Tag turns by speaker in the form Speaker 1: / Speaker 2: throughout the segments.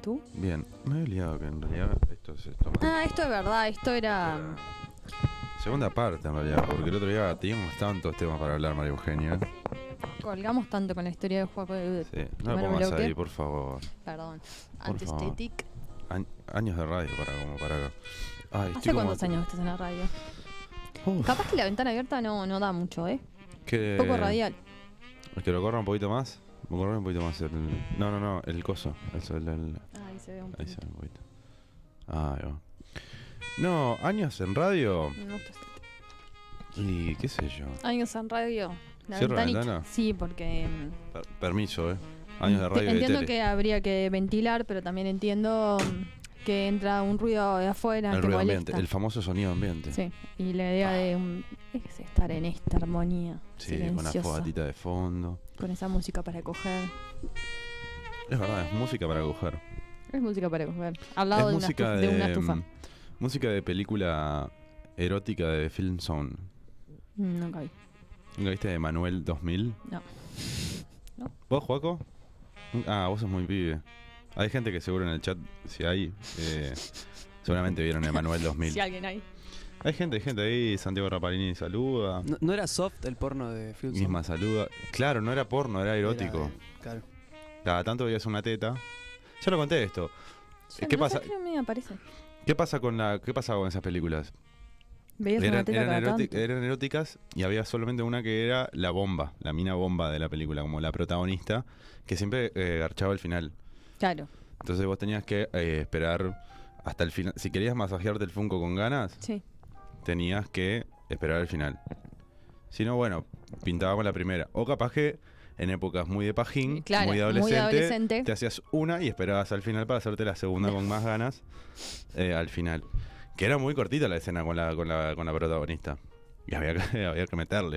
Speaker 1: ¿Tú?
Speaker 2: Bien, me he liado que en realidad esto se toma.
Speaker 1: Ah, esto es verdad, esto era.
Speaker 2: Segunda parte en realidad, porque el otro día teníamos tantos temas para hablar, María Eugenia.
Speaker 1: Colgamos tanto con la historia del juego de
Speaker 2: Sí, no lo
Speaker 1: Primer
Speaker 2: pongas
Speaker 1: bloque.
Speaker 2: ahí, por favor.
Speaker 1: Perdón.
Speaker 2: favor.
Speaker 1: Antiestetic.
Speaker 2: Añ- años de radio para como para acá. Ay, estoy
Speaker 1: ¿Hace
Speaker 2: como-
Speaker 1: cuántos años que estás en la radio?
Speaker 2: Uf,
Speaker 1: Capaz que la ventana abierta no, no da mucho, ¿eh?
Speaker 2: que-
Speaker 1: Poco radial.
Speaker 2: ¿Te lo corro un poquito más? ¿Me corro un poquito más? el- No, no, no, el coso. El, el- el-
Speaker 1: Ahí se ve un
Speaker 2: Ahí se ve un poquito. Ah, ahí va. No, años en radio
Speaker 1: Me gusta este.
Speaker 2: y qué sé yo.
Speaker 1: Años en radio. La
Speaker 2: ¿Cierro la
Speaker 1: ventanita.
Speaker 2: ventana?
Speaker 1: Sí, porque. mm,
Speaker 2: Per- permiso, ¿eh? Años de
Speaker 1: te-
Speaker 2: radio y de
Speaker 1: Entiendo
Speaker 2: tele.
Speaker 1: que habría que ventilar, pero también entiendo mm, que entra un ruido de afuera.
Speaker 2: el
Speaker 1: que
Speaker 2: ruido
Speaker 1: molesta.
Speaker 2: ambiente, el famoso sonido ambiente.
Speaker 1: Sí, y la idea de mm, es estar en esta armonía.
Speaker 2: Sí, con una
Speaker 1: silenciosa,
Speaker 2: fogatita de fondo.
Speaker 1: con esa música para coger.
Speaker 2: Es verdad, es música para coger.
Speaker 1: Es música para coger. Al lado
Speaker 2: es
Speaker 1: de, una
Speaker 2: música
Speaker 1: estu- de una estufa.
Speaker 2: mm, música de película erótica de Film Zone.
Speaker 1: Mm, Nunca vi.
Speaker 2: ¿Lo viste de Manuel 2000?
Speaker 1: No. No.
Speaker 2: ¿Vos, Juaco? Ah, vos sos muy pibe. Hay gente que seguro en el chat, si hay, eh, seguramente vieron Emanuel 2000.
Speaker 1: Si alguien hay.
Speaker 2: Hay gente, hay gente ahí, Santiago Rapalini saluda,
Speaker 3: No, no era soft el porno de Phil Song?
Speaker 2: misma saluda. Claro, no era porno, era
Speaker 3: Era
Speaker 2: erótico.
Speaker 3: de- claro.
Speaker 2: Cada tanto veías una teta. Ya lo conté esto.
Speaker 1: Yo
Speaker 2: ¿Qué
Speaker 1: no
Speaker 2: pasa?
Speaker 1: sé qué me aparece.
Speaker 2: ¿Qué pasa con la qué pasaba con esas películas?
Speaker 1: Veías una
Speaker 2: Eran,
Speaker 1: teta
Speaker 2: eran
Speaker 1: cada
Speaker 2: eróti-
Speaker 1: tanto.
Speaker 2: eran eróticas y había solamente una que era la bomba, la mina bomba de la película, como la protagonista, que siempre eh, garchaba al final.
Speaker 1: Claro,
Speaker 2: Entonces vos tenías que eh, esperar hasta el final. Si querías masajearte el Funko con ganas,
Speaker 1: sí.
Speaker 2: tenías que esperar el final. Si no, bueno, pintaba con la primera. O capaz que en épocas muy de pajín,
Speaker 1: Claro,
Speaker 2: muy, de
Speaker 1: muy de
Speaker 2: adolescente,
Speaker 1: adolescente.
Speaker 2: te hacías una y esperabas al final para hacerte la segunda con más ganas eh, al final. Que era muy cortita la escena con la, con la, con la protagonista. Y había que, había que meterle.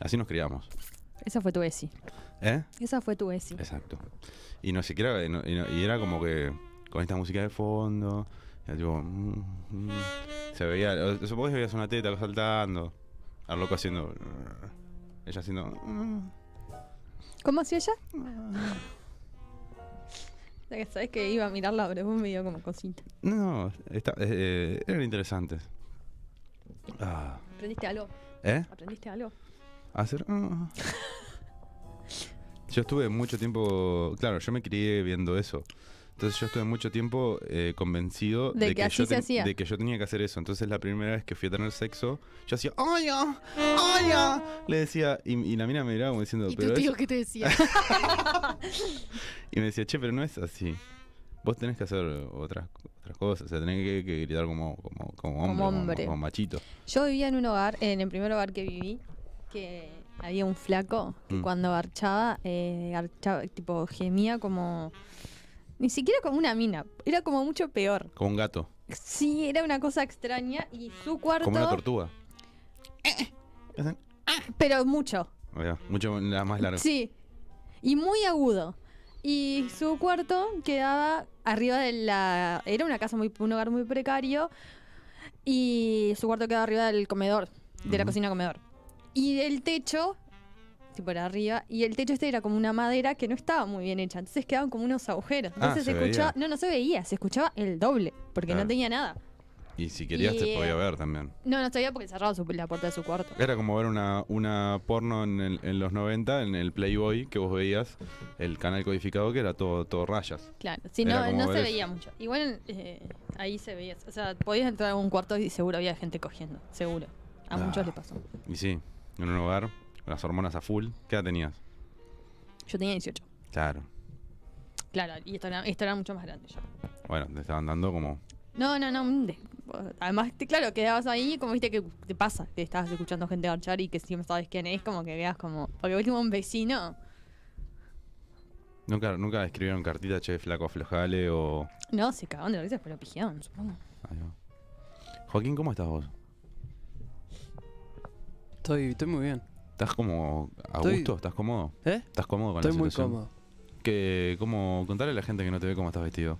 Speaker 2: Así nos criamos.
Speaker 1: Esa fue tu ESI.
Speaker 2: ¿Eh?
Speaker 1: Esa fue tu ESI.
Speaker 2: Exacto. Y no siquiera. Y, no- y no- y era como que. Con esta música de fondo. era tipo, mm, mm. se veía. o- Supongo que veías una teta saltando. Al loco haciendo. Ella haciendo. mm,
Speaker 1: ¿Cómo hacía ella?
Speaker 2: mm.
Speaker 1: La que sabes que iba a mirarla, pero vos me dio como cosita.
Speaker 2: No, está, eh, eh, eran interesantes. Ah,
Speaker 1: ¿Aprendiste algo?
Speaker 2: ¿Eh?
Speaker 1: ¿Aprendiste algo?
Speaker 2: Hacer. mm. Yo estuve mucho tiempo. Claro, yo me crié viendo eso. Entonces yo estuve mucho tiempo eh, convencido
Speaker 1: De que así
Speaker 2: yo
Speaker 1: se
Speaker 2: ten-
Speaker 1: hacía.
Speaker 2: de que yo tenía que hacer eso. Entonces la primera vez que fui a tener sexo, yo hacía ¡Oya! ¡Oya! Le decía, y, y la mina me miraba como diciendo,
Speaker 1: ¿Y tu
Speaker 2: pero es-"
Speaker 1: tío qué te decía?
Speaker 2: y me decía, che, pero no es así. Vos tenés que hacer otras, otras cosas, o sea, tenés que, que gritar como, como, como hombre, como-
Speaker 1: hombre.
Speaker 2: como machito.
Speaker 1: Yo vivía en un hogar, en el primer hogar que viví, que había un flaco que
Speaker 2: Mm.
Speaker 1: cuando garchaba, eh, garchaba, tipo, gemía como. Ni siquiera como una mina, era como mucho peor.
Speaker 2: Como un gato,
Speaker 1: Sí, era una cosa extraña y su cuarto.
Speaker 2: como una tortuga.
Speaker 1: pero mucho.
Speaker 2: Ahí va, Mucho la- más largo.
Speaker 1: Sí. Y muy agudo. Y su cuarto quedaba arriba de la. Era una casa muy. un hogar muy precario. Y su cuarto quedaba arriba del comedor. De la
Speaker 2: Ujú.
Speaker 1: cocina comedor. Y el techo. Tipo era arriba. Y el techo este era como una madera que no estaba muy bien hecha. Entonces quedaban como unos agujeros.
Speaker 2: Ah,
Speaker 1: Entonces
Speaker 2: se
Speaker 1: se escuchaba.
Speaker 2: veía.
Speaker 1: No, no se veía, se escuchaba el doble. Porque
Speaker 2: Claro.
Speaker 1: no tenía nada.
Speaker 2: Y si querías te
Speaker 1: Y- eh,
Speaker 2: podía ver también.
Speaker 1: No, no se veía porque cerraba su- la puerta de su cuarto.
Speaker 2: Era como ver una, una porno en, el- en los 90, en el Playboy, que vos veías el canal codificado que era todo, todo rayas.
Speaker 1: Claro, sí,
Speaker 2: Era
Speaker 1: no,
Speaker 2: como
Speaker 1: no se
Speaker 2: ver
Speaker 1: veía mucho. Igual eh, ahí se veía. O sea, podías entrar a un cuarto y seguro había gente cogiendo. Seguro. A
Speaker 2: Ah.
Speaker 1: muchos les pasó.
Speaker 2: Y sí, en un hogar, con las hormonas a full. ¿Qué edad tenías?
Speaker 1: Yo tenía 18.
Speaker 2: Claro.
Speaker 1: Claro, y esto era, esto era mucho más grande yo.
Speaker 2: Bueno, te estaban dando como...
Speaker 1: No, no, no. un de- además, te- claro, quedabas ahí como viste que te pasa, que estabas escuchando gente marchar y que si no sabes quién es, como que veas como. Porque último un vecino.
Speaker 2: Nunca, nunca escribieron cartita, che, flaco, aflojale o...
Speaker 1: No, se cagaban de la risa, pero lo pijeaban, supongo.
Speaker 2: Ahí va. Joaquín, ¿cómo estás vos?
Speaker 3: Estoy, estoy muy bien.
Speaker 2: ¿Estás como a
Speaker 3: Estoy-
Speaker 2: gusto? ¿Estás cómodo?
Speaker 3: ¿Eh?
Speaker 2: ¿Estás cómodo con
Speaker 3: Estoy
Speaker 2: la
Speaker 3: muy
Speaker 2: situación?
Speaker 3: cómodo.
Speaker 2: Que, ¿cómo? Contale a la gente que no te ve cómo estás vestido.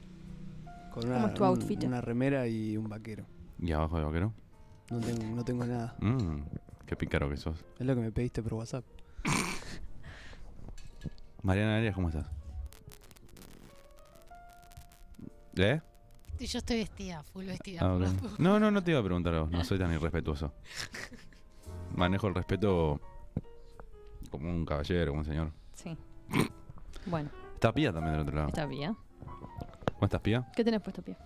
Speaker 3: Con una,
Speaker 1: ¿Cómo es tu
Speaker 3: un-
Speaker 1: outfit?
Speaker 3: una remera y un vaquero.
Speaker 2: Y abajo de vaquero.
Speaker 3: No tengo, no tengo nada.
Speaker 2: Mmm, qué pícaro que sos.
Speaker 3: Es lo que me pediste por WhatsApp.
Speaker 2: Mariana Arias, ¿cómo estás? ¿Eh?
Speaker 4: Y yo estoy vestida, full vestida.
Speaker 2: Ah, ok.
Speaker 4: por las dudas.
Speaker 2: No, no, no te iba a preguntar a vos. No soy tan irrespetuoso. Manejo el respeto como un caballero, como un señor.
Speaker 1: Sí. Bueno,
Speaker 2: Está Pía también del otro lado.
Speaker 1: está bien.
Speaker 2: ¿Cómo estás, Pía?
Speaker 1: ¿Qué tenés puesto, pie?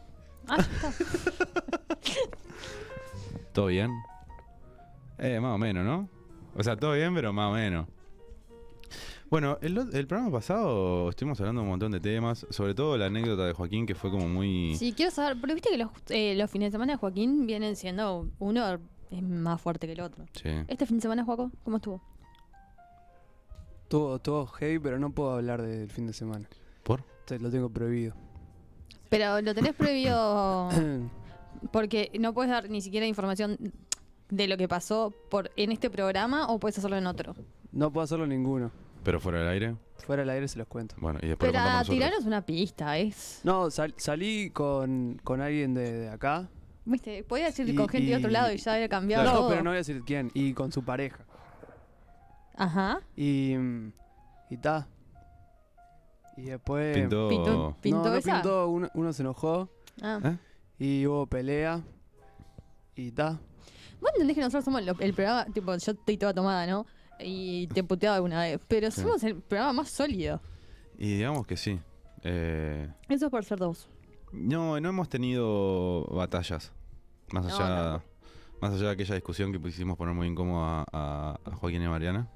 Speaker 1: Ah, ya está.
Speaker 2: ¿Todo bien? Eh, más o menos, ¿no? O sea, todo bien, pero más o menos. Bueno, el, ot- el programa pasado estuvimos hablando de un montón de temas, sobre todo la anécdota de Joaquín que fue como muy...
Speaker 1: Sí, quiero saber, pero viste que los, eh, los fines de semana de Joaquín vienen siendo uno es más fuerte que el otro.
Speaker 2: Sí.
Speaker 1: Este fin de semana, Joaco, ¿cómo estuvo?
Speaker 3: Todo, todo heavy, pero no puedo hablar del fin de semana.
Speaker 2: ¿Por?
Speaker 3: Te- Lo tengo prohibido.
Speaker 1: Pero lo tenés prohibido
Speaker 3: no,
Speaker 1: porque no puedes dar ni siquiera información de lo que pasó por en este programa o puedes hacerlo en otro.
Speaker 3: puedo hacerlo ninguno.
Speaker 2: Pero fuera del aire.
Speaker 3: Fuera del aire se los cuento.
Speaker 2: Bueno, y después
Speaker 1: Pero
Speaker 2: lo contamos
Speaker 1: a
Speaker 2: nosotros.
Speaker 1: tiranos una pista, es.
Speaker 3: No, sal- salí con, con alguien de, de acá.
Speaker 1: Viste, podía decir
Speaker 3: Y-
Speaker 1: con gente de otro
Speaker 3: y-
Speaker 1: lado y ya había cambiado
Speaker 3: No,
Speaker 1: todo.
Speaker 3: pero no voy a decir quién. Y con su pareja.
Speaker 1: Ajá.
Speaker 3: Y. mm, Y ta. Y después.
Speaker 2: Pintó...
Speaker 1: Pintó,
Speaker 3: No,
Speaker 1: pintó
Speaker 3: no
Speaker 1: esa.
Speaker 3: eh, pintó, uno, uno se enojó.
Speaker 1: Ah.
Speaker 2: ¿Eh?
Speaker 3: Y hubo pelea. Y ta.
Speaker 1: Vos entendés que nosotros somos lo- el programa, tipo, yo estoy toda tomada, ¿no? Y te he puteado alguna vez, pero
Speaker 2: Sí.
Speaker 1: somos el programa más sólido.
Speaker 2: Y digamos que sí. Eh...
Speaker 1: Eso es por ser dos.
Speaker 2: No, no hemos tenido batallas. Más
Speaker 1: No,
Speaker 2: allá, más allá de aquella discusión que hicimos poner muy incómoda a, a Joaquín y Mariana.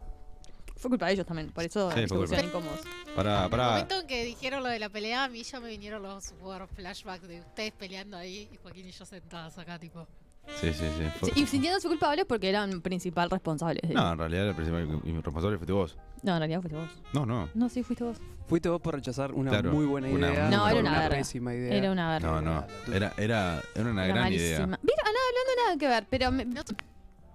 Speaker 1: Fue culpa de ellos también, por eso
Speaker 2: Sí,
Speaker 1: se
Speaker 2: fue culpa.
Speaker 1: pusieron incómodos.
Speaker 2: Para,
Speaker 4: En el
Speaker 2: para.
Speaker 4: momento en que dijeron lo de la pelea, a mí ya me vinieron los war flashbacks de ustedes peleando ahí y Joaquín y yo sentadas acá, tipo.
Speaker 2: Sí, sí, sí. fue-
Speaker 1: Y sintiéndose culpables porque eran principal responsables. de-
Speaker 2: No, en realidad el principal y mi responsable fuiste vos.
Speaker 1: No, en realidad fuiste vos.
Speaker 2: No, no.
Speaker 1: No, sí, fuiste vos.
Speaker 3: Fuiste vos por rechazar una
Speaker 2: Claro,
Speaker 3: muy buena
Speaker 2: una
Speaker 3: idea.
Speaker 2: muy
Speaker 1: No, era
Speaker 3: por
Speaker 1: una verga.
Speaker 3: pésima idea.
Speaker 1: Era una verga.
Speaker 2: No, no. Era, era, era una gran idea.
Speaker 1: malísima. Mira, ah, no, hablando nada que ver, pero me-
Speaker 4: No,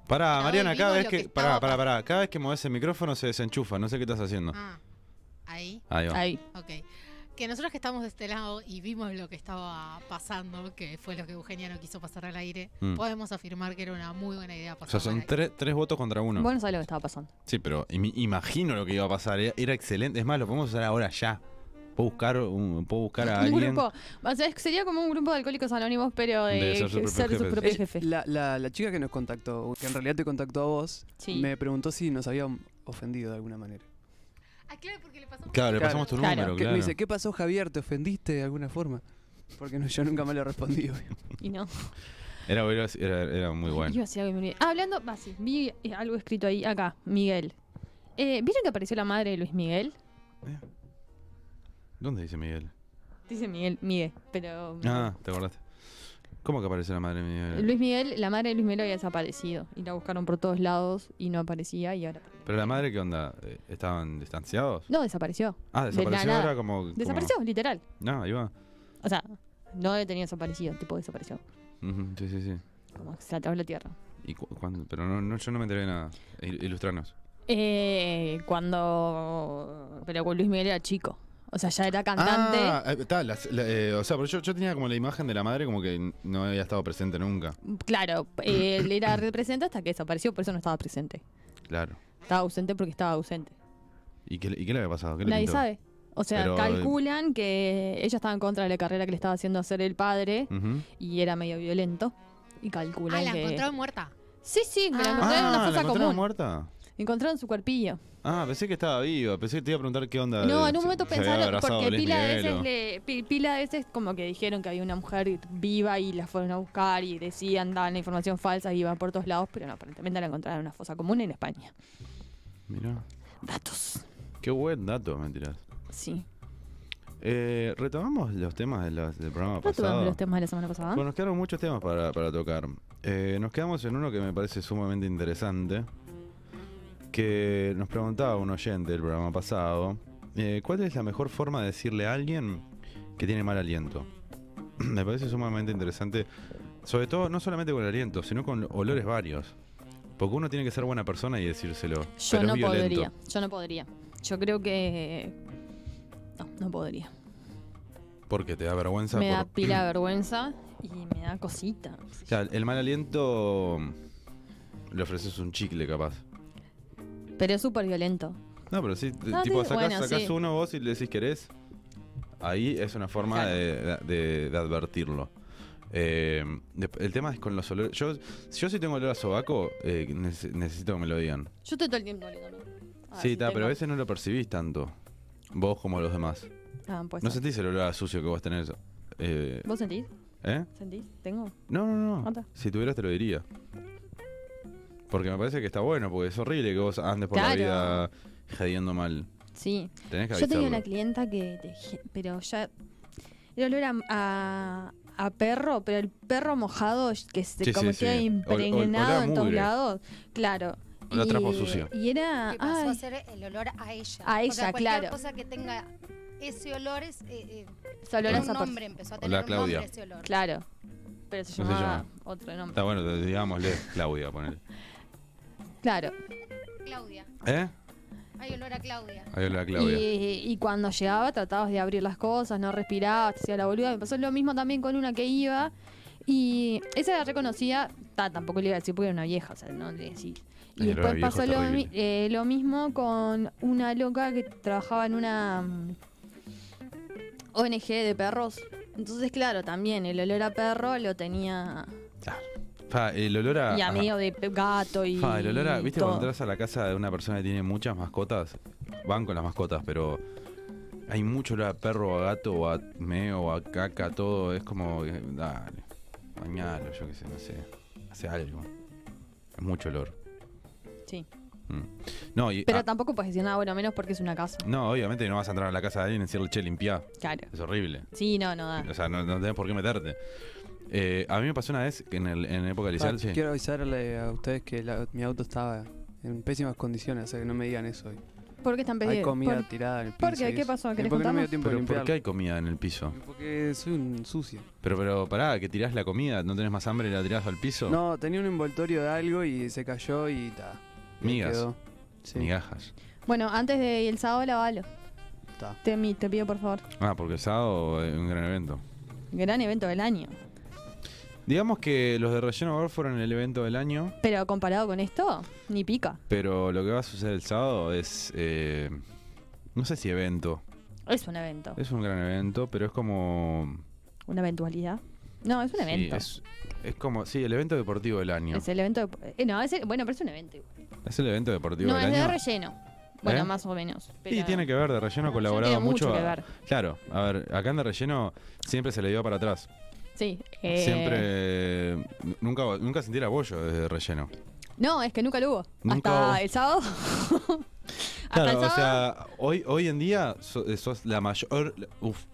Speaker 2: Pará,
Speaker 4: No,
Speaker 2: Mariana, cada
Speaker 4: vimos
Speaker 2: vez
Speaker 4: lo
Speaker 2: que.
Speaker 4: que
Speaker 2: Pará,
Speaker 4: estaba
Speaker 2: pará, pará. Cada vez que mueves el micrófono se desenchufa. No sé qué estás haciendo.
Speaker 4: ah, ahí,
Speaker 2: Ahí va.
Speaker 1: ahí.
Speaker 4: ok. Que nosotros que estamos de este lado y vimos lo que estaba pasando, que fue lo que Eugenia no quiso pasar al aire,
Speaker 2: Mm.
Speaker 4: podemos afirmar que era una muy buena idea
Speaker 2: O
Speaker 4: pasar
Speaker 2: sea, son tres, tres votos contra uno.
Speaker 1: Vos no sabés lo que estaba pasando.
Speaker 2: Sí, pero im- imagino lo que iba a pasar. Era, era excelente. Es más, lo podemos usar ahora ya. Puedo buscar, un- puedo buscar a
Speaker 1: un
Speaker 2: alguien.
Speaker 1: grupo. O sea, es que sería como un grupo de alcohólicos anónimos, pero de,
Speaker 2: De ser sus propios
Speaker 1: ser sus
Speaker 2: jefes.
Speaker 1: propios jefes.
Speaker 3: La, la, la chica que nos contactó, que en realidad te contactó a vos,
Speaker 1: Sí.
Speaker 3: me preguntó si nos habían ofendido de alguna manera.
Speaker 4: Ah, claro, porque le pasamos.
Speaker 2: Claro, le
Speaker 3: Claro.
Speaker 2: pasamos tu
Speaker 1: Claro.
Speaker 2: número,
Speaker 3: Que
Speaker 2: claro.
Speaker 3: Me dice, ¿qué pasó Javier? ¿Te ofendiste de alguna forma? Porque no, yo nunca me lo respondí. obvio.
Speaker 1: Y no.
Speaker 2: Era, era, era- era muy bueno.
Speaker 1: Iba a decir algo y me olvidé. Ah, hablando, va, sí, vi eh, algo escrito ahí, acá, Miguel. Eh, ¿Vieron que apareció la madre de Luis Miguel?
Speaker 2: Eh. ¿Dónde dice Miguel?
Speaker 1: Dice Miguel, Miguel, pero...
Speaker 2: Ah, te acordaste. ¿Cómo que aparece la madre de Miguel?
Speaker 1: Luis Miguel, la madre de Luis Miguel había desaparecido y la buscaron por todos lados y no aparecía y ahora...
Speaker 2: Pero la madre, ¿qué onda? Eh, ¿Estaban distanciados?
Speaker 1: No, desapareció.
Speaker 2: Ah,
Speaker 1: de la
Speaker 2: desapareció
Speaker 1: nada.
Speaker 2: ahora como, como-
Speaker 1: Desapareció, literal.
Speaker 2: No, ahí va.
Speaker 1: O sea, no tenía desaparecido, tipo desapareció.
Speaker 2: Ujú, sí, sí, sí.
Speaker 1: Como que se la tragó la tierra.
Speaker 2: ¿Y cu- cuándo? Pero no, no, yo no me enteré de nada. Il- Ilustranos.
Speaker 1: Eh, cuando... Pero con Luis Miguel era chico. O sea, ya era cantante.
Speaker 2: Ah, eh, está, las- la- eh, o sea, pero yo, yo tenía como la imagen de la madre como que n- no había estado presente nunca.
Speaker 1: Claro, él era representa hasta que desapareció, por eso no estaba presente.
Speaker 2: Claro.
Speaker 1: Estaba ausente porque estaba ausente.
Speaker 2: ¿Y qué, le- y qué le había pasado? ¿Qué le
Speaker 1: Nadie
Speaker 2: pintó?
Speaker 1: sabe. O sea,
Speaker 2: Pero, eh,
Speaker 1: calculan que ella estaba en contra de la carrera que le estaba haciendo hacer el padre
Speaker 2: Ujú.
Speaker 1: y era medio violento. Y calculan
Speaker 4: Ah, la
Speaker 1: que.
Speaker 4: encontraron muerta.
Speaker 1: Sí, sí, me la
Speaker 4: Ah.
Speaker 1: encontraron en
Speaker 2: ah, ¿la
Speaker 1: una fosa
Speaker 2: encontraron
Speaker 1: común.
Speaker 2: muerta?
Speaker 1: Encontraron su cuerpillo.
Speaker 2: Ah, pensé que estaba viva. Pensé que te iba a preguntar qué onda.
Speaker 1: No,
Speaker 2: de-
Speaker 1: en un
Speaker 2: si-
Speaker 1: momento
Speaker 2: se había
Speaker 1: pensaron,
Speaker 2: abrazado
Speaker 1: porque
Speaker 2: Luis
Speaker 1: pila de,
Speaker 2: Miguel
Speaker 1: veces
Speaker 2: o-
Speaker 1: le- pi- pila de veces como que dijeron que había una mujer viva y la fueron a buscar y decían, daban la información falsa y iban por todos lados, pero no, aparentemente la encontraron en una fosa común en España.
Speaker 2: Mirá.
Speaker 1: Datos.
Speaker 2: Qué buen dato, mentiras.
Speaker 1: Sí.
Speaker 2: Eh, retomamos los temas de las- del programa pasado.
Speaker 1: Retomamos los temas de la semana pasada.
Speaker 2: Bueno, nos quedaron muchos temas para, para tocar. Eh, nos quedamos en uno que me parece sumamente interesante. Que nos preguntaba un oyente del programa pasado: eh, ¿Cuál es la mejor forma de decirle a alguien que tiene mal aliento? me parece sumamente interesante. Sobre todo, no solamente con el aliento, sino con olores varios. Porque uno tiene que ser buena persona y decírselo.
Speaker 1: Yo
Speaker 2: pero
Speaker 1: no
Speaker 2: es violento.
Speaker 1: podría, yo no podría. Yo creo que... No, no podría.
Speaker 2: Porque te da vergüenza.
Speaker 1: me
Speaker 2: por-
Speaker 1: da pila de vergüenza y me da cosita. qué sé
Speaker 2: O
Speaker 1: yo.
Speaker 2: sea, el mal aliento mm, le ofreces un chicle capaz.
Speaker 1: Pero es súper violento.
Speaker 2: No, pero sí, t-
Speaker 1: No,
Speaker 2: tipo
Speaker 1: sí,
Speaker 2: sacás,
Speaker 1: bueno,
Speaker 2: sacás
Speaker 1: sí.
Speaker 2: uno vos y le decís querés. ahí es una forma de, de- de advertirlo. Eh, de- el tema es con los olores. Yo, si yo si tengo olor a sobaco, eh, nece- necesito que me lo digan.
Speaker 1: Yo estoy todo el tiempo oliendo. A ver
Speaker 2: sí,
Speaker 1: si
Speaker 2: ta, pero
Speaker 1: tengo-
Speaker 2: a veces no lo percibís tanto. Vos como los demás.
Speaker 1: Ah, pues
Speaker 2: ¿No
Speaker 1: sí.
Speaker 2: sentís el olor a sucio que vos tenés? Eh,
Speaker 1: ¿Vos sentís?
Speaker 2: ¿eh?
Speaker 1: ¿Sentís? ¿Tengo?
Speaker 2: No, no, no.
Speaker 1: Anda.
Speaker 2: Si tuvieras te lo diría. Porque me parece que está bueno, porque es horrible que vos andes por
Speaker 1: Claro.
Speaker 2: la vida jadiendo mal.
Speaker 1: Sí.
Speaker 2: Tenés que
Speaker 1: Yo
Speaker 2: avisarlo.
Speaker 1: tenía una clienta que. dejé- pero ya. El olor a, a, a perro, pero el perro mojado que se
Speaker 2: Sí,
Speaker 1: como
Speaker 2: sí,
Speaker 1: queda
Speaker 2: sí. Ol- ol- olor
Speaker 1: impregnado
Speaker 2: a
Speaker 1: en todos
Speaker 2: mugre.
Speaker 1: lados. Claro.
Speaker 2: Olor a trapo
Speaker 1: Y-
Speaker 2: sucio.
Speaker 1: Y era.
Speaker 5: Ah,
Speaker 6: que pasó a
Speaker 1: ay,
Speaker 6: ser el olor a ella.
Speaker 1: A
Speaker 6: o sea,
Speaker 1: ella,
Speaker 6: cualquier
Speaker 1: claro.
Speaker 6: cosa que tenga ese olor es. Eh, eh,
Speaker 1: se olor a
Speaker 6: tiene un
Speaker 1: esa persona.
Speaker 6: nombre, empezó a
Speaker 2: Hola,
Speaker 6: tener un nombre
Speaker 2: Claudia.
Speaker 6: ese olor.
Speaker 1: Claro. Pero se
Speaker 2: No se
Speaker 1: llamaba
Speaker 2: llama.
Speaker 1: otro nombre.
Speaker 2: Está bueno, te- digámosle Claudia, ponele.
Speaker 1: Claro.
Speaker 6: Claudia.
Speaker 2: ¿Eh?
Speaker 6: Hay olor a Claudia.
Speaker 2: Ahí habla Claudia.
Speaker 1: Y, y cuando llegaba tratabas de abrir las cosas, no respirabas, te hacía la boluda. Me pasó lo mismo también con una que iba. Y esa la reconocía, ta, tampoco le iba a decir porque era una vieja, o sea, no le decís. Y
Speaker 2: El olor a
Speaker 1: después
Speaker 2: viejo
Speaker 1: pasó
Speaker 2: es
Speaker 1: lo, mi-
Speaker 2: terrible.
Speaker 1: eh, lo mismo con una loca que trabajaba en una mm, ONG de perros. Entonces, claro, también el olor a perro lo tenía.
Speaker 2: Fa, el olor a.
Speaker 1: y a
Speaker 2: Ah, ajá.
Speaker 1: medio de pe- gato y.
Speaker 2: Fa, el olor a. ¿Viste cuando
Speaker 1: todo.
Speaker 2: entras a la casa de una persona que tiene muchas mascotas? Van con las mascotas, pero. Hay mucho olor a perro, a gato, a meo, a caca, todo. Es como. que, Dale. Bañalo, yo qué sé, no sé. Hace algo. Es mucho olor.
Speaker 1: Sí.
Speaker 2: Mm. No, y.
Speaker 1: Pero
Speaker 2: ah,
Speaker 1: tampoco puedes decir nada bueno, menos porque es una casa.
Speaker 2: no, obviamente no vas a entrar a la casa de alguien y decirle, che, limpiá.
Speaker 1: Claro.
Speaker 2: Es horrible.
Speaker 1: Sí, no, no da.
Speaker 2: O sea, no, no tenés por qué meterte. Eh, a mí me pasó una vez que en, el, en época
Speaker 3: Ah,
Speaker 2: liceal, sí.
Speaker 3: Quiero avisarle a ustedes que la- mi auto estaba en pésimas condiciones, o sea que no me digan eso hoy.
Speaker 1: ¿Por qué están
Speaker 3: Hay
Speaker 1: pedidos?
Speaker 3: comida
Speaker 1: ¿Por-
Speaker 3: tirada en el piso.
Speaker 1: por qué?
Speaker 3: y
Speaker 1: ¿Qué
Speaker 3: eso.
Speaker 1: pasó?
Speaker 3: Y
Speaker 1: ¿Querés
Speaker 3: porque no me
Speaker 1: contarnos?
Speaker 3: dio tiempo de
Speaker 2: Pero ¿por qué
Speaker 3: limpiarlo.
Speaker 2: hay comida en el piso?
Speaker 3: Porque soy un sucio.
Speaker 2: Pero, pero pará, que tirás la comida, no tenés más hambre y la tirás al piso.
Speaker 3: No, tenía un envoltorio de algo y se cayó y ta. y
Speaker 2: Migas.
Speaker 3: quedó. Sí.
Speaker 2: Migajas.
Speaker 1: Bueno, antes de el sábado lavalo.
Speaker 3: ta.
Speaker 1: Te, mi- te pido por favor.
Speaker 2: Ah, porque el sábado es un gran evento.
Speaker 1: Gran evento del año.
Speaker 2: Digamos que los de Relleno Bar fueron el evento del año,
Speaker 1: Pero comparado con esto, ni pica.
Speaker 2: pero lo que va a suceder el sábado es. eh, no sé si evento.
Speaker 1: Es un evento.
Speaker 2: Es un gran evento, pero es como.
Speaker 1: Una eventualidad. No, es un
Speaker 2: sí,
Speaker 1: evento. es...
Speaker 2: es, es como. Sí, el evento deportivo del año. Es,
Speaker 1: el evento. de- eh, no, es el- bueno, pero es un evento. igual.
Speaker 2: el evento deportivo
Speaker 1: no,
Speaker 2: del
Speaker 1: es de
Speaker 2: año.
Speaker 1: relleno. Bueno,
Speaker 2: ¿Eh?
Speaker 1: más o menos. Pero
Speaker 2: Y tiene que ver, de relleno ha
Speaker 1: Sí,
Speaker 2: colaborado
Speaker 1: tiene mucho
Speaker 2: mucho.
Speaker 1: que
Speaker 2: a-
Speaker 1: ver.
Speaker 2: Claro, a ver, acá en de relleno siempre se le dio para atrás.
Speaker 1: Sí. eh,
Speaker 2: Siempre. n- Nunca, nunca sentí el apoyo desde relleno.
Speaker 1: No, es que nunca lo hubo.
Speaker 2: Nunca
Speaker 1: Hasta
Speaker 2: hubo.
Speaker 1: el sábado. Hasta el
Speaker 2: Claro, o
Speaker 1: sábado.
Speaker 2: sea, hoy, hoy en día so- eh, sos la mayor. la- Uf,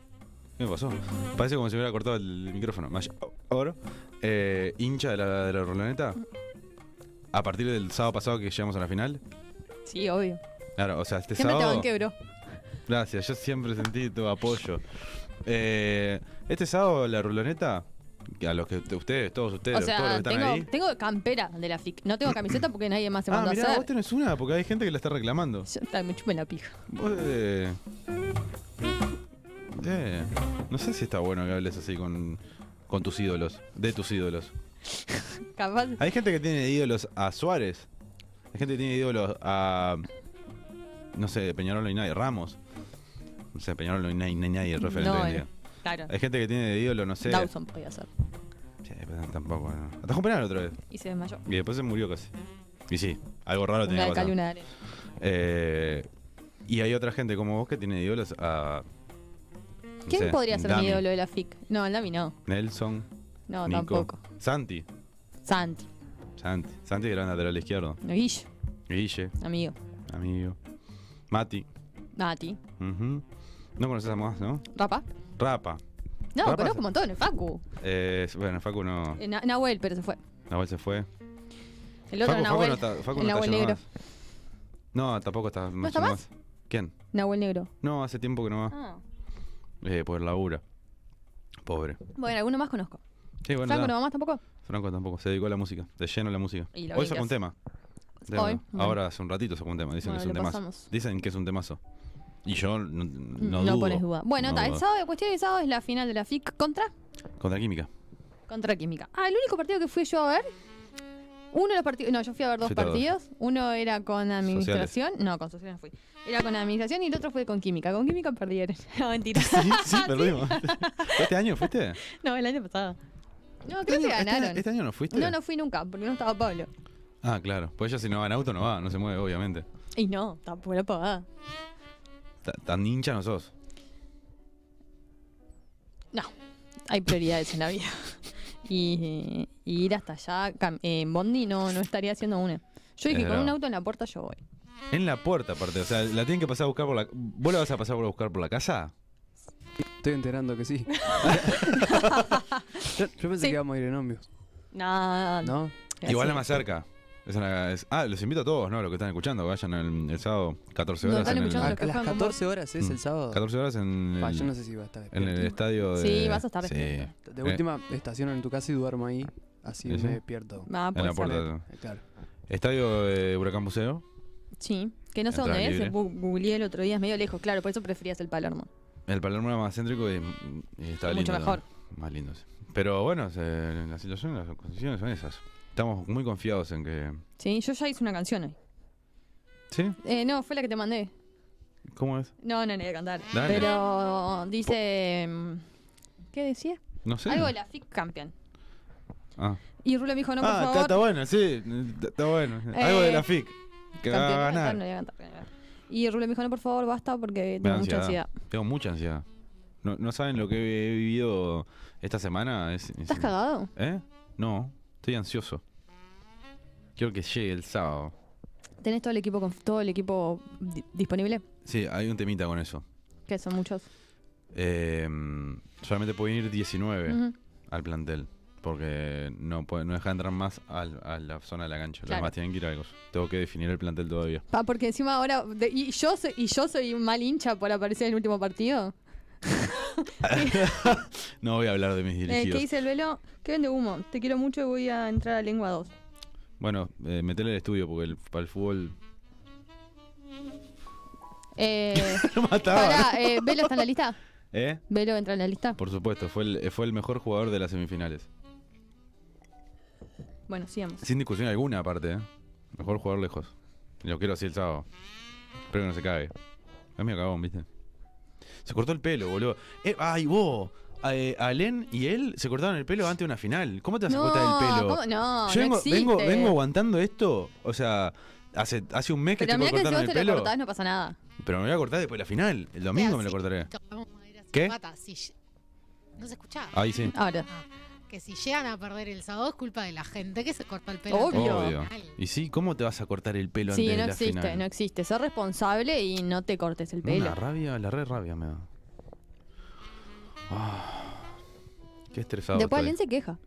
Speaker 2: ¿qué me pasó? Parece como si hubiera cortado el micrófono. Mayor eh, hincha de la, de la Rolaneta. A partir del sábado pasado que llegamos a la final.
Speaker 1: Sí, obvio.
Speaker 2: Claro, o sea, este
Speaker 1: Siempre te
Speaker 2: sábado.
Speaker 1: banqué, bro.
Speaker 2: Gracias, yo siempre sentí tu apoyo. Eh, este sábado la ruloneta, que a los que ustedes, todos ustedes, todos
Speaker 1: O
Speaker 2: los
Speaker 1: sea,
Speaker 2: que están ahí.
Speaker 1: tengo, tengo campera de la FIC. No tengo camiseta porque nadie más se mandó
Speaker 2: ah,
Speaker 1: a
Speaker 2: mirá,
Speaker 1: hacer.
Speaker 2: vos tenés una, porque hay gente que la está reclamando.
Speaker 1: Yo, ta, me chupen la pija.
Speaker 2: Vos, eh, eh, no sé si está bueno que hables así con, con tus ídolos, de tus ídolos.
Speaker 1: Capaz.
Speaker 2: Hay gente que tiene ídolos a Suárez. Hay gente que tiene ídolos a. No sé, Peñarol y nadie, Ramos. No sé, Peñarol no hay nadie, nadie referente.
Speaker 1: No,
Speaker 2: hoy en
Speaker 1: eh,
Speaker 2: día.
Speaker 1: Claro.
Speaker 2: Hay gente que tiene de ídolo, no sé.
Speaker 1: Dawson podía ser.
Speaker 2: Sí, pero tampoco, ¿no? Atajó un penal otra vez.
Speaker 1: Y se desmayó.
Speaker 2: Y después se murió casi. Y sí, algo raro
Speaker 1: Una
Speaker 2: tenía
Speaker 1: de
Speaker 2: que
Speaker 1: cal y
Speaker 2: pasar.
Speaker 1: una de arena.
Speaker 2: Eh, y hay otra gente como vos que tiene de ídolos a. no
Speaker 1: ¿Quién
Speaker 2: sé,
Speaker 1: podría ser
Speaker 2: Dami,
Speaker 1: mi ídolo de la FIC? No, el Dami no.
Speaker 2: Nelson,
Speaker 1: No,
Speaker 2: Nico.
Speaker 1: tampoco.
Speaker 2: Santi.
Speaker 1: Santi.
Speaker 2: Santi. Santi que era lateral izquierdo.
Speaker 1: Guillo,
Speaker 2: Guille,
Speaker 1: amigo.
Speaker 2: amigo. Mati.
Speaker 1: Nati.
Speaker 2: ujú. No conoces a más, ¿no?
Speaker 1: Rapa.
Speaker 2: Rapa.
Speaker 1: No,
Speaker 2: Rapa
Speaker 1: conozco
Speaker 2: se-
Speaker 1: un montón. Facu.
Speaker 2: Eh, bueno, Facu no.
Speaker 1: Eh, Na- Nahuel, pero se fue.
Speaker 2: Nahuel se fue.
Speaker 1: El otro
Speaker 2: Facu, Facu
Speaker 1: Nahuel.
Speaker 2: no está- Facu
Speaker 1: el
Speaker 2: no está
Speaker 1: Nahuel
Speaker 2: yendo
Speaker 1: negro.
Speaker 2: más. No, tampoco está. ¿No
Speaker 1: está más?
Speaker 2: ¿Quién?
Speaker 1: Nahuel negro.
Speaker 2: No, hace tiempo que no va.
Speaker 1: Ah.
Speaker 2: Eh, por labura. Pobre.
Speaker 1: Bueno, alguno más conozco.
Speaker 2: Sí, bueno, nada.
Speaker 1: ¿Franco no va más tampoco?
Speaker 2: Franco tampoco. Se dedicó a la música. De lleno a la música.
Speaker 1: Y lo
Speaker 2: Hoy
Speaker 1: que
Speaker 2: sacó un
Speaker 1: hace.
Speaker 2: tema. De
Speaker 1: Hoy,
Speaker 2: verdad.
Speaker 1: bueno.
Speaker 2: Ahora hace un ratito sacó un tema. Dicen
Speaker 1: Bueno,
Speaker 2: que es un
Speaker 1: lo
Speaker 2: temazo.
Speaker 1: pasamos.
Speaker 2: Dicen que es un temazo. Y yo no, no
Speaker 1: No,
Speaker 2: dudo.
Speaker 1: pones duda. Bueno,
Speaker 2: No
Speaker 1: ta, el
Speaker 2: dudo.
Speaker 1: sábado, cuestión del sábado es la final de la FIC contra
Speaker 2: Contra Química.
Speaker 1: contra Química. Ah, el único partido que fui yo a ver Uno de los partidos, no, yo fui a ver dos
Speaker 2: Fui a todos.
Speaker 1: partidos. Uno era con administración, no, con sociales no fui. Era con administración y el otro fue con química. Con química perdieron. No, mentira.
Speaker 2: Sí, Ah, sí, perdimos. ¿Fue ¿Este año fuiste?
Speaker 1: No, el año pasado. No, creo que
Speaker 2: Este año- este-
Speaker 1: ganaron.
Speaker 2: Este, año no fuiste?
Speaker 1: No, no fui nunca, porque no estaba Pablo.
Speaker 2: Ah, claro. Pues ella si no va en auto no va, no se mueve, obviamente.
Speaker 1: Y no, tampoco era pagada.
Speaker 2: Ta- Tan hincha no sos.
Speaker 1: Hay prioridades en la vida. Y, y ir hasta allá cam- eh, en Bondi no, no estaría haciendo una. Yo
Speaker 2: Es
Speaker 1: dije, con
Speaker 2: verdad.
Speaker 1: un auto en la puerta yo voy.
Speaker 2: En la puerta, aparte. O sea, la tienen que pasar a buscar por la... ¿Vos la vas a pasar a buscar por la casa?
Speaker 3: Estoy enterando que sí. yo, yo pensé
Speaker 1: Sí.
Speaker 3: que íbamos a ir en ómnibus,
Speaker 1: No, no.
Speaker 3: ¿no?
Speaker 2: Igual la más cerca. Es una- es- ah, los invito a todos, ¿no? Los que están escuchando, vayan el, el sábado 14
Speaker 1: Lo
Speaker 2: horas.
Speaker 1: están
Speaker 2: en el-
Speaker 1: escuchando
Speaker 3: A,
Speaker 1: los que
Speaker 3: a Ah, las
Speaker 1: juegan con
Speaker 3: 14 horas es
Speaker 2: Mm.
Speaker 3: el sábado.
Speaker 2: 14 horas en el,
Speaker 3: Pa, yo no sé si va a estar.
Speaker 2: en el
Speaker 3: despierto.
Speaker 2: estadio de...
Speaker 1: Sí, vas a estar
Speaker 2: Sí,
Speaker 1: despierto.
Speaker 3: De última, estaciono en tu casa y duermo ahí. Así
Speaker 2: ¿Sí, sí?
Speaker 3: me despierto.
Speaker 1: Ah,
Speaker 2: en la
Speaker 1: puede ser.
Speaker 2: puerta.
Speaker 3: Eh, Claro.
Speaker 2: Estadio de Huracán Buceo.
Speaker 1: Sí, que no sé
Speaker 2: Entrada
Speaker 1: dónde es.
Speaker 2: libre.
Speaker 1: bu- Googleé el otro día, es medio lejos, claro, por eso preferías el Palermo.
Speaker 2: El Palermo era más céntrico y, y estaba
Speaker 1: Mucho
Speaker 2: lindo.
Speaker 1: mejor.
Speaker 2: ¿no? Más lindo, sí. Pero bueno, se- la situación, las condiciones son esas. Estamos muy confiados en que...
Speaker 1: Sí, yo ya hice una canción hoy.
Speaker 2: ¿Sí?
Speaker 1: Eh, no, fue la que te mandé.
Speaker 2: ¿Cómo es?
Speaker 1: No, no, no voy a cantar.
Speaker 2: Dale.
Speaker 1: Pero dice. mm, ¿Qué decía?
Speaker 2: No sé.
Speaker 1: Algo de la FIC Campeón.
Speaker 2: Ah,
Speaker 1: Y Rulo me dijo, no, por
Speaker 2: Ah, está,
Speaker 1: favor.
Speaker 2: está bueno, sí. Está, está bueno. Algo
Speaker 1: Eh,
Speaker 2: de la FIC. Que va
Speaker 1: campeón,
Speaker 2: a
Speaker 1: no,
Speaker 2: ganar.
Speaker 1: no voy a cantar, no voy a cantar. Y Rulo me dijo, no, por favor, basta porque tengo
Speaker 2: da
Speaker 1: mucha ansiedad.
Speaker 2: Tengo mucha ansiedad. No, no saben lo que he vivido esta semana. Es, es-
Speaker 1: ¿Estás cagado?
Speaker 2: ¿Eh? No, estoy ansioso. Quiero que llegue el sábado.
Speaker 1: ¿Tenés todo el equipo, con, todo el equipo di- disponible?
Speaker 2: Sí, hay un temita con eso.
Speaker 1: Que son muchos.
Speaker 2: Eh, solamente pueden ir 19
Speaker 1: Ujú.
Speaker 2: al plantel. Porque no, puede- no dejan entrar más al- a la zona de la cancha. Los
Speaker 1: Claro.
Speaker 2: demás tienen que ir a algo. Tengo que definir el plantel todavía.
Speaker 1: Pa, porque encima ahora. de- y, yo soy, y yo soy un mal hincha por aparecer en el último partido.
Speaker 2: No voy a hablar de mis
Speaker 1: Eh, ¿Qué
Speaker 2: dirigidos.
Speaker 1: dice el velo? Que vende humo. Te quiero mucho y voy a entrar a lengua 2.
Speaker 2: bueno, eh, metele el estudio porque el- para el fútbol.
Speaker 1: Eh,
Speaker 2: Lo mataba.
Speaker 1: pará, eh, ¿Velo está en la lista?
Speaker 2: ¿Eh?
Speaker 1: ¿Velo entra en la lista?
Speaker 2: Por supuesto, fue el, fue el mejor jugador de las semifinales.
Speaker 1: Bueno, sigamos.
Speaker 2: Sin discusión alguna, aparte. ¿eh? Mejor jugador lejos. Lo quiero así el sábado. Espero que no se cague. Es medio cagón, ¿viste? Se cortó el pelo, boludo. Eh, ¡Ay, vos! Eh, Alén y él se cortaron el pelo antes de una final. ¿Cómo te vas a
Speaker 1: No,
Speaker 2: cortar el pelo?
Speaker 1: ¿cómo? no,
Speaker 2: Yo vengo,
Speaker 1: no existe.
Speaker 2: vengo, vengo aguantando esto. O sea, hace, hace un mes que
Speaker 1: Pero
Speaker 2: estoy
Speaker 1: mira
Speaker 2: por
Speaker 1: que si
Speaker 2: cortarme
Speaker 1: vos te
Speaker 2: el
Speaker 1: lo
Speaker 2: pelo.
Speaker 1: cortás no pasa nada.
Speaker 2: Pero me voy a cortar después de la final. El domingo me lo
Speaker 4: sí.
Speaker 2: cortaré.
Speaker 4: Vamos a ir a
Speaker 2: ¿Qué?
Speaker 4: Zapata, si lle- no se escuchaba.
Speaker 2: Ahí sí.
Speaker 1: Ahora,
Speaker 4: Ah, que si llegan a perder el sábado es culpa de la gente que se corta el pelo.
Speaker 1: Obvio.
Speaker 2: Obvio. Y sí, ¿cómo te vas a cortar el pelo
Speaker 1: sí,
Speaker 2: antes
Speaker 1: no
Speaker 2: de la
Speaker 1: existe,
Speaker 2: final?
Speaker 1: no existe. Sé responsable y no te cortes el
Speaker 2: No,
Speaker 1: pelo.
Speaker 2: La rabia, la re rabia me da. Ah, qué estresado.
Speaker 1: Después
Speaker 2: estoy.
Speaker 1: alguien se queja.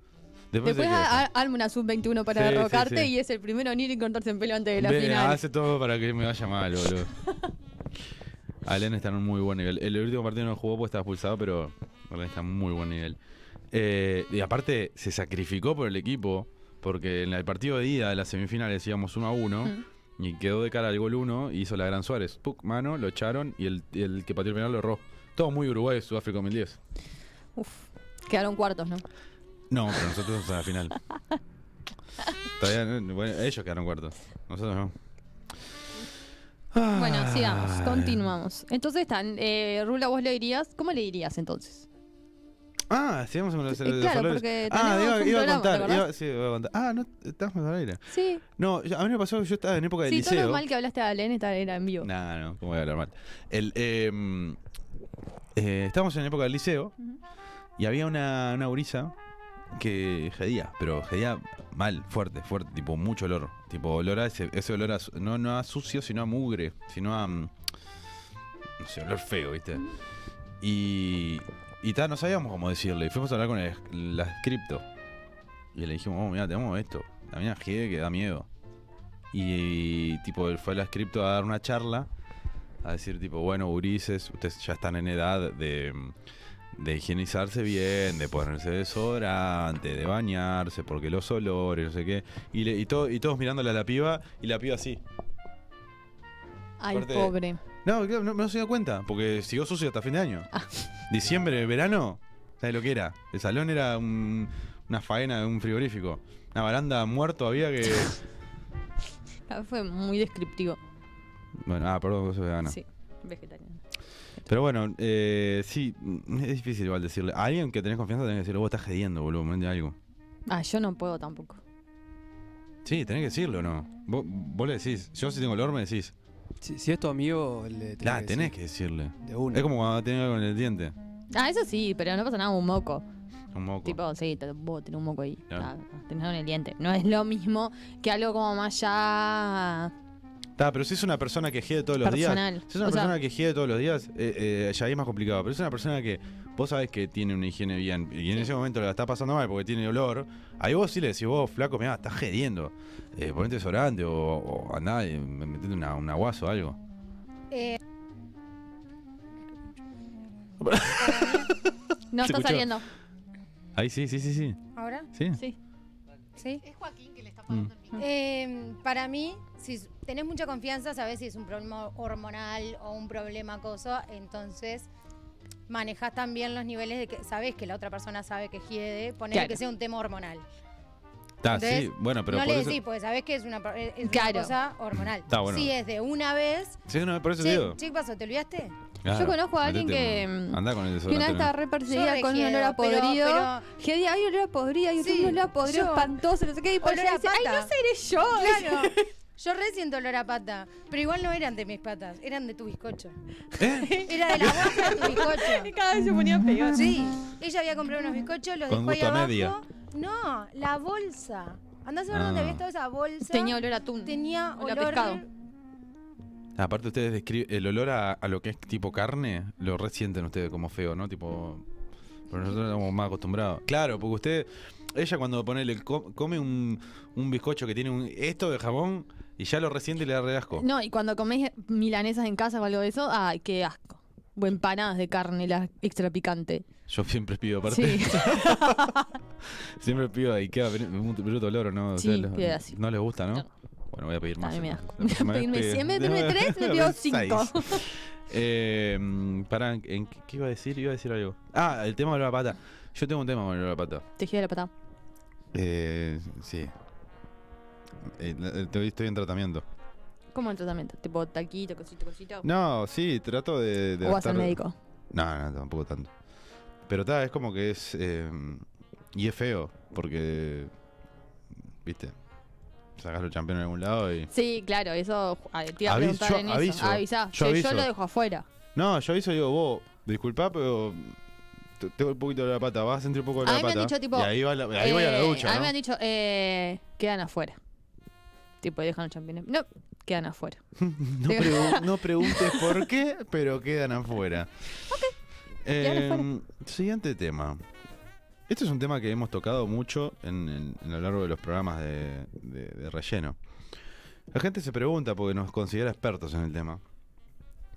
Speaker 2: Después
Speaker 1: Después
Speaker 2: se queja.
Speaker 1: a- a- arma una sub-21 para
Speaker 2: Sí, sí,
Speaker 1: derrocarte
Speaker 2: sí.
Speaker 1: y es el primero en ir y cortarse el pelo antes de la
Speaker 2: Ve,
Speaker 1: final.
Speaker 2: Hace todo para que me vaya mal, boludo. Alén está en un muy buen nivel. El último partido no jugó porque estaba expulsado, pero Alén está en muy buen nivel. Eh, y aparte, se sacrificó por el equipo, porque en el partido de ida de las semifinales íbamos 1 a 1.
Speaker 1: Mm.
Speaker 2: Y quedó de cara al gol 1 y hizo la gran Suárez. Puc, mano, lo echaron y el, y el que pateó el penal lo erró. Todo muy Uruguay, Sudáfrica 2010.
Speaker 1: Uf, quedaron cuartos, ¿no?
Speaker 2: No, pero nosotros hasta la final. Todavía no- bueno, ellos quedaron cuartos. Nosotros no. Ah.
Speaker 1: Bueno,
Speaker 2: Ay.
Speaker 1: sigamos, continuamos. Entonces están, eh, Rula, vos le dirías, ¿cómo le dirías entonces?
Speaker 2: Ah, sigamos con los,
Speaker 1: Eh,
Speaker 2: los
Speaker 1: claro,
Speaker 2: valores.
Speaker 1: porque
Speaker 2: Ah, iba,
Speaker 1: tenemos un
Speaker 2: iba a
Speaker 1: programa, ¿te
Speaker 2: contar.
Speaker 1: acordás?
Speaker 2: iba- sí, iba a contar. Ah, no, estábamos al aire.
Speaker 1: Sí,
Speaker 2: No, yo- a mí me pasó que yo estaba en época de
Speaker 1: sí, todo
Speaker 2: liceo.
Speaker 1: lo mal que hablaste a Alen esta era en vivo.
Speaker 2: Nah, no, ¿cómo voy a hablar mal? El, em, eh, estábamos en época del liceo
Speaker 1: Ujú.
Speaker 2: y había una, una gurisa que jedía, pero jedía mal, fuerte, fuerte, tipo mucho olor. Tipo olor a ese, ese olor a, su- no, no a sucio, sino a mugre, sino a. mm, No sé, olor feo, ¿viste? Y. Y ta, no sabíamos cómo decirle. Y fuimos a hablar con el- la cripto. Y le dijimos, oh, mira, tenemos esto. La mina jede que da miedo. Y, tipo, él fue a la cripto a dar una charla. A decir, tipo, bueno, Urises, ustedes ya están en edad de, de higienizarse bien, de ponerse desodorante, de bañarse, porque los olores, no sé qué. Y, le- y, to- y todos mirándole a la piba, y la piba así.
Speaker 1: Ay,
Speaker 2: Aparte-
Speaker 1: pobre.
Speaker 2: No, claro, no, no se dio cuenta, porque siguió sucio hasta fin de año. Diciembre, verano, ¿sabes lo que era? El salón era un, una faena de un frigorífico. Una baranda muerto había que.
Speaker 1: Ah, Fue muy descriptivo.
Speaker 2: bueno, ah, perdón, eso es vegana.
Speaker 1: Sí, vegetariano.
Speaker 2: Pero bueno, eh, sí, mm, es difícil igual decirle. A alguien que tenés confianza tenés que decirle, vos estás jediendo, boludo, mente algo.
Speaker 1: Ah, yo no puedo tampoco.
Speaker 2: Sí, tenés que decirlo, ¿no? Vos, vos le decís, yo si tengo olor me decís.
Speaker 3: Si, si es tu amigo, le tenés
Speaker 2: La,
Speaker 3: que
Speaker 2: tenés
Speaker 3: decir.
Speaker 2: que decirle.
Speaker 3: De una.
Speaker 2: Es como cuando tenés algo en el diente.
Speaker 1: Ah, eso sí, pero no pasa nada, un moco.
Speaker 2: Un moco.
Speaker 1: Tipo, sí, te, vos tenés un moco ahí.
Speaker 2: Claro.
Speaker 1: Ah, tenés algo en el diente. No es lo mismo que algo como más ya
Speaker 2: Ta, pero si es una persona que jede todos los días.
Speaker 1: personal.
Speaker 2: Si es una
Speaker 1: O sea,
Speaker 2: persona que jede todos los días, eh, eh, ya ahí es más complicado. Pero es una persona que vos sabés que tiene una higiene bien. Y en ese momento la está pasando mal porque tiene olor. Ahí vos sí le decís, vos, flaco, mirá, estás jediendo. Eh, ponete desodorante o, o andá y me- metete una, una guaso o algo.
Speaker 6: Eh,
Speaker 1: no
Speaker 2: se
Speaker 1: está
Speaker 2: escuchó.
Speaker 1: saliendo.
Speaker 2: Ahí sí, sí, sí, sí.
Speaker 6: ¿Ahora?
Speaker 2: Sí.
Speaker 1: Sí.
Speaker 6: ¿Sí?
Speaker 4: Es Joaquín que le está
Speaker 2: Mm.
Speaker 4: pagando el micrófono.
Speaker 6: Eh, para mí, si s- tenés mucha confianza, sabés si es un problema hormonal o un problema cosa, entonces manejás también los niveles de que sabés que la otra persona sabe que hiede, poner
Speaker 1: Claro.
Speaker 6: que sea un tema hormonal.
Speaker 2: Ta,
Speaker 6: ¿Entendés?
Speaker 2: sí, bueno, pero
Speaker 6: no
Speaker 2: por
Speaker 6: le
Speaker 2: eso.
Speaker 6: decís, porque sabés que es una, pro- es una
Speaker 1: Claro.
Speaker 6: cosa hormonal.
Speaker 2: Está bueno.
Speaker 6: Si es de una vez,
Speaker 2: Sí, no, por eso te
Speaker 6: che,
Speaker 2: digo.
Speaker 6: che, ¿qué pasó? ¿Te olvidaste?
Speaker 2: Claro,
Speaker 1: Yo conozco a alguien
Speaker 2: metete
Speaker 1: que, mm,
Speaker 2: un- Andá con el
Speaker 1: Que una
Speaker 2: desodorante.
Speaker 1: estaba
Speaker 2: ¿no?
Speaker 1: re perseguida con un olor a
Speaker 6: pero-
Speaker 1: podrido.
Speaker 6: pero-
Speaker 1: Jedi, hay olor a podrido, hay
Speaker 6: Sí,
Speaker 1: un olor a podrido
Speaker 6: yo-
Speaker 1: espantoso, no sé qué. Y por
Speaker 6: Olor
Speaker 1: allá
Speaker 6: a
Speaker 1: dice, ay,
Speaker 6: pata.
Speaker 1: no seré yo.
Speaker 6: Claro. Yo re siento olor a pata, pero igual no eran de mis patas, eran de tu bizcocho.
Speaker 2: ¿Eh?
Speaker 6: Era de la bolsa de tu bizcocho.
Speaker 1: cada vez se ponía peor.
Speaker 6: Sí, ella había comprado unos bizcochos, los
Speaker 2: Con
Speaker 6: dejó ahí
Speaker 2: gusto a
Speaker 6: abajo.
Speaker 2: media.
Speaker 6: No, la bolsa. Andás a ver
Speaker 2: Ah.
Speaker 6: dónde había estado esa bolsa.
Speaker 1: Tenía olor a atún.
Speaker 6: Tenía
Speaker 1: olor a
Speaker 6: olor-
Speaker 1: pescado.
Speaker 2: Aparte ustedes describen el olor a, a lo que es tipo carne, lo resienten ustedes como feo, ¿no? Tipo, pero nosotros estamos más acostumbrados. Claro, porque usted, ella cuando pone come un, un bizcocho que tiene un esto de jamón y ya lo resiente y le da re asco.
Speaker 1: No, y cuando comés milanesas en casa o algo de eso, ay, qué asco. O empanadas de carne, la extra picante.
Speaker 2: Yo siempre pido aparte,
Speaker 1: Sí.
Speaker 2: siempre pido ahí queda un bruto olor, ¿o ¿no?
Speaker 1: Sí,
Speaker 2: lo-
Speaker 1: queda así.
Speaker 2: no les gusta, ¿no?
Speaker 1: No.
Speaker 2: Bueno, voy a pedir más.
Speaker 1: A mí me da asco.
Speaker 2: La próxima vez
Speaker 1: Pedirme
Speaker 2: pido-
Speaker 1: cien, en vez de pedirme tres, me pido cinco.
Speaker 2: seis. Eh, mm, pará, ¿en qué, qué iba a decir? Iba a decir algo. Ah, el tema de la pata. Yo tengo un tema con el olor a pata.
Speaker 1: Tejido de la patada.
Speaker 2: Eh, sí. Eh, la- eh, estoy, estoy en tratamiento.
Speaker 1: ¿Cómo el tratamiento? Tipo taquito, cosito, cosito.
Speaker 2: No, sí, trato de. de
Speaker 1: o vas al
Speaker 2: gastar-
Speaker 1: médico.
Speaker 2: No, no, tampoco tanto. Pero ta, es como que es. eh, y es feo, porque. ¿Viste? Sacas los campeones en algún lado y.
Speaker 1: Sí, claro, eso a ver, te iba a
Speaker 2: Aviso,
Speaker 1: preguntar
Speaker 2: yo
Speaker 1: en
Speaker 2: aviso,
Speaker 1: eso. Avisá,
Speaker 2: yo
Speaker 1: che,
Speaker 2: aviso.
Speaker 1: yo lo dejo afuera.
Speaker 2: No, yo aviso y digo, vos, disculpá, pero. te- Tengo un poquito de la pata, vas a sentir un poco de
Speaker 1: A
Speaker 2: la
Speaker 1: mí me
Speaker 2: pata.
Speaker 1: han dicho, tipo,
Speaker 2: y ahí, va la- ahí voy a la
Speaker 1: Eh,
Speaker 2: ducha.
Speaker 1: A mí
Speaker 2: ¿no?
Speaker 1: me han dicho, eh, quedan afuera. Tipo, dejan los champiñones. No, quedan afuera.
Speaker 2: No, pregu- no preguntes por qué, pero quedan afuera. Eh, Siguiente tema. Este es un tema que hemos tocado mucho en, en- en lo largo de los programas de, de- de relleno. La gente se pregunta, porque nos considera expertos en el tema,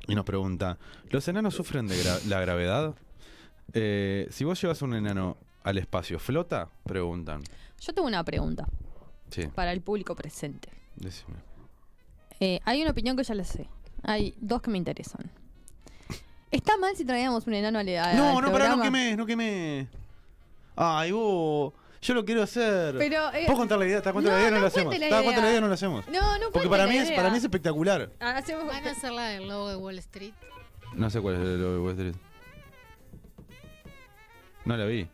Speaker 2: y nos pregunta, ¿los enanos sufren de gra- la gravedad? Eh, si vos llevas un enano al espacio, ¿flota? Preguntan.
Speaker 1: Yo tengo una pregunta
Speaker 2: Sí,
Speaker 1: para el público presente.
Speaker 2: decime.
Speaker 1: Eh, hay una opinión que ya la sé. Hay dos que me interesan. ¿Está mal si traíamos un enano a la
Speaker 2: No, no, pará, no quemé, no quemé. Ay, vos, yo lo quiero hacer.
Speaker 1: Pero, eh,
Speaker 2: Vos contar la idea, está contar la
Speaker 1: no,
Speaker 2: idea no
Speaker 1: no
Speaker 2: lo hacemos.
Speaker 1: cuente la
Speaker 2: Está contar la
Speaker 1: idea.
Speaker 2: idea no lo hacemos.
Speaker 1: No, no
Speaker 2: Porque
Speaker 1: cuente
Speaker 2: para
Speaker 1: la
Speaker 2: mí es para
Speaker 1: idea.
Speaker 2: mí es espectacular.
Speaker 1: Ah, hacemos-
Speaker 4: Van a hacer la del logo de Wall Street.
Speaker 2: No sé cuál es el logo de Wall Street. No la vi.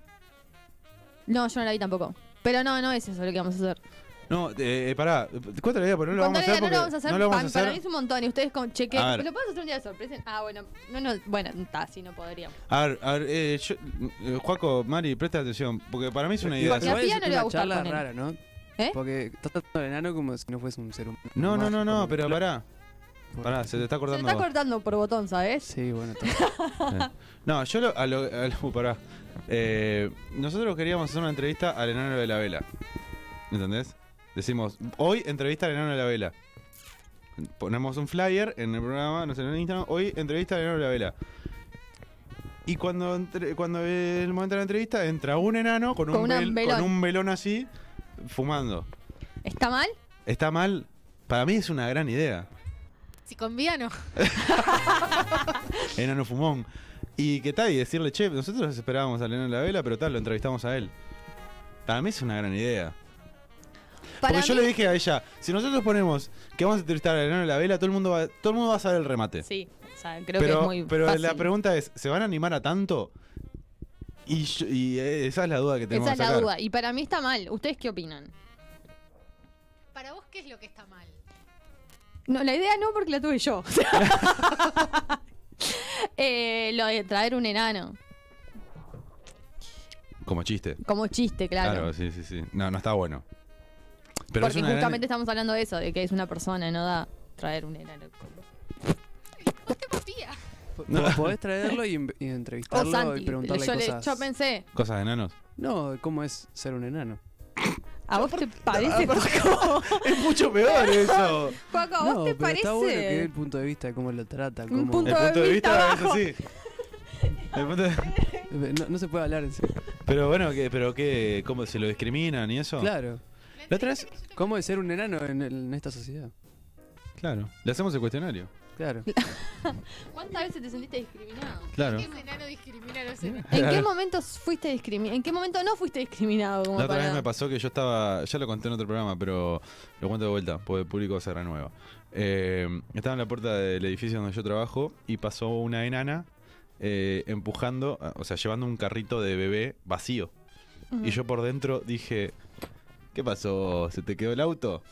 Speaker 1: No, yo no la vi tampoco. Pero no, no es eso lo que vamos a hacer.
Speaker 2: No, eh, eh, pará, cuéntale la idea, pero no lo
Speaker 1: Con
Speaker 2: vamos a
Speaker 1: tal idea
Speaker 2: hacer.
Speaker 1: no
Speaker 2: porque
Speaker 1: lo vamos a hacer.
Speaker 2: No lo vamos
Speaker 1: pan-
Speaker 2: a
Speaker 1: Para mí
Speaker 2: hacer.
Speaker 1: es un montón. Y ustedes con cheque.
Speaker 2: A ver.
Speaker 1: ¿Lo podemos hacer un día de sorpresa? Ah, bueno. No, no, bueno, está, si no podríamos.
Speaker 2: A ver, a ver, eh, yo- eh, Juaco, Mari, presta atención, porque para mí es una idea.
Speaker 1: La
Speaker 3: Igual
Speaker 1: pía
Speaker 3: es
Speaker 1: no le va a
Speaker 3: una
Speaker 1: gustar
Speaker 3: charla
Speaker 1: con él.
Speaker 3: rara, ¿no?
Speaker 1: ¿Eh?
Speaker 3: Porque estás tratando al enano como si no fuese un ser humano.
Speaker 2: No, no, no, no, pero
Speaker 3: para
Speaker 2: pará, pará, se te está
Speaker 1: Se le
Speaker 2: cortando.
Speaker 1: está
Speaker 2: la voz.
Speaker 1: cortando por botón, ¿sabes?
Speaker 3: Sí, bueno, está.
Speaker 2: No, yo lo, a lo, a lo- pará. Eh, nosotros queríamos hacer una entrevista al enano de la vela. ¿Entendés? Decimos, hoy entrevista al enano de la vela. Ponemos un flyer en el programa, no sé, en el Instagram, hoy entrevista al enano de la vela. Y cuando, entre- cuando el momento de la entrevista entra un enano con,
Speaker 1: Con
Speaker 2: un,
Speaker 1: una
Speaker 2: vel-
Speaker 1: velón.
Speaker 2: con un velón así, fumando.
Speaker 1: ¿Está mal?
Speaker 2: ¿Está mal? Para mí es una gran idea.
Speaker 4: Si convía, no.
Speaker 2: Enano Fumón. Y que tal, y decirle, che, nosotros esperábamos a Enano de la Vela, pero tal, lo entrevistamos a él. Para mí es una gran idea.
Speaker 1: Para
Speaker 2: Porque yo
Speaker 1: mí-
Speaker 2: le dije a ella, si nosotros ponemos que vamos a entrevistar al enano de la vela, todo el mundo va, todo el mundo va a saber el remate.
Speaker 1: Sí, o sea, creo
Speaker 2: pero
Speaker 1: que es muy
Speaker 2: pero
Speaker 1: fácil.
Speaker 2: la pregunta es, ¿se van a animar a tanto? Y, yo- y, eh, esa es la duda que tenemos
Speaker 1: Esa es
Speaker 2: que
Speaker 1: la
Speaker 2: sacar.
Speaker 1: duda. Y para mí está mal. ¿Ustedes qué opinan?
Speaker 4: Para vos, ¿qué es lo que está mal?
Speaker 1: No, la idea no porque la tuve yo. Eh, lo de traer un enano.
Speaker 2: Como chiste.
Speaker 1: Como chiste,
Speaker 2: Claro.
Speaker 1: claro.
Speaker 2: sí, sí, sí. No, no está bueno. Pero es
Speaker 1: porque
Speaker 2: una gran-
Speaker 1: justamente estamos hablando de eso, de que es una persona, no da traer un enano.
Speaker 4: Vos te putías.
Speaker 3: Po- Podés traerlo y, en- y
Speaker 1: O
Speaker 3: entrevistarlo
Speaker 1: Santi.
Speaker 3: y preguntarle
Speaker 1: yo, le-
Speaker 3: cosas.
Speaker 1: yo pensé,
Speaker 2: Cosas de enanos.
Speaker 3: No, ¿cómo es ser un enano?
Speaker 1: ¿a vos te parece, Paco?
Speaker 2: Es mucho peor eso.
Speaker 1: Paco, ¿a vos
Speaker 3: no,
Speaker 1: te
Speaker 3: pero
Speaker 1: parece?
Speaker 3: está bueno que dé el punto de vista de cómo lo trata.
Speaker 1: Un
Speaker 3: Cómo...
Speaker 1: punto-
Speaker 2: El punto de vista es
Speaker 1: abajo.
Speaker 2: así. El punto de-
Speaker 3: eh, No, no se puede hablar en serio.
Speaker 2: Pero bueno, que, pero que, ¿cómo se lo discriminan y eso?
Speaker 3: Claro.
Speaker 2: La otra vez-
Speaker 3: ¿Cómo es ser un enano en, el- en esta sociedad?
Speaker 2: Claro. Le hacemos el cuestionario.
Speaker 3: Claro.
Speaker 1: ¿Cuántas veces te sentiste discriminado?
Speaker 2: Claro.
Speaker 4: ¿Qué enano discrimina a los enanos?
Speaker 1: ¿En qué
Speaker 2: Claro.
Speaker 1: momento fuiste discriminado? ¿En qué momento no fuiste discriminado? Como
Speaker 2: La otra
Speaker 1: para-
Speaker 2: vez me pasó que yo estaba, ya lo conté en otro programa, pero lo cuento de vuelta, porque el público se renueva. Eh, estaba en la puerta del edificio donde yo trabajo y pasó una enana eh, empujando, ah, o sea, llevando un carrito de bebé vacío.
Speaker 1: Ujú.
Speaker 2: Y yo por dentro dije, ¿qué pasó? ¿Se te quedó el auto?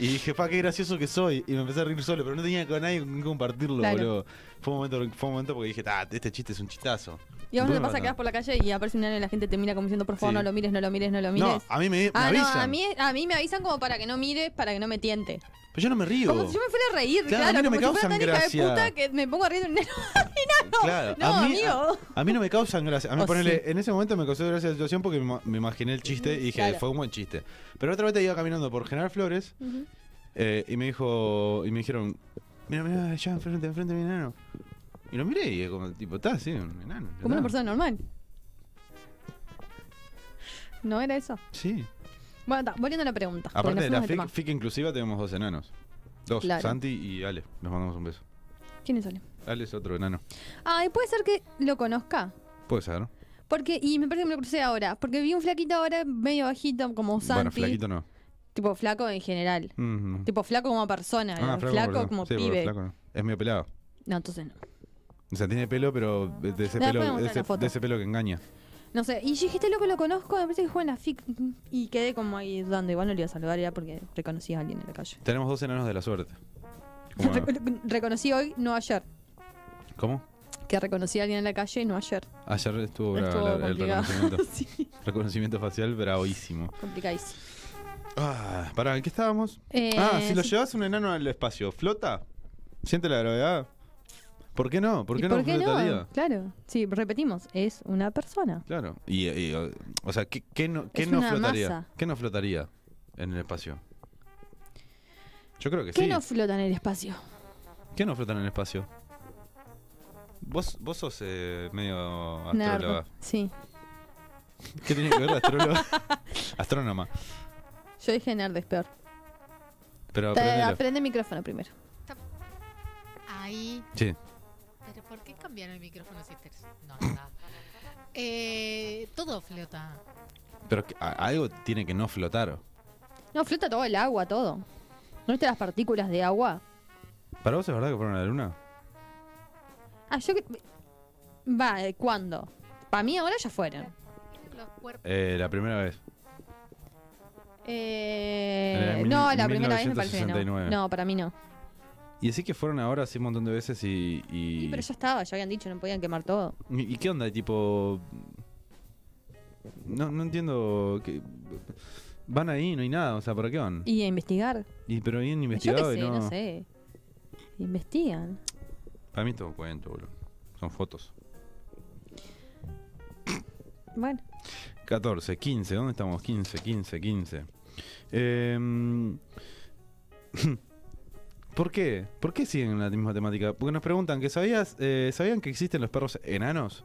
Speaker 2: y dije, pa, qué gracioso que soy. Y me empecé a reír solo, pero no tenía con nadie con quien compartirlo,
Speaker 1: Claro.
Speaker 2: boludo. Fue un momento, fue un momento porque dije, ah, este chiste es un chistazo.
Speaker 1: Y a vos no te
Speaker 2: Bueno,
Speaker 1: pasa que
Speaker 2: no.
Speaker 1: vas por la calle y aparece un enano y la gente te mira como diciendo, por favor,
Speaker 2: Sí.
Speaker 1: no lo mires, no lo mires, no lo mires.
Speaker 2: No, a mí me, me
Speaker 1: ah,
Speaker 2: avisan.
Speaker 1: no, a mí, a mí me avisan como para que no mire, para que no me tiente.
Speaker 2: Pero yo no me río.
Speaker 1: Como si yo me fuera a reír,
Speaker 2: Claro,
Speaker 1: claro,
Speaker 2: a mí no
Speaker 1: como
Speaker 2: me
Speaker 1: si fuera
Speaker 2: causan
Speaker 1: tan hija
Speaker 2: gracia.
Speaker 1: de puta que me pongo a reír de un enano.
Speaker 2: Claro,
Speaker 1: No,
Speaker 2: a mí, ah,
Speaker 1: amigo.
Speaker 2: A, a mí no me causan gracia. A mí
Speaker 1: Oh,
Speaker 2: ponele,
Speaker 1: sí.
Speaker 2: en ese momento me causó gracia la situación porque me, ma- me imaginé el chiste y dije,
Speaker 1: Claro.
Speaker 2: fue un buen chiste. Pero otra vez te iba caminando por General Flores eh, y me dijo, y me dijeron, mira, mira, allá enfrente, enfrente mi enano. Y lo miré y como, tipo, está así, un enano. ya
Speaker 1: Como una
Speaker 2: está".
Speaker 1: persona normal. No era eso.
Speaker 2: Sí.
Speaker 1: Bueno, ta, volviendo a la pregunta. porque
Speaker 2: Aparte
Speaker 1: nos
Speaker 2: de la
Speaker 1: fuimos del
Speaker 2: fic, fic inclusiva tenemos dos enanos. Dos,
Speaker 1: Claro.
Speaker 2: Santi y Ale. Nos mandamos un beso.
Speaker 1: tema. ¿Quién es Ale?
Speaker 2: Ale es otro enano.
Speaker 1: Ah, y puede ser que lo conozca.
Speaker 2: Puede ser, ¿no?
Speaker 1: Porque, y me parece que me lo crucé ahora. Porque vi un flaquito ahora medio bajito, como Santi.
Speaker 2: Bueno, flaquito no.
Speaker 1: Tipo flaco en general.
Speaker 2: Mm, no.
Speaker 1: Tipo flaco como persona.
Speaker 2: Ah,
Speaker 1: ¿no? flaco
Speaker 2: perdón.
Speaker 1: como
Speaker 2: Sí, pero
Speaker 1: pibe.
Speaker 2: flaco no. Es medio pelado.
Speaker 1: No, entonces no.
Speaker 2: O sea, tiene pelo, pero de de ese,
Speaker 1: No, después me
Speaker 2: pelo,
Speaker 1: mostré
Speaker 2: de ese,
Speaker 1: la foto.
Speaker 2: de ese pelo que engaña.
Speaker 1: No sé, y yo dije, este loco lo conozco, me parece que juega en la FIC. Y quedé como ahí dudando. Igual no le iba a saludar, era porque reconocí a alguien en la calle.
Speaker 2: Tenemos dos enanos de la suerte. Como-
Speaker 1: Reco- reconocí hoy, no ayer.
Speaker 2: ¿Cómo?
Speaker 1: Que reconocí a alguien en la calle, no ayer.
Speaker 2: Ayer estuvo, bravo
Speaker 1: Estuvo
Speaker 2: la- el
Speaker 1: complicado.
Speaker 2: reconocimiento.
Speaker 1: sí,
Speaker 2: reconocimiento facial bravísimo.
Speaker 1: complicadísimo.
Speaker 2: Ah, pará, ¿en qué estábamos?
Speaker 1: Eh,
Speaker 2: ah, si lo
Speaker 1: sí.
Speaker 2: llevas un enano al espacio, ¿flota? ¿Siente la gravedad? ¿Por qué no? ¿Por
Speaker 1: ¿Y
Speaker 2: qué no flotaría?
Speaker 1: Claro, sí, repetimos, es una persona.
Speaker 2: Claro. Y, y, o- o sea, ¿qué, qué no, qué
Speaker 1: Es
Speaker 2: no
Speaker 1: una
Speaker 2: flotaría?
Speaker 1: masa.
Speaker 2: ¿Qué no flotaría en el espacio? Yo creo que
Speaker 1: ¿Qué
Speaker 2: sí.
Speaker 1: no flota en el espacio?
Speaker 2: ¿Qué no flota en el espacio? Vos, vos sos eh, medio astróloga.
Speaker 1: Nardo. Sí,
Speaker 2: ¿Qué tiene que ver la astróloga? Astrónoma.
Speaker 1: yo dije nerd, es peor.
Speaker 2: Pero
Speaker 1: Te-
Speaker 2: aprendelo.
Speaker 1: aprende el micrófono primero.
Speaker 4: Ahí.
Speaker 2: Sí.
Speaker 4: ¿Pero por qué cambiaron el micrófono si este- No, nada. Eh, todo flota.
Speaker 2: Pero que- a- algo tiene que no flotar.
Speaker 1: No, flota todo el agua, todo. ¿No viste las partículas de agua?
Speaker 2: ¿Para vos es verdad que fueron a la luna?
Speaker 1: Ah, yo que... Va, eh, ¿cuándo? Para mí ahora ya fueron.
Speaker 4: Los cuerpos.
Speaker 2: Eh, la primera vez.
Speaker 1: Eh,
Speaker 2: En el
Speaker 1: no,
Speaker 2: mil-
Speaker 1: la primera vez me parece que no.
Speaker 2: 1969.
Speaker 1: No, para mí no.
Speaker 2: Y así que fueron ahora así un montón de veces y. ¿Y,
Speaker 1: Y, pero ya estaba, ya habían dicho, no podían quemar todo.
Speaker 2: ¿Y- y qué onda? Tipo. No, no entiendo. que- Van ahí, no hay nada. O sea, ¿para qué van? Y,
Speaker 1: Y a investigar.
Speaker 2: pero bien
Speaker 1: Yo qué
Speaker 2: investigado
Speaker 1: sé,
Speaker 2: y no.
Speaker 1: no sé. Investigan.
Speaker 2: Para mí es todo cuento, boludo. Son fotos.
Speaker 1: Bueno.
Speaker 2: 14, 15, ¿dónde estamos? 15, 15, 15. Em, ¿Por qué? ¿Por qué siguen la misma temática? Porque nos preguntan que sabías, eh, ¿sabían que existen los perros enanos?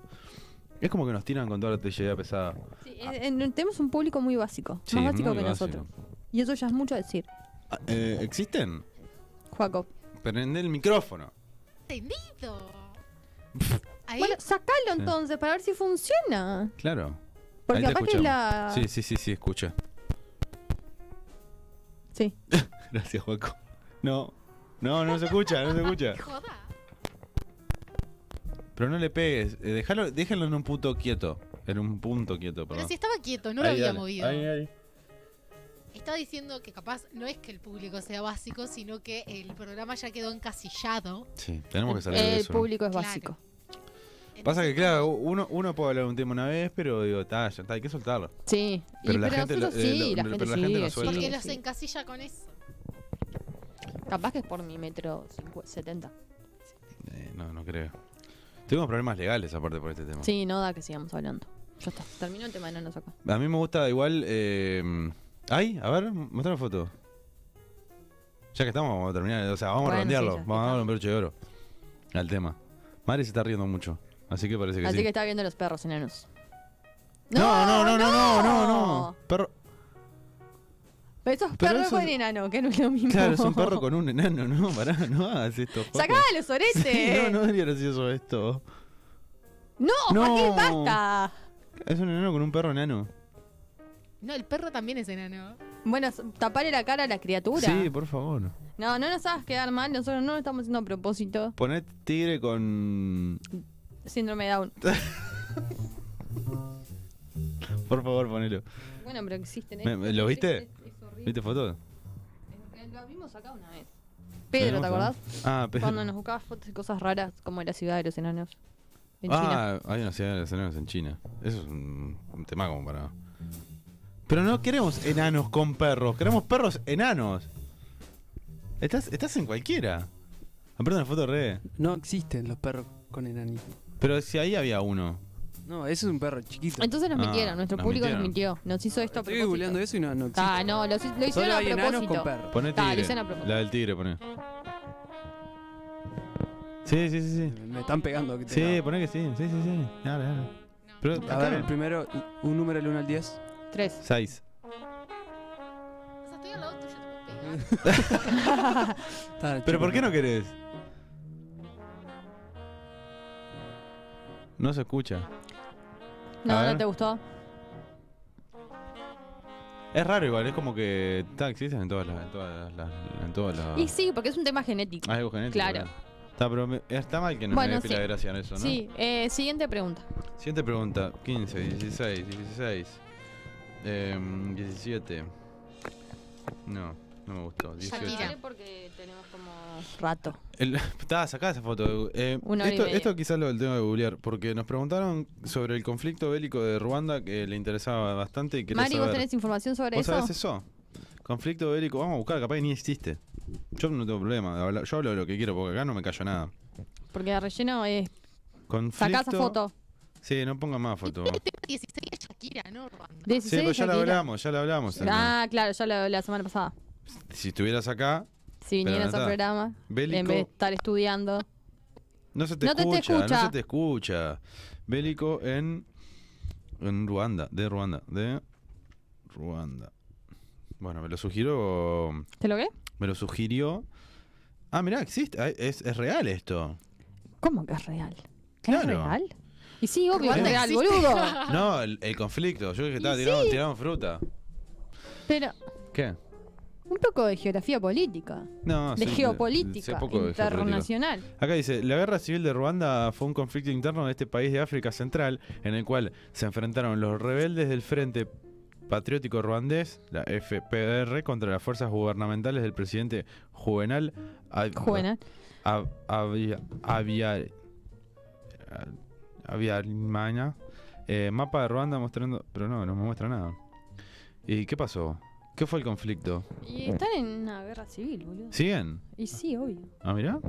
Speaker 2: Es como que nos tiran con toda la artillería pesada.
Speaker 1: Sí, eh, eh, tenemos un público muy básico,
Speaker 2: Sí,
Speaker 1: más
Speaker 2: es
Speaker 1: básico
Speaker 2: muy
Speaker 1: que
Speaker 2: básico.
Speaker 1: nosotros. Y eso ya es mucho decir,
Speaker 2: Ah, eh, ¿Existen?
Speaker 1: Juaco.
Speaker 2: Prende el micrófono.
Speaker 4: Tendido. Ahí.
Speaker 1: Bueno, sacalo
Speaker 2: Sí.
Speaker 1: entonces para ver si funciona.
Speaker 2: Claro.
Speaker 1: Porque
Speaker 2: Ahí te
Speaker 1: capaz que la.
Speaker 2: escuchamos. Sí, sí, sí, sí, escucha.
Speaker 1: Sí.
Speaker 2: Gracias, Juaco. No, no, no se escucha, no se escucha.
Speaker 4: Joda.
Speaker 2: Pero no le pegues, eh, dejalo- déjalo en un punto quieto. En un punto quieto, perdón.
Speaker 4: Pero si estaba quieto, no lo
Speaker 2: Ahí,
Speaker 4: había
Speaker 2: dale.
Speaker 4: movido.
Speaker 2: Ahí, ahí.
Speaker 4: Estaba diciendo que capaz no es que el público sea básico, sino que el programa ya quedó encasillado.
Speaker 2: Sí, tenemos que salir
Speaker 4: Eh,
Speaker 2: de
Speaker 1: El
Speaker 2: eso. ¿no?
Speaker 1: público es
Speaker 4: Claro.
Speaker 1: básico.
Speaker 2: Pasa
Speaker 4: Entonces,
Speaker 2: que, claro, uno, uno puede hablar de un tema una vez, pero digo, está, ya está, hay que soltarlo.
Speaker 1: Sí. Y-
Speaker 2: Pero la gente
Speaker 1: nosotros
Speaker 2: lo- eh,
Speaker 1: sí,
Speaker 2: lo-
Speaker 1: la
Speaker 2: pero la
Speaker 1: gente sí,
Speaker 2: gente lo
Speaker 1: sí,
Speaker 2: suelta.
Speaker 4: Porque
Speaker 1: sí,
Speaker 4: los
Speaker 1: sí.
Speaker 4: encasilla con eso.
Speaker 1: Capaz que es por mi metro cincu- 70.
Speaker 2: Eh, no, no creo. Tuvimos problemas legales aparte por este tema.
Speaker 1: Sí, no da que sigamos hablando. Ya está. Terminó el tema de nanos acá.
Speaker 2: A mí me gusta igual. Eh, ay, a ver, muestra la foto. Ya que estamos, vamos a terminar. O sea, vamos
Speaker 1: Bueno,
Speaker 2: a redondearlo.
Speaker 1: sí, ya
Speaker 2: vamos a darle un broche de oro al tema. Mari se está riendo mucho. Así que parece que
Speaker 1: Así
Speaker 2: sí.
Speaker 1: que está viendo los perros enanos.
Speaker 2: No, no, no, no, no, no, no. Perro.
Speaker 1: Pero Eso es
Speaker 2: Pero
Speaker 1: perro
Speaker 2: eso-
Speaker 1: con enano, que no es lo mismo.
Speaker 2: Claro, es un perro con un enano. No, pará, no hagas esto. Juaco.
Speaker 1: ¡Sacá este! los oretes!
Speaker 2: Sí, no, no debería haber sido esto.
Speaker 1: ¡No,
Speaker 2: No.
Speaker 1: Joaquín, basta!
Speaker 2: Es un enano con un perro enano.
Speaker 4: No, el perro también es enano.
Speaker 1: Bueno, s- tapale la cara a la criatura.
Speaker 2: Sí, por favor.
Speaker 1: No, no nos hagas quedar mal, nosotros no lo estamos haciendo a propósito.
Speaker 2: Poné tigre con.
Speaker 1: Síndrome de Down.
Speaker 2: Por favor, ponelo.
Speaker 1: Bueno, pero existen.
Speaker 2: Me- me- ¿lo viste? ¿Viste fotos?
Speaker 1: Eh, Lo abrimos acá una vez. Pedro, ¿te acordás?
Speaker 2: Ah, Pedro.
Speaker 1: Cuando nos buscabas fotos de cosas raras, como la ciudad de los enanos. En China.
Speaker 2: ah, hay una ciudad de los enanos en China. Eso es un, un tema como para. Pero no queremos enanos con perros, queremos perros enanos. Estás, estás en cualquiera. Aparte una foto re.
Speaker 3: No existen los perros con enanismo.
Speaker 2: Pero si ahí había uno.
Speaker 3: No, eso es un perro chiquito.
Speaker 1: Entonces nos
Speaker 2: Ah,
Speaker 1: mintieron, nuestro
Speaker 2: nos
Speaker 1: público nos
Speaker 2: mintieron.
Speaker 1: mintió. Nos hizo esto a
Speaker 3: Estoy googleando
Speaker 1: propósito.
Speaker 3: eso y no, no existe.
Speaker 1: Ah, no, lo, hic- lo hicieron
Speaker 3: Solo
Speaker 1: a
Speaker 3: hay enanos con
Speaker 1: propósito.
Speaker 3: perros.
Speaker 2: Poné
Speaker 1: Dale,
Speaker 2: tigre.
Speaker 1: hicieron a propósito.
Speaker 2: La del tigre, poné. Sí, sí, sí, sí.
Speaker 3: Me están pegando. que te
Speaker 2: Sí,
Speaker 3: cago.
Speaker 2: poné que sí. Sí, sí, sí. Dale, dale. Pero
Speaker 3: A ver, el primero, un número del 1 al 10.
Speaker 1: Tres.
Speaker 2: 6.
Speaker 4: O sea, estoy al lado tuyo, te puedo pegar.
Speaker 2: ¿Pero por qué no querés? No se escucha. A
Speaker 1: No,
Speaker 2: ver.
Speaker 1: no te gustó.
Speaker 2: Es raro igual, es como que está, existen en todas las... En todas las, las- en todas las-
Speaker 1: Y sí, porque es un tema genético.
Speaker 2: Hay algo genético.
Speaker 1: Claro.
Speaker 2: ¿verdad? Está, pero me- está mal que no me
Speaker 1: Bueno,
Speaker 2: dé pila
Speaker 1: sí.
Speaker 2: de gracia en eso, ¿no?
Speaker 1: Sí, eh, siguiente pregunta.
Speaker 2: Siguiente pregunta. 15, 16, 16. em, 17. No, no me gustó. 18.
Speaker 4: Shakira.
Speaker 1: porque tenemos como rato.
Speaker 2: El, estaba sacada esa foto. eh,
Speaker 1: Una hora y
Speaker 2: esto,
Speaker 1: media.
Speaker 2: esto quizás lo tengo que googlear, porque nos preguntaron sobre el conflicto bélico de Ruanda que le interesaba bastante y quería
Speaker 1: Mari,
Speaker 2: saber.
Speaker 1: ¿vos tenés información sobre
Speaker 2: ¿Vos
Speaker 1: eso?
Speaker 2: sabés eso? Conflicto bélico, vamos a buscar, capaz que ni existe. Yo no tengo problema, de hablar- yo hablo de lo que quiero porque acá no me callo nada.
Speaker 1: Porque de relleno es.
Speaker 2: Conflicto.
Speaker 1: Sacá esa foto.
Speaker 2: Sí, no pongan más fotos.
Speaker 4: El tema 16 es Shakira, ¿no, Ruanda?
Speaker 2: Sí,
Speaker 1: 16
Speaker 2: pero pues ya lo
Speaker 1: Shakira.
Speaker 2: hablamos, ya lo hablamos. Selma.
Speaker 1: Ah, claro, ya lo la semana pasada.
Speaker 2: Si estuvieras acá,
Speaker 1: Si
Speaker 2: Pero
Speaker 1: vinieras
Speaker 2: no
Speaker 1: al
Speaker 2: está.
Speaker 1: programa, en
Speaker 2: bélico,
Speaker 1: vez de estar estudiando.
Speaker 2: no se te,
Speaker 1: No te- te
Speaker 2: escucha,
Speaker 1: escucha.
Speaker 2: no se te escucha. Bélico en, en Ruanda, de Ruanda, de Ruanda. Bueno, me lo sugirió,
Speaker 1: ¿Te logré?
Speaker 2: me lo sugirió. Ah, mirá, existe, ah, es, es real esto.
Speaker 1: ¿Cómo que es real? ¿Es
Speaker 2: Claro.
Speaker 1: real? Y sí, obvio, es
Speaker 4: Ruanda
Speaker 1: real,
Speaker 4: existe.
Speaker 1: boludo.
Speaker 2: No, el, el conflicto. Yo dije, estaba
Speaker 1: Y
Speaker 2: tirando,
Speaker 1: sí.
Speaker 2: tiraron fruta.
Speaker 1: Pero
Speaker 2: ¿Qué?
Speaker 1: un poco de geografía política,
Speaker 2: No,
Speaker 1: de
Speaker 2: Ah, sí,
Speaker 1: geopolítica
Speaker 2: sé poco de geopolítica.
Speaker 1: internacional.
Speaker 2: Acá dice, la guerra civil de Ruanda fue un conflicto interno de este país de África Central en el cual se enfrentaron los rebeldes del Frente Patriótico Ruandés, la FPR, contra las fuerzas gubernamentales del presidente Juvenal Ab-
Speaker 1: Juvenal.
Speaker 2: Ab- Abia- Abiar- Abiarimana. Eh, mapa de Ruanda mostrando... Pero no, no me muestra nada. ¿Y qué pasó? ¿Qué fue el conflicto?
Speaker 1: Y están en una guerra civil, boludo.
Speaker 2: ¿Siguen?
Speaker 1: Y sí, obvio.
Speaker 2: Ah, mirá.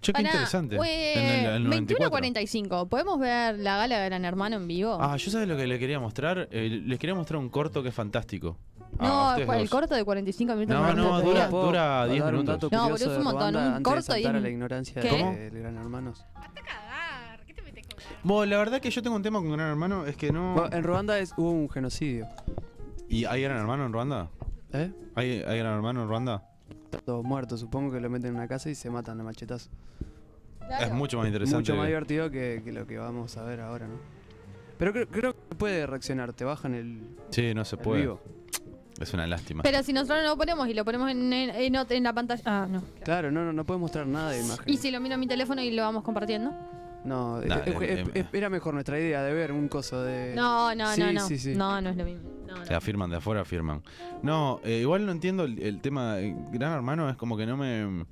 Speaker 2: Che, qué
Speaker 1: Pará,
Speaker 2: interesante.
Speaker 1: eh,
Speaker 2: En el- en el 94.
Speaker 1: 21.45. ¿Podemos ver la gala de Gran Hermano en vivo?
Speaker 2: Ah, yo sabes lo que les quería mostrar. Eh, les quería mostrar un corto que es fantástico.
Speaker 1: no,
Speaker 2: Ah, ustedes
Speaker 1: el el
Speaker 2: dos.
Speaker 1: corto de 45 minutos.
Speaker 2: No,
Speaker 1: me
Speaker 2: no,
Speaker 1: parece
Speaker 2: dura-
Speaker 1: bien.
Speaker 2: dura-
Speaker 3: ¿Puedo
Speaker 2: 10
Speaker 3: dar un
Speaker 2: minutos.
Speaker 3: dato
Speaker 1: No, boludo,
Speaker 3: curioso
Speaker 1: es un
Speaker 3: de
Speaker 1: montón,
Speaker 3: Ruanda
Speaker 1: un
Speaker 3: antes
Speaker 1: corto
Speaker 3: de
Speaker 1: de
Speaker 3: saltar a
Speaker 1: 10
Speaker 3: la ignorancia
Speaker 1: ¿Qué?
Speaker 3: de, de Gran Hermanos.
Speaker 4: Basta cagar. ¿Qué te metes con
Speaker 2: Bueno, la verdad que yo tengo un tema con Gran Hermano, es que no.
Speaker 3: Bueno, en Ruanda es, hubo un genocidio.
Speaker 2: ¿Y hay Gran Hermano en Ruanda?
Speaker 3: ¿Eh?
Speaker 2: ¿Hay, hay Gran Hermano en Ruanda?
Speaker 3: Todos muertos, supongo que lo meten en una casa y se matan a machetazos.
Speaker 1: Claro.
Speaker 2: Es mucho más interesante.
Speaker 3: Mucho más divertido que, que lo que vamos a ver ahora, ¿no? Pero creo, creo que puede reaccionar, te bajan el,
Speaker 2: Sí, no se
Speaker 3: el
Speaker 2: puede.
Speaker 3: vivo.
Speaker 2: Es una lástima.
Speaker 1: Pero si nosotros no lo ponemos y lo ponemos en, en- en ot- en la pantalla. Ah, no.
Speaker 3: Claro, no, no, no puede mostrar nada de imagen.
Speaker 1: Y si lo miro en mi teléfono y lo vamos compartiendo.
Speaker 3: No,
Speaker 2: Nah,
Speaker 3: eh, eh,
Speaker 2: em-
Speaker 3: eh, era mejor nuestra idea de ver un coso
Speaker 2: Eh,
Speaker 3: de...
Speaker 1: No, no,
Speaker 3: sí,
Speaker 1: no, no.
Speaker 3: sí, sí.
Speaker 1: No, no es lo mismo. No, no.
Speaker 2: Se afirman de afuera, afirman. No, eh, igual no entiendo el, el tema. eh, Gran Hermano es como que no me.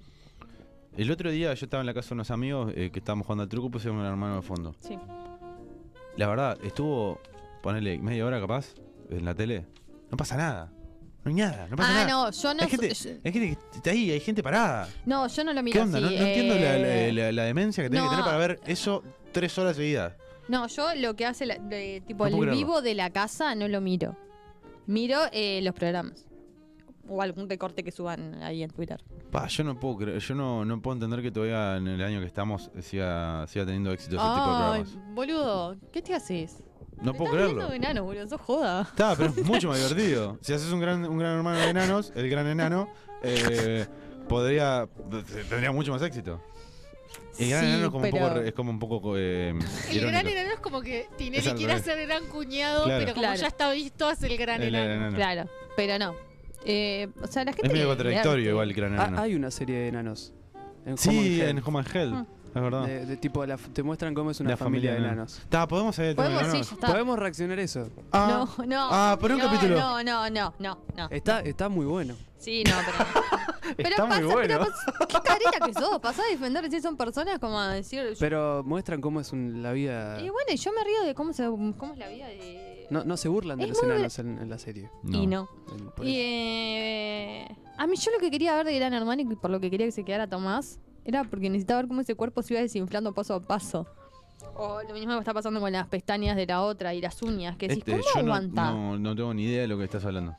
Speaker 2: El otro día yo estaba en la casa de unos amigos eh, que estábamos jugando al truco, pusimos Gran Hermano de fondo.
Speaker 1: Sí.
Speaker 2: La verdad, estuvo, ponele, media hora capaz, en la tele. No pasa nada. No hay nada, no pasa
Speaker 1: Ah,
Speaker 2: nada.
Speaker 1: no, yo no.
Speaker 2: Hay gente,
Speaker 1: yo-
Speaker 2: hay gente que está ahí, hay gente parada.
Speaker 1: no, yo no lo miro
Speaker 2: ¿Qué onda?
Speaker 1: así.
Speaker 2: no no entiendo la, la-
Speaker 1: eh,
Speaker 2: la- la demencia que tenés
Speaker 1: no.
Speaker 2: que tener para ver eso tres horas seguidas.
Speaker 1: No, yo lo que hace, la- de- tipo,
Speaker 2: No
Speaker 1: el
Speaker 2: puedo creerlo.
Speaker 1: vivo de la casa no lo miro. Miro eh, los programas. O algún recorte que suban ahí en Twitter.
Speaker 2: Pa, yo no puedo creer, yo no, no puedo entender que todavía en el año que estamos eh, siga, siga teniendo éxito ese tipo de
Speaker 1: Ay,
Speaker 2: programas.
Speaker 1: boludo, ¿qué te haces?
Speaker 2: No
Speaker 1: Te
Speaker 2: puedo
Speaker 1: estás viendo
Speaker 2: creerlo.
Speaker 1: de enano, boludo, sos joda.
Speaker 2: Está, pero es mucho más divertido. Si haces un gran, un gran hermano de enanos, el gran enano, eh, podría tendría mucho más éxito. El gran
Speaker 1: Sí,
Speaker 2: enano es como
Speaker 1: pero-
Speaker 2: un poco, re- es como un poco eh,
Speaker 4: El gran
Speaker 2: irónico.
Speaker 4: enano es como que Tinelli
Speaker 2: Es al
Speaker 4: quiere
Speaker 2: revés.
Speaker 4: hacer gran cuñado,
Speaker 2: Claro.
Speaker 4: pero como
Speaker 1: Claro.
Speaker 4: ya está visto, hace el gran
Speaker 2: El gran
Speaker 4: enano.
Speaker 2: enano.
Speaker 1: Claro, pero no. Eh, o sea, la gente.
Speaker 2: Es medio contradictorio
Speaker 1: verte.
Speaker 2: igual el gran
Speaker 3: Ah,
Speaker 2: enano.
Speaker 3: hay una serie de enanos. En Home and
Speaker 2: sí,
Speaker 3: Health.
Speaker 2: en Home and
Speaker 4: Ah.
Speaker 2: Hell,
Speaker 1: Mm.
Speaker 2: es verdad.
Speaker 3: De, de tipo, la- te muestran cómo es una
Speaker 2: La
Speaker 3: familia,
Speaker 2: familia
Speaker 3: de
Speaker 2: enana.
Speaker 3: enanos.
Speaker 2: Está, podemos saber de
Speaker 1: Podemos, sí,
Speaker 2: enanos?
Speaker 1: ya está.
Speaker 3: Podemos reaccionar eso.
Speaker 2: Ah,
Speaker 1: No, no.
Speaker 2: ah, pero un
Speaker 1: no,
Speaker 2: capítulo. Eh.
Speaker 1: No, no, no, no, no.
Speaker 3: Está, está muy bueno.
Speaker 1: Sí, no, pero. pero
Speaker 2: está
Speaker 1: pasa,
Speaker 2: muy bueno.
Speaker 1: pero pas- qué careta que sos. Pasás a defender si son personas como a decir.
Speaker 3: Pero muestran cómo es un- la vida.
Speaker 1: Y bueno, y yo me río de cómo, se, cómo es la vida de.
Speaker 3: No, no se burlan de
Speaker 1: Es
Speaker 3: los
Speaker 1: muy-
Speaker 3: enanos en, en la serie.
Speaker 1: Y no.
Speaker 3: En- por
Speaker 1: Y,
Speaker 3: eso.
Speaker 1: eh, a mí yo lo que quería ver de Gran Hermano y por lo que quería que se quedara Tomás era porque necesitaba ver cómo ese cuerpo se iba desinflando paso a paso. O lo mismo que está pasando con las pestañas de la otra y las uñas, que decís,
Speaker 2: Este,
Speaker 1: ¿cómo
Speaker 2: yo no,
Speaker 1: aguanta?
Speaker 2: no, no tengo ni idea de lo que estás hablando.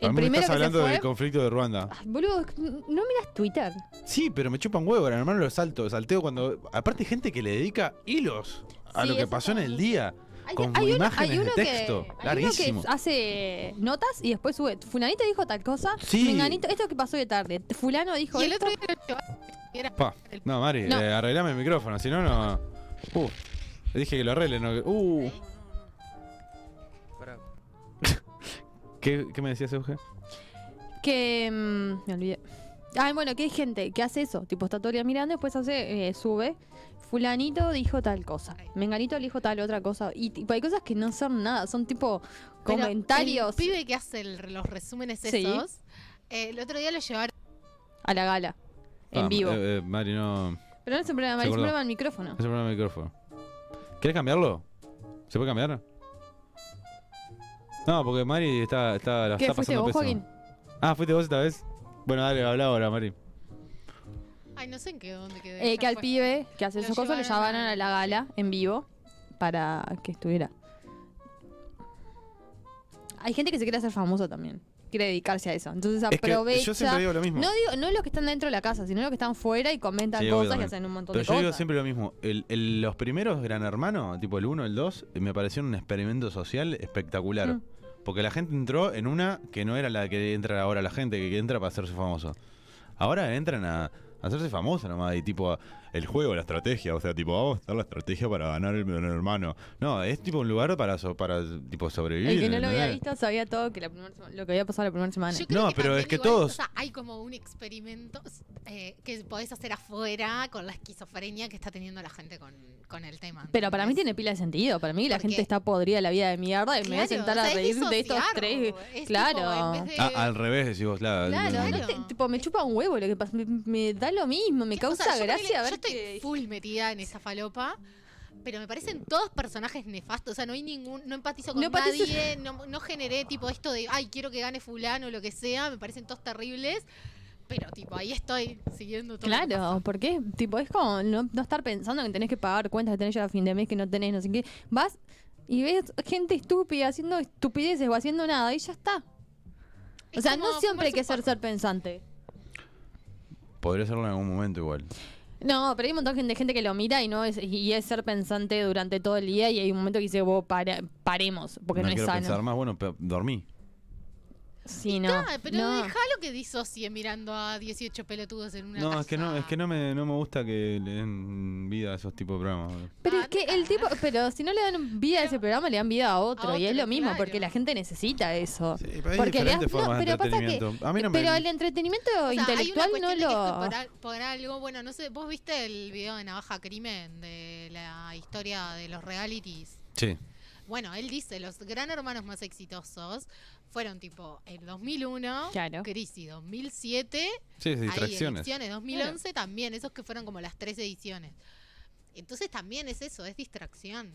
Speaker 2: Para
Speaker 1: El
Speaker 2: mí me
Speaker 1: primero
Speaker 2: estás
Speaker 1: que se
Speaker 2: hablando
Speaker 1: fue-
Speaker 2: del conflicto de Ruanda.
Speaker 1: Ay, Boludo, es que n- no miras Twitter.
Speaker 2: Sí, pero me chupan huevo, gran hermano lo salto, salteo cuando. Aparte hay gente que le dedica hilos a
Speaker 1: Sí,
Speaker 2: lo que
Speaker 1: eso
Speaker 2: pasó en el
Speaker 1: también.
Speaker 2: día.
Speaker 1: Hay,
Speaker 2: Con
Speaker 1: hay uno-
Speaker 2: imágenes
Speaker 1: hay
Speaker 2: de
Speaker 1: uno
Speaker 2: texto,
Speaker 1: que, hay uno que
Speaker 2: larguísimo.
Speaker 1: hace notas y después sube. Fulanito dijo tal cosa.
Speaker 2: Sí.
Speaker 1: Menganito- esto que pasó de tarde. Fulano dijo.
Speaker 4: Y el
Speaker 1: esto.
Speaker 4: otro día lo llevaba, era
Speaker 2: Pa.
Speaker 4: el-
Speaker 2: No, Mari,
Speaker 1: No.
Speaker 2: eh, arreglame el micrófono, si no, no. Uh, le dije que lo arregle, no. que- Uh,
Speaker 3: Pará.
Speaker 2: ¿qué, qué me decías, Euge?
Speaker 1: Que. mm, me olvidé. Ay, bueno, que hay gente que hace eso. Tipo, está todo el día mirando, después hace, eh, sube. Fulanito dijo tal cosa. Menganito le dijo tal otra cosa. Y tipo, hay cosas que no son nada. Son tipo
Speaker 4: Pero
Speaker 1: comentarios
Speaker 4: El pibe que hace el- los resúmenes
Speaker 1: Sí.
Speaker 4: esos, eh, el otro día lo llevaron.
Speaker 1: a la gala. En
Speaker 2: Ah,
Speaker 1: vivo.
Speaker 2: eh, eh, Mari, no. No
Speaker 1: Pero no es un problema,
Speaker 2: se
Speaker 1: es un
Speaker 2: acordó.
Speaker 1: problema del micrófono.
Speaker 2: se pone el micrófono. ¿Querés cambiarlo? ¿Se puede cambiar? No, porque Mari está, está, la
Speaker 1: ¿Qué
Speaker 2: está
Speaker 1: fuiste
Speaker 2: pasando
Speaker 1: vos,
Speaker 2: pésimo.
Speaker 1: Joaquín?
Speaker 2: Ah, ¿fuiste vos esta vez? Bueno, dale, habla ahora, Mari.
Speaker 4: Ay, no sé en qué dónde quedó.
Speaker 1: Eh,
Speaker 4: ya
Speaker 1: que al
Speaker 4: fue.
Speaker 1: pibe que hace
Speaker 4: Lo
Speaker 1: esos cosas lo
Speaker 4: llevaron a-
Speaker 1: llevaban a la gala en vivo para que estuviera. Hay gente que se quiere hacer famoso también. Quiere dedicarse a eso. Entonces
Speaker 2: Es que
Speaker 1: aprovecha.
Speaker 2: yo siempre digo lo mismo.
Speaker 1: No digo, no los que están dentro de la casa, sino los que están fuera y comentan
Speaker 2: Sí, obvio
Speaker 1: cosas y
Speaker 2: también.
Speaker 1: hacen un montón
Speaker 2: Pero
Speaker 1: de
Speaker 2: yo digo
Speaker 1: cosas.
Speaker 2: siempre lo mismo. El- el- los primeros Gran Hermano, tipo el 1, el 2, me parecieron un experimento social espectacular.
Speaker 1: Mm.
Speaker 2: Porque la gente entró en una que no era la que entra ahora la gente, que entra para hacerse famoso. Ahora entran a, a hacerse famoso nomás y tipo a- el juego, la estrategia. O sea, tipo, vamos a estar la estrategia para ganar el Gran Hermano. No, es tipo un lugar para, so- para tipo sobrevivir.
Speaker 1: El que no lo había
Speaker 2: ¿entendés?
Speaker 1: visto sabía todo que la primer sema- lo que había pasado la primera semana.
Speaker 4: Yo creo
Speaker 2: No,
Speaker 4: que
Speaker 2: pero es
Speaker 4: también
Speaker 2: que
Speaker 4: igual,
Speaker 2: todos-
Speaker 4: o sea, hay como un experimento eh, que podés hacer afuera con la esquizofrenia que está teniendo la gente con, con el tema.
Speaker 1: Pero para mí tiene
Speaker 4: ¿entendés?
Speaker 1: pila de sentido. Para mí la
Speaker 4: Porque-
Speaker 1: gente está podrida de la vida de mierda y me voy a
Speaker 4: Claro,
Speaker 1: sentar
Speaker 4: o sea,
Speaker 1: a
Speaker 4: es
Speaker 1: reír de estos
Speaker 4: disociar,
Speaker 1: tres.
Speaker 4: es tipo,
Speaker 1: Claro.
Speaker 4: en vez de-
Speaker 2: Ah, al revés, decís vos, la-
Speaker 1: Claro,
Speaker 4: Claro.
Speaker 1: no te- tipo, me chupa un huevo lo que pasa. Me, me da lo mismo, me
Speaker 4: Que, o
Speaker 1: causa
Speaker 4: sea, yo ponele-
Speaker 1: gracia ver
Speaker 4: Yo estoy
Speaker 1: que-
Speaker 4: full metida en esa falopa. Pero me parecen todos personajes nefastos. O sea, no hay ningún. No empatizo con
Speaker 1: No empatizo-
Speaker 4: nadie. No, no generé tipo esto de. Ay, quiero que gane Fulano o lo que sea. Me parecen todos terribles. Pero tipo, ahí estoy siguiendo todo. lo que
Speaker 1: Claro, porque tipo, es como no, no estar pensando que tenés que pagar cuentas que tenés ya a fin de mes, que no tenés, no sé qué. Vas y ves gente estúpida haciendo estupideces o haciendo nada y ya está.
Speaker 4: pasa.
Speaker 1: O
Speaker 4: Es
Speaker 1: sea,
Speaker 4: como
Speaker 1: no siempre hay que
Speaker 4: fumarse
Speaker 1: ser ser
Speaker 4: un
Speaker 1: pensante.
Speaker 2: Podría serlo en algún momento igual.
Speaker 1: No, pero hay un montón de gente que lo mira y no es, y es ser pensante durante todo el día y hay un momento que dice, vos para, paremos, porque no, es
Speaker 2: quiero
Speaker 1: sano.
Speaker 2: pensar más, bueno, pe- dormí.
Speaker 4: porro.
Speaker 1: Sí, no.
Speaker 4: Ah, pero
Speaker 1: no.
Speaker 4: déjalo que disocie mirando a 18 pelotudos en una
Speaker 2: No,
Speaker 4: casa.
Speaker 2: es que no, es que no me, no me gusta que le den vida a esos tipos de programas. boludo.
Speaker 1: Pero
Speaker 4: Ah,
Speaker 1: es que
Speaker 4: no,
Speaker 1: el tipo, pero si no le dan vida a ese programa, le dan vida a otro. y es
Speaker 4: otro,
Speaker 1: lo mismo,
Speaker 4: claro.
Speaker 1: porque la gente necesita eso.
Speaker 2: Sí, pero hay
Speaker 1: Porque le
Speaker 2: diferentes
Speaker 1: das- no,
Speaker 2: formas de
Speaker 1: pero pasa que-
Speaker 2: entretenimiento. A mí no me.
Speaker 1: pero el entretenimiento
Speaker 4: O sea,
Speaker 1: intelectual
Speaker 4: hay una
Speaker 1: no
Speaker 4: cuestión de que esto
Speaker 1: lo.
Speaker 4: es por, al- por algo, bueno, no sé, vos viste el video de Navaja Crimen, de la historia de los realities.
Speaker 2: Sí.
Speaker 4: Bueno, él dice, los gran hermanos más exitosos fueron tipo el 2001,
Speaker 1: Claro.
Speaker 4: Crisis 2007,
Speaker 2: Sí, sí,
Speaker 4: ahí,
Speaker 2: distracciones.
Speaker 4: elecciones 2011 también, esos que fueron como las tres ediciones. Entonces también es eso, es distracción.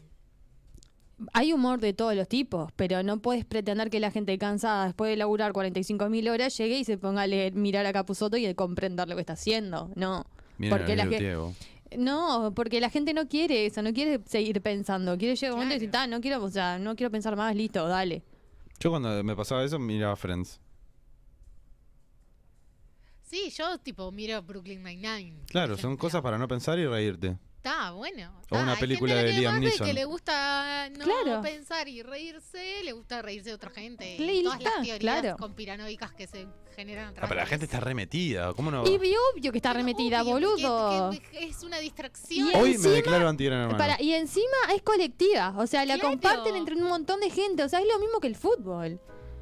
Speaker 1: Hay humor de todos los tipos, pero no puedes pretender que la gente cansada después de laburar 45.000 horas llegue y se ponga a leer, mirar a Capuzoto y a comprender lo que está haciendo. No.
Speaker 2: Miren
Speaker 1: porque
Speaker 2: el
Speaker 1: la
Speaker 2: video,
Speaker 1: que-
Speaker 2: Diego.
Speaker 1: No, porque la gente no quiere eso, no quiere seguir pensando. Quiere llegar a un momento y decir, "Ta, no quiero, o sea, no quiero pensar más, listo, dale.
Speaker 2: Yo cuando me pasaba eso miraba Friends.
Speaker 4: Sí, yo tipo miro Brooklyn Nine-Nine. por
Speaker 2: Claro, son
Speaker 4: ejemplo.
Speaker 2: cosas para no pensar y reírte.
Speaker 4: Está bueno.
Speaker 2: O una
Speaker 4: Hay
Speaker 2: película
Speaker 4: gente
Speaker 2: de
Speaker 4: que
Speaker 2: Liam
Speaker 4: más ve
Speaker 2: Neeson.
Speaker 4: Que le gusta eh, no
Speaker 1: Claro.
Speaker 4: pensar y reírse, le gusta reírse de otra gente.
Speaker 1: Claro,
Speaker 4: Y todas las
Speaker 1: está,
Speaker 4: teorías
Speaker 1: claro.
Speaker 4: conspiranoicas que se generan. a
Speaker 2: Ah, pero la
Speaker 4: través-
Speaker 2: gente está remetida. ¿Cómo no?
Speaker 1: Y vi- obvio que está
Speaker 4: Pero
Speaker 1: remetida,
Speaker 4: obvio, porque-
Speaker 1: boludo.
Speaker 4: que es una distracción.
Speaker 1: Y
Speaker 2: Hoy
Speaker 1: encima-
Speaker 2: me declaro anti-gran hermano.
Speaker 1: Para- y encima es colectiva, o sea, la
Speaker 4: Claro.
Speaker 1: comparten entre un montón de gente, o sea, es lo mismo que el fútbol.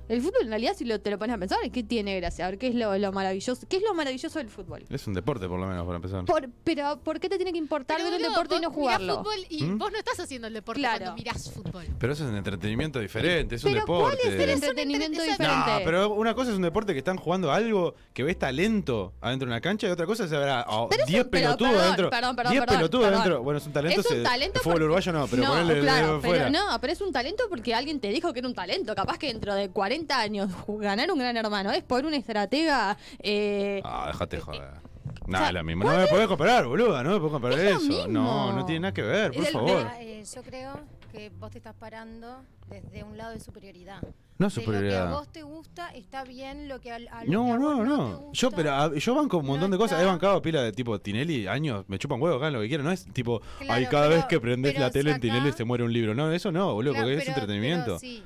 Speaker 1: El fútbol en realidad si lo, te lo pones a pensar, ¿qué tiene gracia? A ver, ¿qué es lo, lo maravilloso? ¿Qué es lo maravilloso del fútbol?
Speaker 2: Es un deporte, por lo menos, para empezar.
Speaker 1: Por- pero ¿por qué te tiene que importar
Speaker 4: Pero,
Speaker 1: ver un
Speaker 4: boludo,
Speaker 1: deporte y no
Speaker 4: vos mirás
Speaker 1: jugarlo?
Speaker 4: fútbol y
Speaker 2: ¿Mm?
Speaker 4: vos no estás haciendo el deporte
Speaker 1: Claro.
Speaker 4: cuando mirás fútbol.
Speaker 2: Pero eso es un entretenimiento diferente, es un
Speaker 1: Pero ¿cuál
Speaker 2: deporte.
Speaker 1: es el
Speaker 4: un
Speaker 1: entretenimiento
Speaker 4: entreten-
Speaker 2: No,
Speaker 1: diferente?
Speaker 2: pero una cosa es un deporte que están jugando algo que ves talento adentro de una cancha y otra cosa es ver a a
Speaker 1: Pero es
Speaker 2: 10
Speaker 1: un- pero,
Speaker 2: pelotudos
Speaker 1: perdón,
Speaker 2: adentro.
Speaker 1: perdón, perdón,
Speaker 2: 10
Speaker 1: perdón,
Speaker 2: pelotudos
Speaker 1: perdón.
Speaker 2: adentro. Bueno, es un talento.
Speaker 1: Es un
Speaker 2: se-
Speaker 1: talento
Speaker 2: el fútbol
Speaker 1: porque-
Speaker 2: uruguayo no, pero
Speaker 1: no,
Speaker 2: ponerle
Speaker 1: claro,
Speaker 2: fuera.
Speaker 1: pero no, pero es un talento porque alguien te dijo que era un talento. Capaz que dentro de 40 años ganar un gran hermano es por un estratega. eh,
Speaker 2: Ah, déjate joder.
Speaker 1: o
Speaker 2: Nada,
Speaker 1: sea,
Speaker 2: es la misma. No me podés comparar, boluda, no me podés comparar
Speaker 1: Es lo
Speaker 2: eso. No,
Speaker 1: mismo.
Speaker 2: no tiene nada que ver, por
Speaker 1: Es el-
Speaker 2: favor.
Speaker 1: Mira,
Speaker 6: Eh, yo creo que vos te estás parando desde un lado de superioridad.
Speaker 2: No
Speaker 6: De lo que a
Speaker 2: superioridad.
Speaker 6: vos te gusta está bien, lo que al- a lo que
Speaker 2: No,
Speaker 6: a
Speaker 2: no,
Speaker 6: vos te
Speaker 2: no. Yo,
Speaker 6: gusta-
Speaker 2: pero, ah, yo banco un
Speaker 6: No
Speaker 2: montón de cosas.
Speaker 6: está.
Speaker 2: He bancado pila de tipo Tinelli años. Me chupan huevo, hagan lo que quieran. No es tipo,
Speaker 6: Claro,
Speaker 2: ay, cada
Speaker 6: pero-
Speaker 2: vez que prendes
Speaker 6: pero
Speaker 2: la tele en
Speaker 6: saca-
Speaker 2: Tinelli se muere un libro. No, eso no, boludo,
Speaker 6: Claro,
Speaker 2: porque es
Speaker 6: pero-
Speaker 2: entretenimiento.
Speaker 6: pero sí,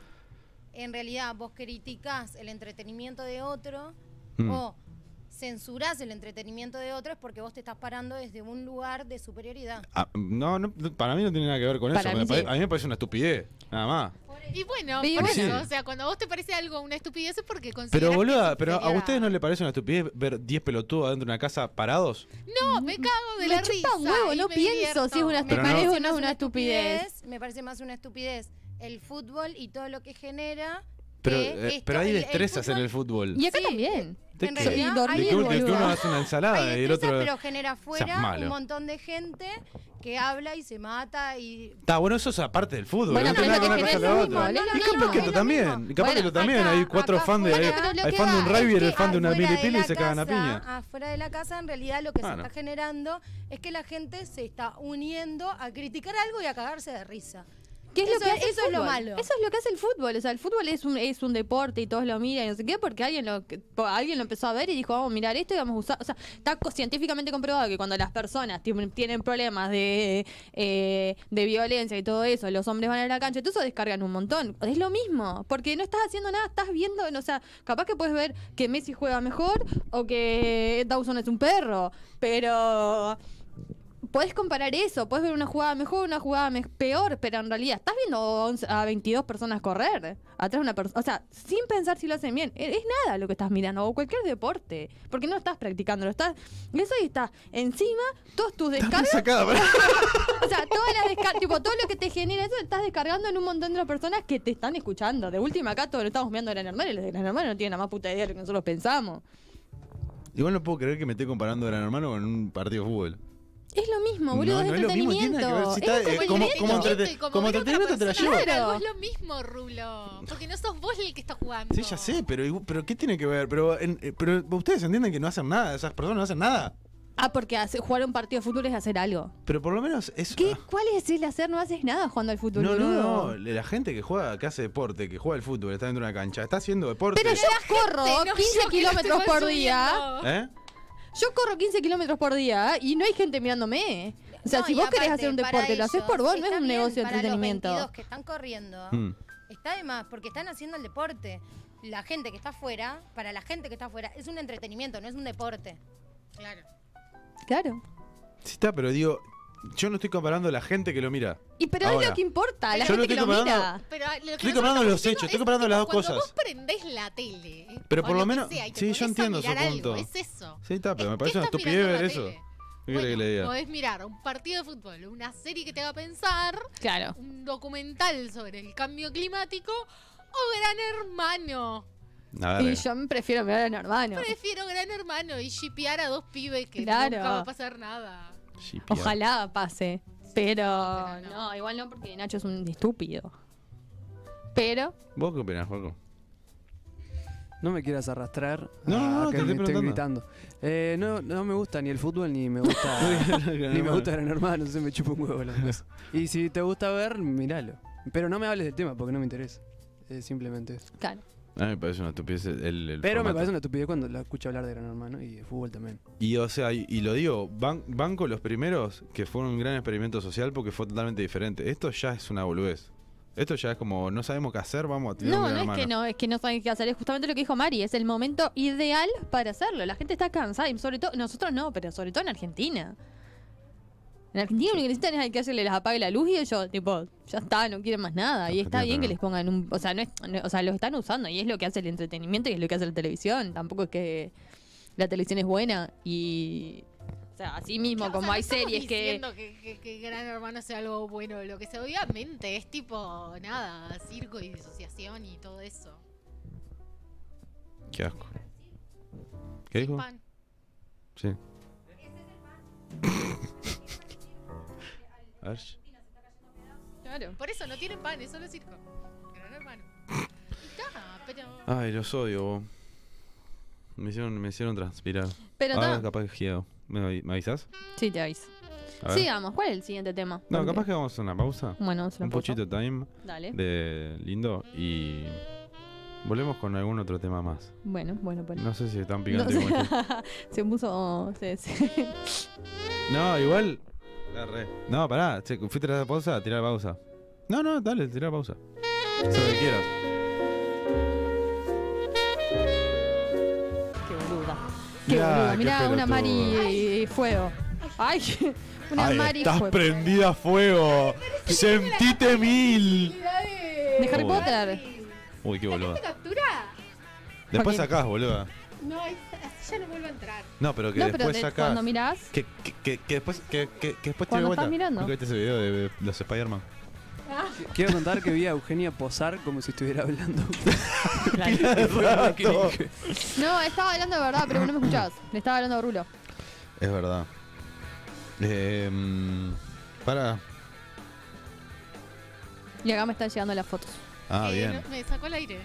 Speaker 6: en realidad vos criticás el entretenimiento de otro
Speaker 2: Mm.
Speaker 1: Oh.
Speaker 6: o censurás el entretenimiento de otro es porque vos te estás parando desde un lugar de superioridad.
Speaker 2: Ah, no, no, para mí no tiene nada que ver con
Speaker 1: Para
Speaker 2: eso.
Speaker 1: mí
Speaker 2: me pare-
Speaker 1: sí.
Speaker 2: A mí me parece una estupidez, nada más.
Speaker 4: Y bueno,
Speaker 1: Y
Speaker 4: por
Speaker 1: bueno.
Speaker 4: eso,
Speaker 2: Sí.
Speaker 4: o sea, cuando a vos te parece algo una estupidez es porque consideras
Speaker 2: Pero,
Speaker 4: que
Speaker 2: boluda,
Speaker 4: es
Speaker 2: pero ¿a
Speaker 4: inferior
Speaker 2: ustedes no les parece una estupidez ver 10 pelotudos adentro de una casa parados?
Speaker 4: No, me cago de
Speaker 1: Me
Speaker 4: la
Speaker 1: chupa
Speaker 4: risa.
Speaker 1: huevo,
Speaker 4: y
Speaker 1: no
Speaker 4: me
Speaker 1: pienso
Speaker 4: divierto.
Speaker 1: si es una
Speaker 2: Pero no-
Speaker 6: parece
Speaker 1: no es
Speaker 6: más
Speaker 1: una estupidez.
Speaker 6: Me parece más una estupidez el fútbol y todo lo que genera.
Speaker 2: Pero,
Speaker 6: que
Speaker 2: eh,
Speaker 6: esto-
Speaker 2: pero hay
Speaker 6: el- el
Speaker 2: destrezas en el fútbol.
Speaker 1: y acá
Speaker 6: Sí.
Speaker 1: también.
Speaker 2: ¿De
Speaker 6: en
Speaker 2: qué?
Speaker 6: realidad
Speaker 2: De
Speaker 1: Y
Speaker 2: que-
Speaker 1: dormir,
Speaker 2: de que
Speaker 1: boluda.
Speaker 2: uno hace una ensalada
Speaker 6: hay
Speaker 2: y el
Speaker 6: destrezas,
Speaker 2: otro.
Speaker 6: pero genera afuera
Speaker 2: malo.
Speaker 6: un montón de gente que habla y se mata y
Speaker 2: Está bueno, eso es aparte del fútbol.
Speaker 1: Bueno,
Speaker 2: no tiene
Speaker 1: pero
Speaker 2: nada
Speaker 1: lo
Speaker 2: que
Speaker 1: que
Speaker 2: ver
Speaker 1: genera
Speaker 2: con la
Speaker 1: es lo
Speaker 2: otra.
Speaker 1: mismo, no, no,
Speaker 2: Y
Speaker 1: no,
Speaker 2: capaz
Speaker 1: no,
Speaker 2: que
Speaker 1: es
Speaker 2: lo
Speaker 6: lo
Speaker 2: también.
Speaker 6: mismo.
Speaker 2: Capaz que
Speaker 1: Bueno,
Speaker 2: lo también.
Speaker 6: acá-
Speaker 2: Hay cuatro
Speaker 6: acá
Speaker 2: fans de.
Speaker 6: afuera-
Speaker 2: Hay,
Speaker 1: Pero lo que
Speaker 2: fan de un
Speaker 1: va
Speaker 2: rugby y
Speaker 6: Es
Speaker 2: el
Speaker 6: que
Speaker 2: fan de una
Speaker 6: afuera
Speaker 2: milipili y
Speaker 6: la
Speaker 2: se cagan a
Speaker 6: casa-
Speaker 2: piña.
Speaker 6: Afuera de la casa, en realidad, lo que
Speaker 2: Ah,
Speaker 6: se
Speaker 2: no.
Speaker 6: está generando es que la gente se está uniendo a criticar algo y a cagarse de risa.
Speaker 1: ¿Qué es lo
Speaker 6: Eso-
Speaker 1: que hace el
Speaker 6: eso es lo
Speaker 1: fútbol?
Speaker 6: malo.
Speaker 1: Eso es lo que hace el fútbol. O sea, el fútbol es un, es un deporte y todos lo miran y no sé qué, porque alguien lo, que- po- alguien lo empezó a ver y dijo, vamos a mirar esto y vamos a usar. O sea, está co- científicamente comprobado que cuando las personas tiem- tienen problemas de, eh, de violencia y todo eso, los hombres van a la cancha y todo eso descargan un montón. Es lo mismo, porque no estás haciendo nada, estás viendo, o sea, capaz que puedes ver que Messi juega mejor o que Dawson es un perro, pero Podés comparar eso, podés ver una jugada mejor, una jugada me- peor, pero en realidad estás viendo 11 a 22 personas correr atrás de una persona. O sea, sin pensar si lo hacen bien. E- Es nada lo que estás mirando, o cualquier deporte, porque no estás practicando, lo estás. Eso ahí está, encima, todos tus descargas.
Speaker 2: Sacada, pará.
Speaker 1: O sea, todas las descar- tipo, todo lo que te genera eso lo estás descargando en un montón de otras personas que te están escuchando. De última, acá todos lo estamos mirando Gran Hermano y los de Gran Hermano no tienen la más puta idea de lo que nosotros pensamos.
Speaker 2: Igual no puedo creer que me esté comparando Gran Hermano con un partido de fútbol.
Speaker 1: Es lo mismo, boludo, es entretenimiento.
Speaker 2: Si
Speaker 1: es
Speaker 2: está, eh, como,
Speaker 1: entretenimiento.
Speaker 2: como,
Speaker 4: Entretenimiento
Speaker 2: entrete-
Speaker 4: y
Speaker 2: como,
Speaker 4: como ver a otra
Speaker 2: entretenimiento te la llevo.
Speaker 4: persona hacer
Speaker 1: Claro.
Speaker 4: algo es lo mismo, Rulo. Porque no sos vos el que está jugando.
Speaker 2: Sí, ya sé, pero, igu- pero ¿qué tiene que ver? Pero, en- eh, pero ustedes entienden que no hacen nada, esas personas no hacen nada.
Speaker 1: Ah, porque hace- jugar un partido de fútbol es hacer algo.
Speaker 2: Pero por lo menos es... ah,
Speaker 1: ¿Qué? ¿Cuál es el hacer? No haces nada jugando al fútbol,
Speaker 2: No,
Speaker 1: boludo.
Speaker 2: no, no. La gente que juega, que hace deporte, que juega al fútbol, está dentro de una cancha, está haciendo deporte.
Speaker 1: Pero yo corro
Speaker 4: Te
Speaker 1: 15
Speaker 4: enojo que lo
Speaker 1: Oh, kilómetros
Speaker 4: estoy
Speaker 1: por día.
Speaker 4: consumiendo.
Speaker 2: ¿Eh?
Speaker 1: Yo corro 15 kilómetros por día y no hay gente mirándome. O sea,
Speaker 6: No,
Speaker 1: si
Speaker 6: y
Speaker 1: vos querés
Speaker 6: aparte,
Speaker 1: hacer un
Speaker 6: para
Speaker 1: deporte, lo
Speaker 6: ellos,
Speaker 1: haces por vos, no es
Speaker 6: está
Speaker 1: un
Speaker 6: bien,
Speaker 1: negocio de
Speaker 6: para los
Speaker 1: entretenimiento.
Speaker 6: 22 que están corriendo,
Speaker 2: Mm.
Speaker 6: está de más, porque están haciendo el deporte. la gente que está afuera, para la gente que está afuera, es un entretenimiento, no es un deporte.
Speaker 4: Claro.
Speaker 1: Claro.
Speaker 2: Sí está, pero digo, yo no estoy comparando la gente que lo mira.
Speaker 1: Y pero
Speaker 2: Ahora.
Speaker 1: es lo que importa, la
Speaker 2: Yo lo
Speaker 1: gente que lo
Speaker 2: estoy
Speaker 1: mira.
Speaker 2: comparando-
Speaker 4: Pero lo que
Speaker 2: Estoy
Speaker 4: nosotros
Speaker 2: comparando los
Speaker 4: estamos diciendo
Speaker 2: hechos, estoy
Speaker 4: es
Speaker 2: comparando las dos
Speaker 4: tipo, cuando
Speaker 2: cosas.
Speaker 4: Vos prendés la tele.
Speaker 2: Pero
Speaker 4: o
Speaker 2: por lo menos-
Speaker 4: que sea, y te
Speaker 2: sí, yo
Speaker 4: pones a
Speaker 2: entiendo su
Speaker 4: mirar algo,
Speaker 2: punto.
Speaker 4: Es eso.
Speaker 2: Sí está, pero
Speaker 4: Es-
Speaker 2: me
Speaker 4: ¿qué
Speaker 2: parece una
Speaker 4: estás
Speaker 2: estupidez
Speaker 4: mirando
Speaker 2: ver
Speaker 4: en
Speaker 2: eso.
Speaker 4: la
Speaker 2: ¿Qué
Speaker 4: tele?
Speaker 2: querés que le
Speaker 4: Bueno,
Speaker 2: diga?
Speaker 4: podés mirar un partido de fútbol, una serie que te haga pensar,
Speaker 1: Claro.
Speaker 4: un documental sobre el cambio climático o Gran Hermano.
Speaker 2: A ver,
Speaker 1: Y yo me prefiero mirar a mi hermano.
Speaker 4: Prefiero Gran Hermano y shipear a dos pibes que
Speaker 1: Claro.
Speaker 4: nunca va a pasar nada.
Speaker 2: shipear.
Speaker 1: Ojalá pase. Pero
Speaker 4: pero no.
Speaker 1: no, igual no porque Nacho es un estúpido. Pero
Speaker 2: ¿Vos qué opinás, Juaco?
Speaker 1: eh,
Speaker 3: No me quieras arrastrar
Speaker 2: No,
Speaker 3: a
Speaker 2: no, no,
Speaker 3: que
Speaker 2: te
Speaker 3: me
Speaker 2: estoy
Speaker 3: estén
Speaker 2: preguntando.
Speaker 3: gritando. Eh, no, no me gusta ni el fútbol ni me gusta ni me gusta Gran Hermano, se me chupa un huevo las cosas. Y si te gusta ver, míralo. Pero no me hables del tema porque no me interesa. Eh, simplemente eso.
Speaker 1: claro.
Speaker 2: A mí me parece una estupidez el, el
Speaker 3: Pero me
Speaker 2: formato.
Speaker 3: parece una estupidez cuando lo escucho hablar de Gran Hermano y de fútbol también.
Speaker 2: Y o sea, y, y lo digo, ban- banco los primeros que fueron un gran experimento social porque fue totalmente diferente. Esto ya es una boludez. Esto ya es como, no sabemos qué hacer, vamos a tirar
Speaker 1: No,
Speaker 2: un gran
Speaker 1: no es que
Speaker 2: hermano.
Speaker 1: no, es que no saben qué hacer. Es justamente lo que dijo Mari, es el momento ideal para hacerlo. La gente está cansada y sobre todo, nosotros no, pero sobre todo en Argentina. En Argentina lo que necesitan es al que hace les apague la luz y ellos, tipo, ya está, no quieren más nada. Y está
Speaker 2: Argentina
Speaker 1: bien que
Speaker 2: también.
Speaker 1: les pongan un... O sea, no es, no- o sea, los están usando y es lo que hace el entretenimiento y es lo que hace la televisión. Tampoco es que la televisión es buena y... O sea, así mismo,
Speaker 4: Claro, o
Speaker 1: como
Speaker 4: sea, no
Speaker 1: hay
Speaker 4: estamos
Speaker 1: series que...
Speaker 4: diciendo que... que- que Gran Hermano sea algo bueno, lo que se obviamente es tipo, nada, circo y disociación y todo eso.
Speaker 2: Qué asco. ¿Qué dijo?
Speaker 4: Pan.
Speaker 2: Sí. A ver.
Speaker 1: Claro.
Speaker 4: Por eso no tienen pan, es solo circo. Gran Hermano. Y está, pero...
Speaker 2: Ay, los odio, vos. Me hicieron, me hicieron transpirar.
Speaker 1: Pero
Speaker 2: Ahora
Speaker 1: ta-
Speaker 2: capaz que geo. ¿Me, avi- me avisas?
Speaker 1: Sí, te aviso.
Speaker 2: A ver.
Speaker 1: Sigamos, ¿cuál es el siguiente tema?
Speaker 2: No,
Speaker 1: Porque-
Speaker 2: capaz que vamos a una pausa.
Speaker 1: Bueno, se lo
Speaker 2: Un
Speaker 1: puso.
Speaker 2: pochito time
Speaker 1: Dale.
Speaker 2: de lindo y volvemos con algún otro tema más.
Speaker 1: Bueno, bueno, bueno.
Speaker 2: No sé si es tan
Speaker 1: No
Speaker 2: picante
Speaker 1: sé.
Speaker 2: como este.
Speaker 1: se puso. oh, se- se-
Speaker 2: No, igual. La re. No, pará. Che, ¿Fuiste a la pausa? Tirar pausa. No, no, dale, tirar pausa. Eso que quieras.
Speaker 1: Qué boluda. Qué
Speaker 2: Mirá,
Speaker 1: boluda.
Speaker 2: qué
Speaker 1: Mirá,
Speaker 2: pelotuda.
Speaker 1: una Mari fuego. Ay, una
Speaker 2: Ay,
Speaker 1: Mari
Speaker 2: estás
Speaker 1: fuego.
Speaker 2: prendida a fuego. Sentite mil.
Speaker 1: De Harry
Speaker 2: Oh.
Speaker 1: Potter.
Speaker 2: Uy, qué boluda.
Speaker 4: captura?
Speaker 2: Después
Speaker 1: Joaquín.
Speaker 2: sacás, boluda.
Speaker 4: No, es- así ya no vuelvo a entrar.
Speaker 2: No, pero que
Speaker 1: No, pero
Speaker 2: después
Speaker 1: de-
Speaker 2: sacás.
Speaker 1: cuando mirás.
Speaker 2: Que, que, que, que después, que, que, que después te
Speaker 1: Cuando
Speaker 2: doy vuelta.
Speaker 1: estás mirando.
Speaker 2: Nunca viste ese video de, de los Spider-Man.
Speaker 3: Quiero contar que vi a Eugenia posar como si estuviera hablando.
Speaker 1: Claro.
Speaker 3: Fue muy cringe.
Speaker 1: No, estaba hablando de verdad, pero vos no me escuchabas. Le estaba hablando a Rulo.
Speaker 2: Es verdad. Eh, para.
Speaker 1: Y acá me están llegando las fotos.
Speaker 2: Ah,
Speaker 4: Eh,
Speaker 2: bien.
Speaker 4: no- me sacó al aire.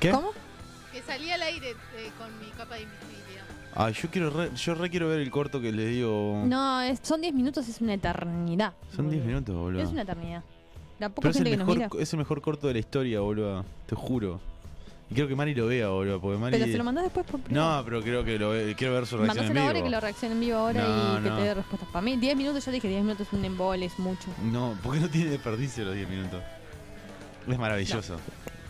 Speaker 2: ¿Qué?
Speaker 1: ¿Cómo?
Speaker 4: Que salí al aire eh, con mi capa de invisibilidad.
Speaker 2: Ah, yo quiero re, yo re quiero ver el corto que le digo.
Speaker 1: No, es- son 10 minutos, es una eternidad.
Speaker 2: Son 10
Speaker 1: boludo.
Speaker 2: minutos, boludo.
Speaker 1: Es una eternidad. La poca
Speaker 2: Pero es el,
Speaker 1: gente que nos mira.
Speaker 2: mejor, co- es el mejor corto de la historia, boludo. Te juro. Y creo que Mari lo vea, boludo. Porque Mari.
Speaker 1: Pero se lo mandás después por privado.
Speaker 2: no, pero creo que lo ve- quiero ver su reacción en
Speaker 1: Mandáselo
Speaker 2: vivo.
Speaker 1: ahora y que lo reaccione en vivo ahora
Speaker 2: No,
Speaker 1: y que
Speaker 2: no.
Speaker 1: te dé respuestas. Para mí, 10 minutos, yo dije 10 minutos es un embole, es mucho.
Speaker 2: No, porque no tiene desperdicio los 10 minutos. Es maravilloso.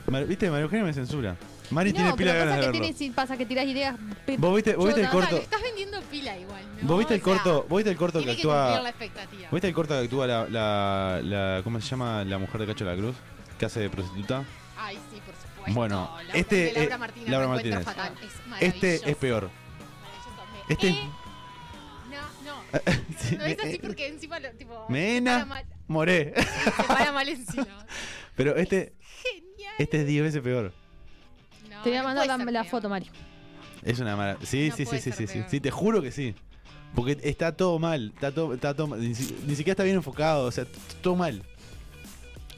Speaker 2: Mar- ¿Viste? María Eugenia me censura. Mari tiene
Speaker 1: no,
Speaker 2: pila de
Speaker 1: pero
Speaker 2: ganas
Speaker 1: pasa
Speaker 2: de
Speaker 1: que,
Speaker 2: verlo.
Speaker 1: tiene, si pasa que tirás ideas. pe-
Speaker 2: ¿Vos viste, vos viste el
Speaker 1: chotas.
Speaker 4: O sea,
Speaker 2: corto?
Speaker 4: le estás vendiendo pila igual, ¿no?
Speaker 2: ¿Vos viste el
Speaker 4: O sea,
Speaker 2: corto? ¿Vos viste el corto que
Speaker 4: Tiene que cumplir la
Speaker 2: actúa?
Speaker 4: expectativa.
Speaker 2: ¿Viste el corto que actúa la, la, la- ¿cómo se llama? La mujer de Cacho de la Cruz, que hace de prostituta.
Speaker 4: Ay, sí, por supuesto.
Speaker 2: Bueno,
Speaker 4: Laura-
Speaker 2: este,
Speaker 4: de Laura
Speaker 2: eh,
Speaker 4: Martínez.
Speaker 2: Laura
Speaker 4: lo encuentro
Speaker 2: Martínez.
Speaker 4: fatal. Es
Speaker 2: Este
Speaker 4: maravilloso.
Speaker 2: es peor.
Speaker 4: Maravilloso. Me-
Speaker 2: Este es-
Speaker 4: eh, No, no.
Speaker 2: Sí,
Speaker 4: No es
Speaker 2: me-
Speaker 4: así porque encima lo, tipo.
Speaker 2: Mena.
Speaker 4: Se para mal,
Speaker 2: Moré.
Speaker 4: se para mal encima.
Speaker 2: Pero este,
Speaker 4: Genial.
Speaker 2: este es 10 veces peor.
Speaker 4: No,
Speaker 1: Te voy a
Speaker 4: no
Speaker 1: mandar
Speaker 4: puede
Speaker 1: la,
Speaker 4: ser
Speaker 1: la
Speaker 4: peor.
Speaker 1: foto, Mari.
Speaker 2: Es una maravilla. Sí,
Speaker 4: No
Speaker 2: sí, sí,
Speaker 4: puede
Speaker 2: sí, sí,
Speaker 4: ser
Speaker 2: sí.
Speaker 4: peor.
Speaker 2: Sí, te juro que sí. Porque está todo mal. Está todo, está todo mal. Ni, si- ni siquiera está bien enfocado. O sea, t- todo mal.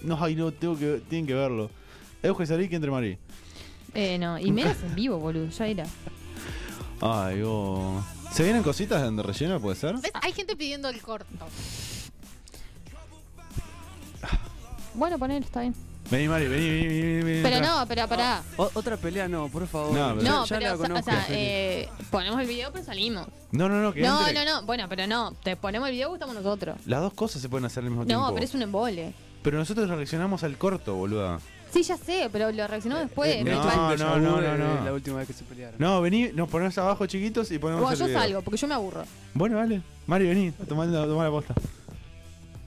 Speaker 2: No, ay, no, tengo que, tienen que verlo. Euge Sarí que entre Marí.
Speaker 1: Eh, no, y menos en vivo, boludo, ya era.
Speaker 2: Ay, oh. ¿Se vienen cositas de relleno, puede ser?
Speaker 4: ¿Ves? Hay gente pidiendo el corto.
Speaker 1: Bueno, poner, está bien.
Speaker 2: Vení, Mari, vení, vení, vení, vení, vení.
Speaker 1: Pero
Speaker 2: entra.
Speaker 1: no, pero pará.
Speaker 3: O- otra pelea no, por favor.
Speaker 2: No, pero-
Speaker 1: No,
Speaker 3: Ya- ya
Speaker 1: pero,
Speaker 3: la
Speaker 1: o sea- o
Speaker 3: conozco.
Speaker 1: sea, eh, ponemos el video, pero salimos.
Speaker 2: No, no, no, que
Speaker 1: No,
Speaker 2: entre.
Speaker 1: no, no. Bueno, pero no. Te ponemos el video, gustamos nosotros.
Speaker 2: Las dos cosas se pueden hacer al mismo tiempo.
Speaker 1: No, pero es un embole.
Speaker 2: Pero nosotros reaccionamos al corto, boluda.
Speaker 1: Sí, ya sé, pero lo reaccionó después.
Speaker 2: eh,
Speaker 1: me
Speaker 2: no,
Speaker 1: parece-
Speaker 3: un déjà vu
Speaker 2: no, no,
Speaker 3: de
Speaker 2: no.
Speaker 3: eh, La última vez que se pelearon.
Speaker 2: No, vení, nos ponemos abajo chiquitos y ponemos
Speaker 1: Bueno,
Speaker 2: el
Speaker 1: yo
Speaker 2: video.
Speaker 1: salgo, porque yo me aburro.
Speaker 2: Bueno, dale. Mario, vení, tomá la, tomá la posta.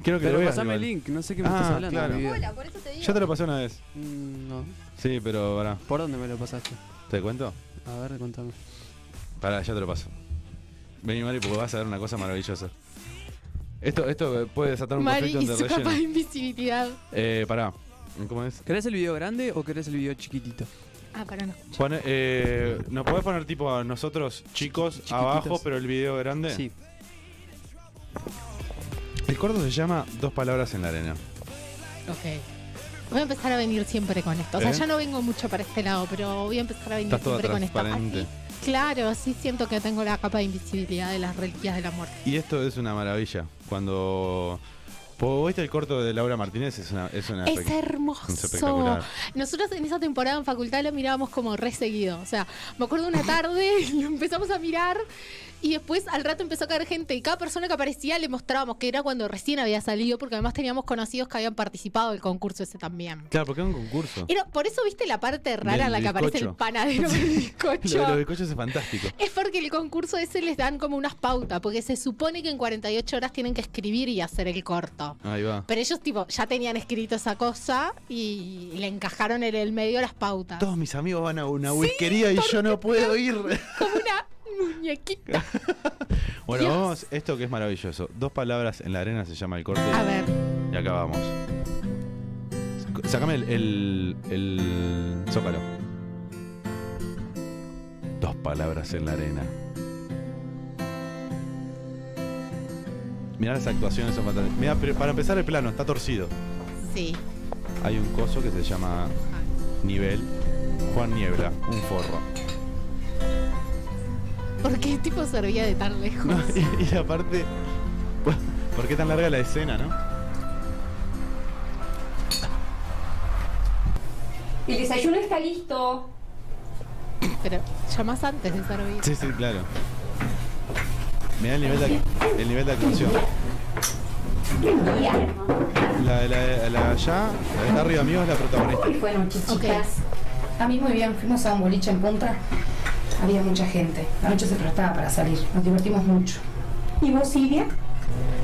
Speaker 2: Quiero que
Speaker 3: Pero
Speaker 2: lo veas.
Speaker 3: pasame el
Speaker 2: igual.
Speaker 3: link, no sé qué me
Speaker 2: Ah,
Speaker 3: estás hablando.
Speaker 2: claro.
Speaker 3: mi vida.
Speaker 1: por eso te
Speaker 2: Yo te lo pasé una vez.
Speaker 3: Mm, No.
Speaker 2: Sí, pero pará.
Speaker 3: ¿Por dónde me lo pasaste?
Speaker 2: ¿Te cuento?
Speaker 3: A ver, contame.
Speaker 2: Pará, ya te lo paso. Vení, Mario, porque vas a ver una cosa maravillosa. Esto, esto puede desatar un
Speaker 4: Mari
Speaker 2: conflicto
Speaker 4: y su
Speaker 2: entre
Speaker 4: capa de
Speaker 2: rellenos.
Speaker 4: invisibilidad.
Speaker 2: Eh, pará. ¿Cómo es?
Speaker 3: ¿Querés el video grande o querés el video chiquitito?
Speaker 4: Ah, para no.
Speaker 2: Pone- eh, ¿Nos podés poner tipo a nosotros chicos
Speaker 3: Chiquititos.
Speaker 2: abajo, pero el video grande?
Speaker 3: Sí.
Speaker 2: El corto se llama Dos palabras en la arena.
Speaker 4: Ok. Voy a empezar a venir siempre con esto. O sea,
Speaker 2: ¿Eh?
Speaker 4: ya no vengo mucho para este lado, pero voy a empezar a venir
Speaker 2: Estás toda
Speaker 4: siempre con esto.
Speaker 2: transparente.
Speaker 4: Así, claro, sí siento que tengo la capa de invisibilidad de las reliquias de la muerte.
Speaker 2: Y esto es una maravilla. Cuando. ¿Vos viste el corto de Laura Martínez? Es una. Es, una
Speaker 4: Es hermoso.
Speaker 2: Ah, es espectacular.
Speaker 4: Nosotros en esa temporada en facultad lo mirábamos como re seguido. O sea, me acuerdo una tarde, lo empezamos a mirar y después al rato empezó a caer gente. Y cada persona que aparecía le mostrábamos que era cuando recién había salido, porque además teníamos conocidos que habían participado del concurso ese también.
Speaker 2: Claro, porque es un concurso.
Speaker 4: Era- por eso viste la parte rara
Speaker 2: Del
Speaker 4: en la que aparece el
Speaker 2: bizcocho.
Speaker 4: panadero del
Speaker 2: Lo de los
Speaker 4: bizcocho.
Speaker 2: bizcochos es fantástico.
Speaker 4: Es porque el concurso ese les dan como unas pautas, porque se supone que en 48 horas tienen que escribir y hacer el corto.
Speaker 2: Ahí va.
Speaker 4: Pero ellos tipo ya tenían escrito esa cosa y le encajaron en el medio las pautas.
Speaker 2: Todos mis amigos van a una whiskería y yo no puedo ir.
Speaker 4: Como una muñequita.
Speaker 2: Bueno,
Speaker 4: Dios.
Speaker 2: vamos. Esto que es maravilloso. Dos palabras en la arena se llama el corto.
Speaker 4: A ver,
Speaker 2: Y acá vamos. Sac- Sacame el, el, el zócalo. Dos palabras en la arena. Mirá las actuaciones son fantásticas. Mirá, pero para empezar el plano, está torcido.
Speaker 4: sí.
Speaker 2: Hay un coso que se llama Nivel. Juan Niebla, un forro.
Speaker 4: ¿Por qué tipo servía de tan lejos?
Speaker 2: No, y, y aparte, po- ¿por qué tan larga la escena, no?
Speaker 7: El desayuno está listo.
Speaker 4: Pero llamás antes de servir.
Speaker 2: Sí, sí, claro. Mirá el nivel de, el nivel de actuación. La, la, la allá, la que está arriba mío, es la protagonista.
Speaker 7: Y fue noche,
Speaker 4: Ok.
Speaker 7: chicas. A mí muy bien, fuimos a un boliche en punta. Había mucha gente. La noche se prestaba para salir. Nos divertimos mucho.
Speaker 5: ¿Y vos, Silvia?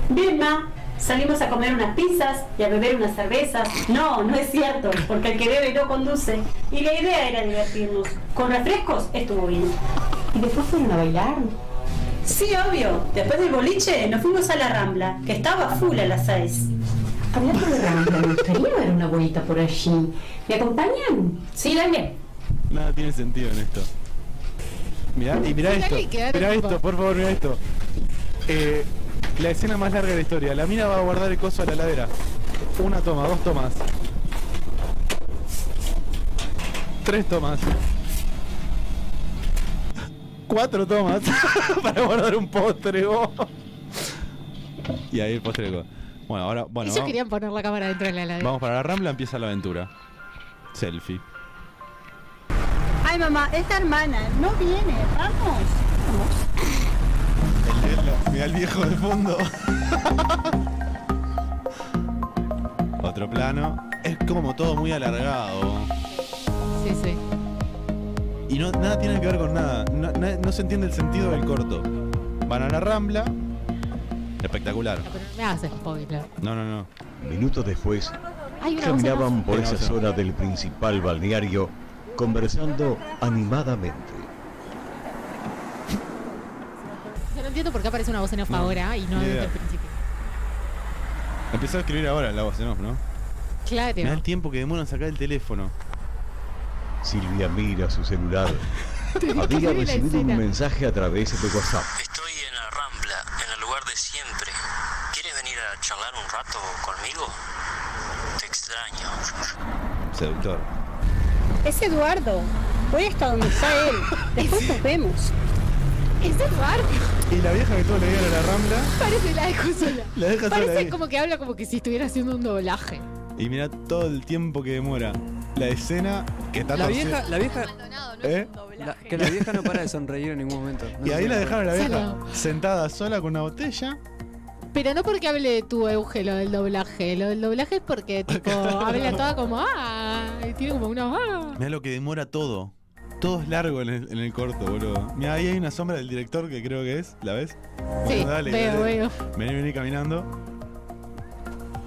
Speaker 8: Bien, ma, salimos a comer unas pizzas y a beber unas cervezas. No, no es cierto, porque el que bebe no conduce. Y la idea era divertirnos. Con refrescos estuvo bien. ¿Y después fueron a bailar? Sí, obvio. Después del boliche nos fuimos a la Rambla, que estaba full a las seis.
Speaker 5: Hablando de Rambla, me gustaría ver una bolita por allí. ¿Me acompañan? Sí, dale.
Speaker 2: Nada tiene sentido en esto. Mirá, y mirá esto.
Speaker 4: que quedaron
Speaker 2: Mirá
Speaker 4: tipo-
Speaker 2: esto, por favor, mirá esto. Eh, la escena más larga de la historia. La mina va a guardar el coso a la ladera. Una toma, dos tomas. Tres tomas. Cuatro tomas para guardar un postre. vos. Y ahí el postre. co- Bueno, ahora, bueno,
Speaker 4: ellos
Speaker 2: vamos,
Speaker 4: querían poner la cámara dentro de la heladera.
Speaker 2: vamos para la Rambla, empieza la aventura. Selfie.
Speaker 8: Ay, mamá, esta hermana no viene. Vamos.
Speaker 2: Mira el viejo de fondo. Otro plano. Es como todo muy alargado.
Speaker 4: Sí, sí.
Speaker 2: Y no, nada tiene que ver con nada. No, na- no se entiende el sentido del corto. Van a la rambla. Espectacular.
Speaker 4: No, pero no me hagas spoiler.
Speaker 2: No, no, no.
Speaker 9: Minutos después,
Speaker 4: Hay una cosa más.
Speaker 9: caminaban por
Speaker 2: Penoso.
Speaker 9: esa zona del principal balneario, conversando animadamente.
Speaker 4: Yo no entiendo por qué aparece una voz en off ahora y
Speaker 2: Ni
Speaker 4: no desde
Speaker 2: idea.
Speaker 4: el principio.
Speaker 2: Empezó a escribir ahora la voz en off, ¿no? Mirá
Speaker 4: Claro.
Speaker 2: el tiempo que demoran sacar el teléfono.
Speaker 9: Silvia mira su celular. Había
Speaker 4: la
Speaker 9: recibido
Speaker 4: escena.
Speaker 9: un mensaje a través de WhatsApp.
Speaker 10: Estoy en la Rambla, en el lugar de siempre. ¿Quieres venir a charlar un rato conmigo? Te extraño.
Speaker 2: Seductor.
Speaker 5: Es Eduardo. Voy hasta donde está él. Después nos vemos.
Speaker 4: Es Eduardo,
Speaker 2: Y la vieja que todo le dieron a la rambla.
Speaker 4: parece la de consola.
Speaker 2: La deja sola ahí.
Speaker 4: Parece como que habla como que si estuviera haciendo un doblaje.
Speaker 2: Y mira todo el tiempo que demora. La escena que está
Speaker 3: La
Speaker 2: torcida.
Speaker 3: vieja, la vieja,
Speaker 1: Maldonado, no
Speaker 2: ¿Eh?
Speaker 1: es un doblaje.
Speaker 3: la- que la vieja no para de sonreír en ningún momento. No
Speaker 2: Y ahí
Speaker 3: sé
Speaker 2: la
Speaker 3: qué
Speaker 2: dejaron a la vieja
Speaker 4: Salado.
Speaker 2: sentada sola con una botella.
Speaker 4: Pero no porque hable de tu Euge, lo del doblaje. Lo del doblaje es porque, tipo, habla toda como, ah, y tiene como una vaga.
Speaker 2: Mirá lo que demora todo. Todo es largo en el, en el corto, boludo. Mira, ahí hay una sombra del director que creo que es. ¿La ves?
Speaker 4: Sí,
Speaker 2: Bueno, dale,
Speaker 4: veo,
Speaker 2: dale.
Speaker 4: veo.
Speaker 2: Vení, vení caminando.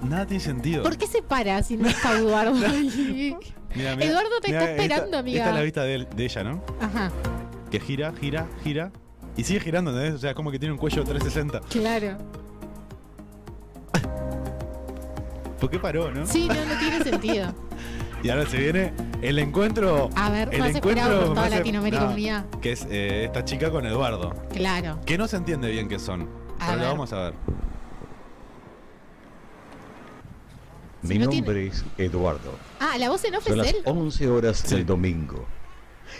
Speaker 2: Nada tiene sentido.
Speaker 4: ¿Por qué se para si no está Eduardo ahí?
Speaker 2: Mirá,
Speaker 4: Eduardo te
Speaker 2: mirá,
Speaker 4: está
Speaker 2: esta-
Speaker 4: esperando, amiga.
Speaker 2: Esta es la vista de, él- de ella, ¿no?
Speaker 4: Ajá,
Speaker 2: Que gira, gira, gira. Y sigue girando, ¿entendés? O sea, como que tiene un cuello 360.
Speaker 4: claro.
Speaker 2: ¿Por qué paró, no?
Speaker 4: Sí, no, no tiene sentido.
Speaker 2: Y ahora se viene el encuentro.
Speaker 4: A ver,
Speaker 2: el
Speaker 4: más esperado por toda
Speaker 2: más e-
Speaker 4: Latinoamérica
Speaker 2: no,
Speaker 4: Unida.
Speaker 2: Que es eh, esta chica con Eduardo.
Speaker 4: Claro.
Speaker 2: Que no se entiende bien qué son.
Speaker 4: A
Speaker 2: pero lo
Speaker 4: ver.
Speaker 2: vamos a ver.
Speaker 9: Mi nombre es Eduardo.
Speaker 4: Ah, la voz en off
Speaker 9: Son
Speaker 4: es
Speaker 9: las
Speaker 4: él.
Speaker 9: 11 horas del domingo.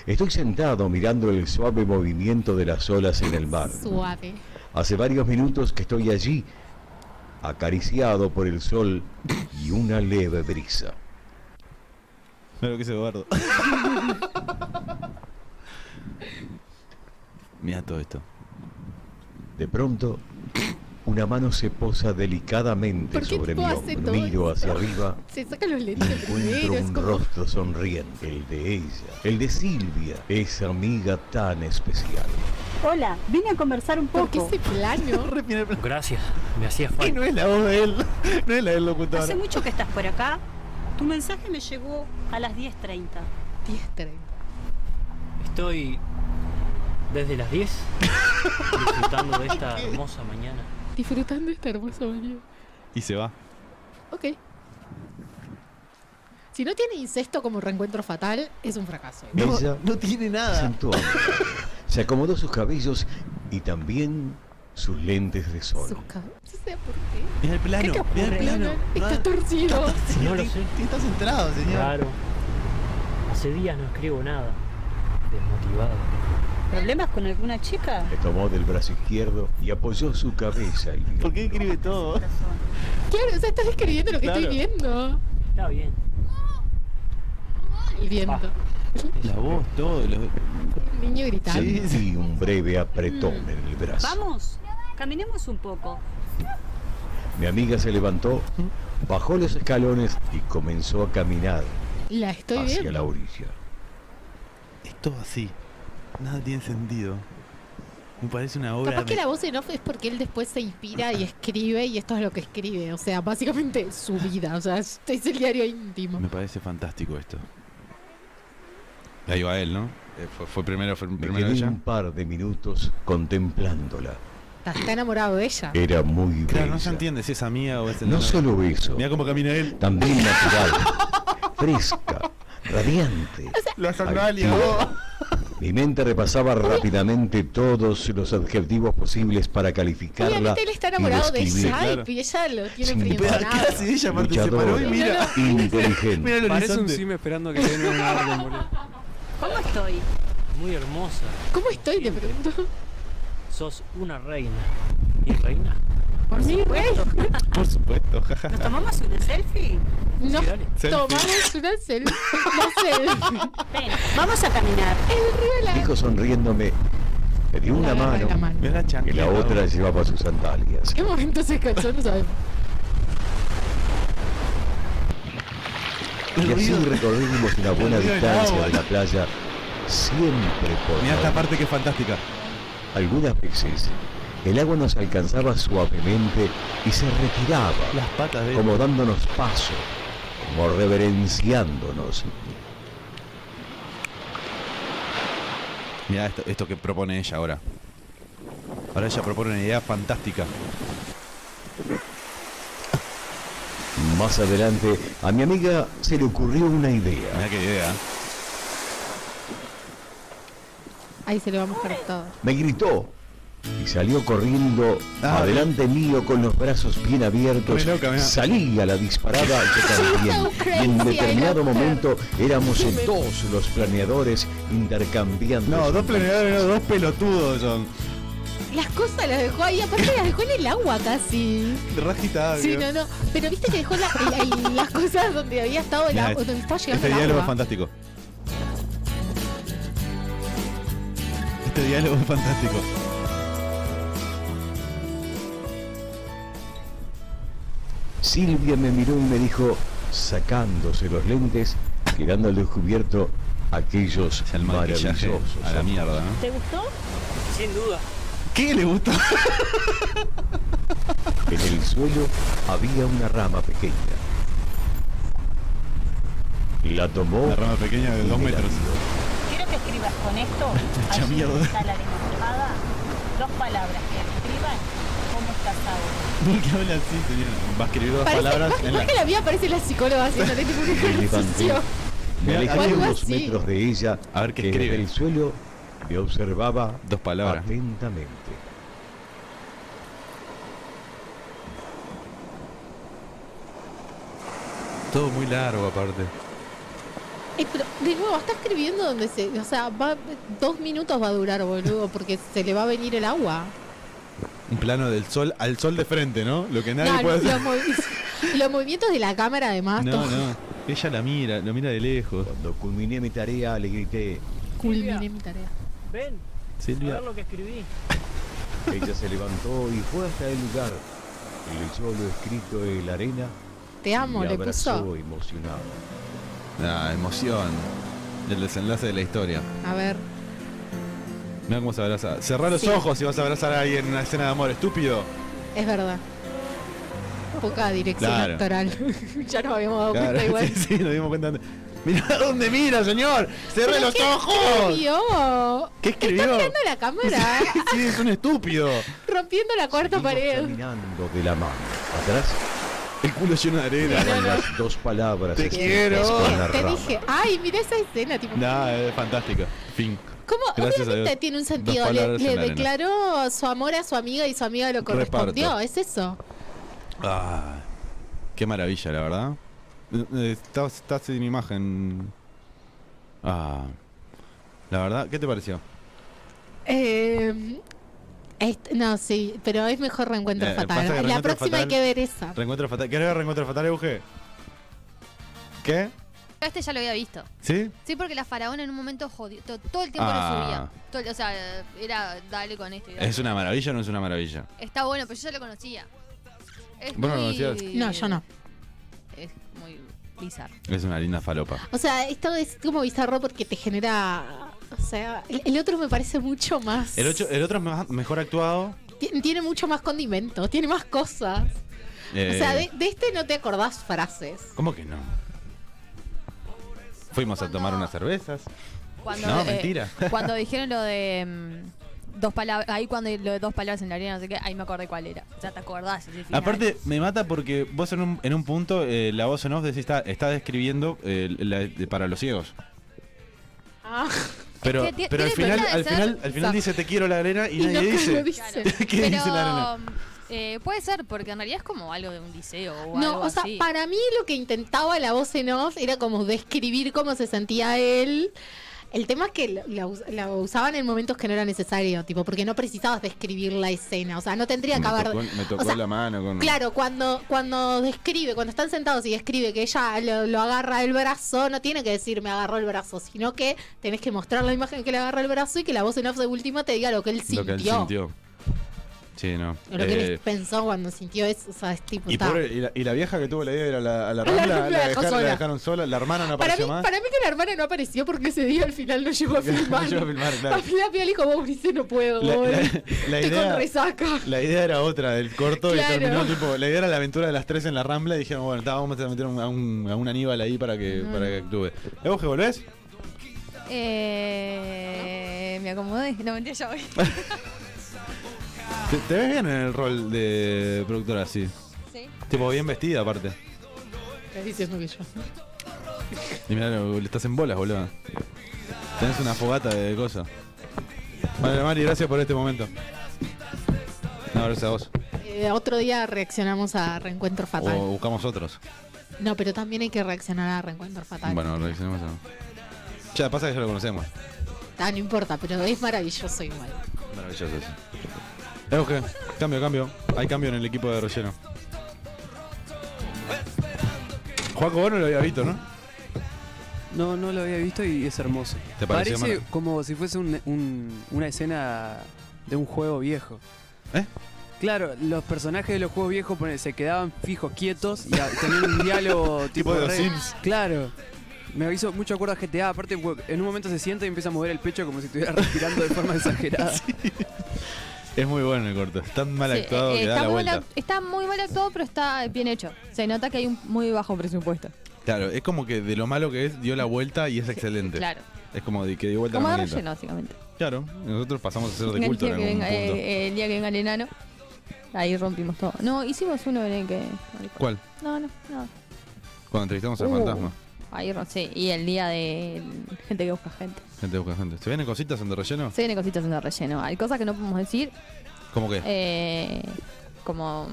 Speaker 9: Estoy sentado mirando el suave movimiento de las olas en el mar.
Speaker 4: Suave.
Speaker 9: Hace varios minutos que estoy allí, acariciado por el sol y una leve brisa.
Speaker 2: Mira lo que es Eduardo. Mira todo esto.
Speaker 9: De pronto, una mano se posa delicadamente
Speaker 4: ¿Por qué
Speaker 9: sobre
Speaker 4: tipo
Speaker 9: mi
Speaker 4: hace todo
Speaker 9: hombro. Miro hacia
Speaker 4: esto?
Speaker 9: arriba
Speaker 4: Se saca los lentes primero.
Speaker 9: Encuentro
Speaker 4: Es
Speaker 9: un
Speaker 4: como...
Speaker 9: rostro sonriente, el de ella, el de Silvia, esa amiga tan especial.
Speaker 8: Hola, vine a conversar un
Speaker 4: ¿Por
Speaker 1: "Oh,
Speaker 8: poco.
Speaker 4: qué ese plano?
Speaker 11: Gracias, me hacía
Speaker 2: Y
Speaker 11: falta.
Speaker 2: no es la voz de él. No es la del locutor.
Speaker 8: Hace mucho que estás por acá. Tu mensaje me llegó a las 10.30.
Speaker 4: 10.30.
Speaker 11: Estoy desde las 10 disfrutando de esta hermosa mañana.
Speaker 4: Disfrutando este hermoso video.
Speaker 2: Y se va.
Speaker 4: Ok. Si no tiene incesto como reencuentro fatal, es un fracaso.
Speaker 9: ella no tiene nada. se acomodó sus cabellos y también sus lentes de sol.
Speaker 4: Sus cab- No sé por qué.
Speaker 2: Mira el
Speaker 4: ¿Qué
Speaker 2: plano.
Speaker 4: te
Speaker 2: Mira el
Speaker 4: ocurre?
Speaker 2: plano.
Speaker 4: Está torcido.
Speaker 11: No lo sé.
Speaker 2: Está centrado, señor.
Speaker 11: Claro. Hace días no escribo nada. Desmotivado.
Speaker 8: ¿Problemas con alguna chica?
Speaker 9: Le tomó del brazo izquierdo y apoyó su cabeza. Y
Speaker 2: ¿Por qué escribe todo?
Speaker 4: Claro, o sea, estás describiendo lo que
Speaker 2: Claro.
Speaker 4: estoy viendo.
Speaker 11: Está bien.
Speaker 4: El viento.
Speaker 2: La voz, todo. lo-
Speaker 4: El niño gritando.
Speaker 9: sentí un breve apretón en el brazo.
Speaker 8: Vamos, caminemos un poco.
Speaker 9: Mi amiga se levantó, bajó los escalones y comenzó a caminar
Speaker 4: La estoy
Speaker 9: hacia
Speaker 4: viendo.
Speaker 9: la orilla.
Speaker 2: Es todo así. Nada tiene sentido. Me parece una obra.
Speaker 4: Capaz que
Speaker 2: de-
Speaker 4: la voz en off es porque él después se inspira y escribe y esto es lo que escribe. O sea, básicamente su vida. O sea, es, es el diario íntimo.
Speaker 2: Me parece fantástico esto. Ahí va él, ¿no? Eh, fue, fue primero, fue
Speaker 9: Me
Speaker 2: primero
Speaker 9: quedé
Speaker 2: ella.
Speaker 9: un par de minutos contemplándola.
Speaker 4: Está, está enamorado de ella.
Speaker 9: Era muy
Speaker 2: Claro, no se
Speaker 9: bella.
Speaker 2: entiende si es amiga o es
Speaker 9: No solo eso,
Speaker 2: Mira cómo camina él.
Speaker 9: también natural, fresca, radiante.
Speaker 2: Las
Speaker 9: sandalias, Mi mente repasaba rápidamente todos los adjetivos posibles para calificarla
Speaker 4: Obviamente él está
Speaker 9: y
Speaker 4: enamorado de
Speaker 9: describirla.
Speaker 4: ella
Speaker 2: claro.
Speaker 4: y ella lo tiene
Speaker 9: Sin
Speaker 4: friegonado.
Speaker 2: Casi ella aparte se
Speaker 9: Luchadora.
Speaker 2: paró y mira.
Speaker 9: inteligente,
Speaker 2: Mira el
Speaker 3: Parece un
Speaker 2: horizonte.
Speaker 3: sim esperando que le den un orden, boludo.
Speaker 8: ¿Cómo estoy?
Speaker 11: Muy hermosa.
Speaker 4: ¿Cómo estoy? Te pregunto.
Speaker 11: Sos una reina. ¿Mi reina?
Speaker 8: Por supuesto.
Speaker 2: Por supuesto, jaja.
Speaker 8: ¿Nos tomamos una selfie?
Speaker 4: Nos
Speaker 11: dale.
Speaker 2: Selfie.
Speaker 4: tomamos una selfie. Una selfie.
Speaker 8: Ven, vamos a caminar.
Speaker 9: dijo sonriéndome. Le dio una
Speaker 4: La agarra de la
Speaker 9: mano
Speaker 4: mano.
Speaker 2: Mira la
Speaker 9: que
Speaker 2: chancla.
Speaker 9: la otra llevaba sus sandalias.
Speaker 4: ¿Qué momento se cansó? No sabemos.
Speaker 9: Y así recorrimos una buena
Speaker 2: El ruido del
Speaker 9: distancia
Speaker 2: agua.
Speaker 9: de la playa, siempre por
Speaker 2: Mira esta
Speaker 9: la
Speaker 2: parte que es fantástica.
Speaker 9: Algunas veces el agua nos alcanzaba suavemente y se retiraba,
Speaker 2: Las patas de
Speaker 9: como dándonos paso, como reverenciándonos.
Speaker 2: Mira esto, esto que propone ella ahora. Ahora ella propone una idea fantástica.
Speaker 9: Más adelante, a mi amiga se le ocurrió una idea.
Speaker 2: Mira qué idea.
Speaker 4: Ahí se lo vamos a mostrar todo.
Speaker 9: Me gritó y salió corriendo
Speaker 2: Ah,
Speaker 9: adelante mío con los brazos bien abiertos.
Speaker 2: Re loca, mirá.
Speaker 9: Salí a la disparada yo
Speaker 4: So
Speaker 9: también. Y en
Speaker 4: crazy, I
Speaker 9: determinado
Speaker 4: love her.
Speaker 9: momento éramos dos los planeadores intercambiando.
Speaker 2: No, dos
Speaker 9: sus
Speaker 2: planeadores, no, dos pelotudos son.
Speaker 4: Las cosas las dejó ahí, aparte las dejó en el agua casi.
Speaker 2: Rajita.
Speaker 4: Sí, no, no. Pero viste que dejó la- el- el- las cosas donde había estado el agua, donde estaba llegando
Speaker 2: Este
Speaker 4: el
Speaker 2: diálogo es
Speaker 4: agua.
Speaker 2: fantástico. Este diálogo es fantástico.
Speaker 9: Silvia me miró y me dijo, sacándose los lentes, quedando al descubierto aquellos
Speaker 2: maquillaje
Speaker 9: maravillosos.
Speaker 2: a la mierda, ¿no?
Speaker 12: ¿Te gustó?
Speaker 11: Sin duda.
Speaker 2: ¿Qué le gustó?
Speaker 9: En el suelo había una rama pequeña. La tomó. La
Speaker 2: rama pequeña de
Speaker 9: dos metros.
Speaker 12: Quiero que escribas con esto,
Speaker 9: Mucha
Speaker 12: allí
Speaker 9: mierda.
Speaker 12: está la demostrada, dos palabras que escriban cómo estás ahora.
Speaker 2: ¿Por qué habla así, señora? Va a escribir dos
Speaker 4: Parece,
Speaker 2: palabras
Speaker 4: ¿por
Speaker 2: Ah, en la...
Speaker 4: qué la vida parece la psicóloga haciéndole tipo un
Speaker 9: Me levanté.
Speaker 4: ejercicio?
Speaker 9: Me alejé
Speaker 4: Algo
Speaker 9: unos
Speaker 4: así.
Speaker 9: metros de ella. A ver qué
Speaker 2: escribe.
Speaker 9: Desde el suelo me observaba
Speaker 2: Dos palabras.
Speaker 9: atentamente.
Speaker 2: Ah, Todo muy largo, aparte.
Speaker 4: Eh, pero, de nuevo, está escribiendo donde se. O sea, va, dos minutos va a durar, boludo, porque se le va a venir el agua.
Speaker 2: Un plano del sol al sol de frente, ¿no? Lo que nadie
Speaker 4: No,
Speaker 2: puede
Speaker 4: los,
Speaker 2: hacer.
Speaker 4: movi- los movimientos de la cámara, además,
Speaker 2: No,
Speaker 4: todos-
Speaker 2: no. Ella la mira, lo mira de lejos.
Speaker 9: Cuando culminé mi tarea, le grité.
Speaker 4: culminé mi tarea.
Speaker 11: Ven, a
Speaker 9: Silvia.
Speaker 11: ver lo que escribí.
Speaker 9: Ella se levantó y fue hasta el lugar. Leyó lo escrito en la arena.
Speaker 4: Te amo,
Speaker 9: y
Speaker 4: le
Speaker 9: abrazó
Speaker 4: puso.
Speaker 9: emocionado.
Speaker 2: La emoción. El desenlace de la historia.
Speaker 4: A ver.
Speaker 2: Mira cómo se abraza. Cerrá los
Speaker 4: Sí.
Speaker 2: ojos si vas a abrazar a alguien en una escena de amor, estúpido.
Speaker 4: Es verdad. Poca dirección
Speaker 2: Claro.
Speaker 4: actoral. ya nos habíamos dado
Speaker 2: Claro,
Speaker 4: cuenta igual.
Speaker 2: sí, sí, nos dimos cuenta. antes. Mirá dónde mira, señor. Cerré
Speaker 4: ¿Pero
Speaker 2: los
Speaker 4: qué
Speaker 2: ojos.
Speaker 4: escribió?
Speaker 2: ¿Qué escribió?
Speaker 4: Está mirando la cámara,
Speaker 2: sí, es un estúpido.
Speaker 4: rompiendo la cuarta pared.
Speaker 9: Caminando de la mano. Atrás.
Speaker 2: El culo lleno de arena.
Speaker 9: Quedaban las dos palabras.
Speaker 2: Te
Speaker 9: escritas
Speaker 2: quiero.
Speaker 9: con la
Speaker 4: Te
Speaker 9: rama.
Speaker 4: dije, ay, mira esa escena, tipo.
Speaker 2: Nah, es fantástica. Fin.
Speaker 4: ¿Cómo?
Speaker 2: Gracias a
Speaker 4: Obviamente
Speaker 2: Dios.
Speaker 4: tiene un
Speaker 2: Dos
Speaker 4: sentido. Le,
Speaker 2: palabras en
Speaker 4: le
Speaker 2: la arena.
Speaker 4: declaró su amor a su amiga y su amiga lo correspondió.
Speaker 2: Reparto.
Speaker 4: Es eso.
Speaker 2: Ah, qué maravilla, la verdad. Eh, eh, Estás, estás sin imagen. Ah, la verdad, ¿qué te pareció?
Speaker 4: Eh, est- no, sí, pero es mejor reencuentro
Speaker 2: Eh,
Speaker 4: fatal.
Speaker 2: pasa que
Speaker 4: La
Speaker 2: Reencuentro
Speaker 4: próxima hay
Speaker 2: Fatal-
Speaker 4: que ver esa.
Speaker 2: Reencuentro fatal. ¿Querés ver reencuentro fatal, Euge? ¿Qué?
Speaker 13: Este ya lo había visto.
Speaker 2: ¿Sí?
Speaker 13: Sí, porque la faraona en un momento jodió. to- Todo el tiempo
Speaker 2: Ah.
Speaker 13: lo subía. Todo el- o sea, era dale con este. dale.
Speaker 2: ¿Es una maravilla o no es una maravilla?
Speaker 13: Está bueno, pero yo ya lo conocía. Es
Speaker 2: ¿Vos no lo
Speaker 13: muy-
Speaker 2: conocías?
Speaker 4: No, yo no.
Speaker 13: Es muy bizarro.
Speaker 2: Es una linda falopa.
Speaker 4: O sea, esto es como bizarro porque te genera. O sea, el, el otro me parece mucho más.
Speaker 2: El, ocho- eh. el otro es más- mejor actuado.
Speaker 4: ti- Tiene mucho más condimento, tiene más cosas.
Speaker 2: Eh,
Speaker 4: O sea, de, de este no te acordás frases.
Speaker 2: ¿Cómo que no? Fuimos a tomar unas cervezas.
Speaker 13: Cuando,
Speaker 2: no,
Speaker 13: eh,
Speaker 2: mentira.
Speaker 13: Cuando dijeron lo de mm, dos palabras, ahí cuando lo de dos palabras en la arena, no sé qué, ahí me acordé cuál era. Ya te acordás. ese final.
Speaker 2: Aparte, me mata porque vos en un, en un punto, eh, la voz en off decís, está, está describiendo eh, la- de- para los ciegos. Pero,
Speaker 13: Es que ti-
Speaker 2: pero al,
Speaker 13: Ah. tiene pinta
Speaker 2: final,
Speaker 13: de
Speaker 2: al, final,
Speaker 13: ser-
Speaker 2: al final
Speaker 13: Exacto.
Speaker 2: dice te quiero la arena y, nadie dice. ¿Qué
Speaker 13: Pero,
Speaker 2: dice la arena?
Speaker 13: eh, puede ser, porque en realidad es como algo de un liceo o
Speaker 4: No,
Speaker 13: algo
Speaker 4: o sea,
Speaker 13: así.
Speaker 4: para mí lo que intentaba la voz en off era como describir cómo se sentía él. El tema es que la- la, us- la usaban en momentos que no era necesario, tipo, porque no precisabas describir la escena. O sea, no tendría que
Speaker 2: Me
Speaker 4: haber.
Speaker 2: tocó, me
Speaker 4: o
Speaker 2: tocó
Speaker 4: sea,
Speaker 2: la mano con.
Speaker 4: Claro, cuando, cuando describe, cuando están sentados y describe que ella lo, lo agarra el brazo, no tiene que decir me agarró el brazo, sino que tenés que mostrar la imagen que le agarra el brazo y que la voz en off de última te diga lo que él sintió.
Speaker 2: lo que él sintió. Sí, no.
Speaker 4: Lo que él
Speaker 2: Eh,
Speaker 4: pensó cuando sintió eso, o sea, es tipo...
Speaker 2: y, e-
Speaker 4: ta.
Speaker 2: pobre- y la, y la vieja que tuvo la idea de ir a la, a la
Speaker 4: A la
Speaker 2: rambla, la,
Speaker 4: rambla la dejó
Speaker 2: dejaron- la
Speaker 4: sola.
Speaker 2: dejaron sola, la hermana no
Speaker 4: Para mí,
Speaker 2: apareció más.
Speaker 4: para mí que la hermana no apareció porque ese día al final no llegó a filmar.
Speaker 2: llegó a filmar, claro.
Speaker 4: Al final Pia le dijo, vos Brice, no puedo,
Speaker 2: La-
Speaker 4: voy.
Speaker 2: la- la
Speaker 4: Estoy
Speaker 2: idea-
Speaker 4: con resaca.
Speaker 2: La idea era otra del corto
Speaker 4: Claro.
Speaker 2: y terminó tipo. La idea era la aventura de las tres en la rambla y dijeron, bueno, está, vamos a meter un- a, un, a un Aníbal ahí para que,
Speaker 13: No,
Speaker 2: para que actúe. ¿Euge, volvés?
Speaker 13: Eh, me acomodé. No, mentira, ya voy.
Speaker 2: ¿Te, te ves bien en el rol de productora así?
Speaker 13: Sí.
Speaker 2: Tipo, bien vestida aparte.
Speaker 4: Estás diciendo que yo.
Speaker 2: Y mirá, lo- estás en bolas, boludo. Tenés una fogata de cosas. Vale, Mari, gracias por este momento. No, gracias a vos.
Speaker 4: Eh, otro día reaccionamos a Reencuentro Fatal.
Speaker 2: O buscamos otros.
Speaker 4: No, pero también hay que reaccionar a Reencuentro Fatal.
Speaker 2: Bueno, reaccionemos a. Ya, pasa que ya lo conocemos.
Speaker 4: Ah, no importa, pero es maravilloso igual.
Speaker 2: Maravilloso eso. Euge, cambio, cambio. Hay cambio en el equipo de relleno. Juaco, vos no lo había visto, ¿no?
Speaker 3: No, no lo había visto y es hermoso.
Speaker 2: ¿Te pareció
Speaker 3: Parece
Speaker 2: mara-
Speaker 3: como si fuese un- un- una escena de un juego viejo.
Speaker 2: ¿Eh?
Speaker 3: Claro, los personajes de los juegos viejos ponele, se quedaban fijos, quietos y a- tenían un diálogo tipo,
Speaker 2: de los
Speaker 3: re-
Speaker 2: Sims.
Speaker 3: Claro. Me hizo mucho acuerdo a GTA, aparte porque en un momento se sienta y empieza a mover el pecho como si estuviera respirando de forma exagerada.
Speaker 2: Es muy bueno el corto. Es tan mal
Speaker 1: Sí,
Speaker 2: actuado
Speaker 1: eh,
Speaker 2: que da
Speaker 1: está,
Speaker 2: la
Speaker 1: muy
Speaker 2: vuelta.
Speaker 1: mal act- está muy mal actuado, pero está bien hecho. Se nota que hay un muy bajo presupuesto.
Speaker 2: Claro, es como que de lo malo que es, dio la vuelta y es excelente.
Speaker 1: claro.
Speaker 2: Es como de que dio vuelta
Speaker 1: Como
Speaker 2: la
Speaker 1: de
Speaker 2: maneta.
Speaker 1: relleno, básicamente.
Speaker 2: Claro, nosotros pasamos a ser de
Speaker 1: el,
Speaker 2: culto
Speaker 1: día
Speaker 2: en
Speaker 1: que
Speaker 2: algún
Speaker 1: venga,
Speaker 2: punto.
Speaker 1: eh, eh, el día que venga el enano, ahí rompimos todo. No, hicimos uno en el que.
Speaker 2: ¿Cuál?
Speaker 1: No, no, no.
Speaker 2: Cuando entrevistamos al
Speaker 1: Uh.
Speaker 2: fantasma.
Speaker 1: Ahí rom- sí. Y el día de gente que busca gente.
Speaker 2: Gente busca gente. ¿Se vienen cositas en de relleno?
Speaker 1: Se vienen cositas en el relleno. Hay cosas que no podemos decir,
Speaker 2: ¿Cómo que?
Speaker 1: eh, como.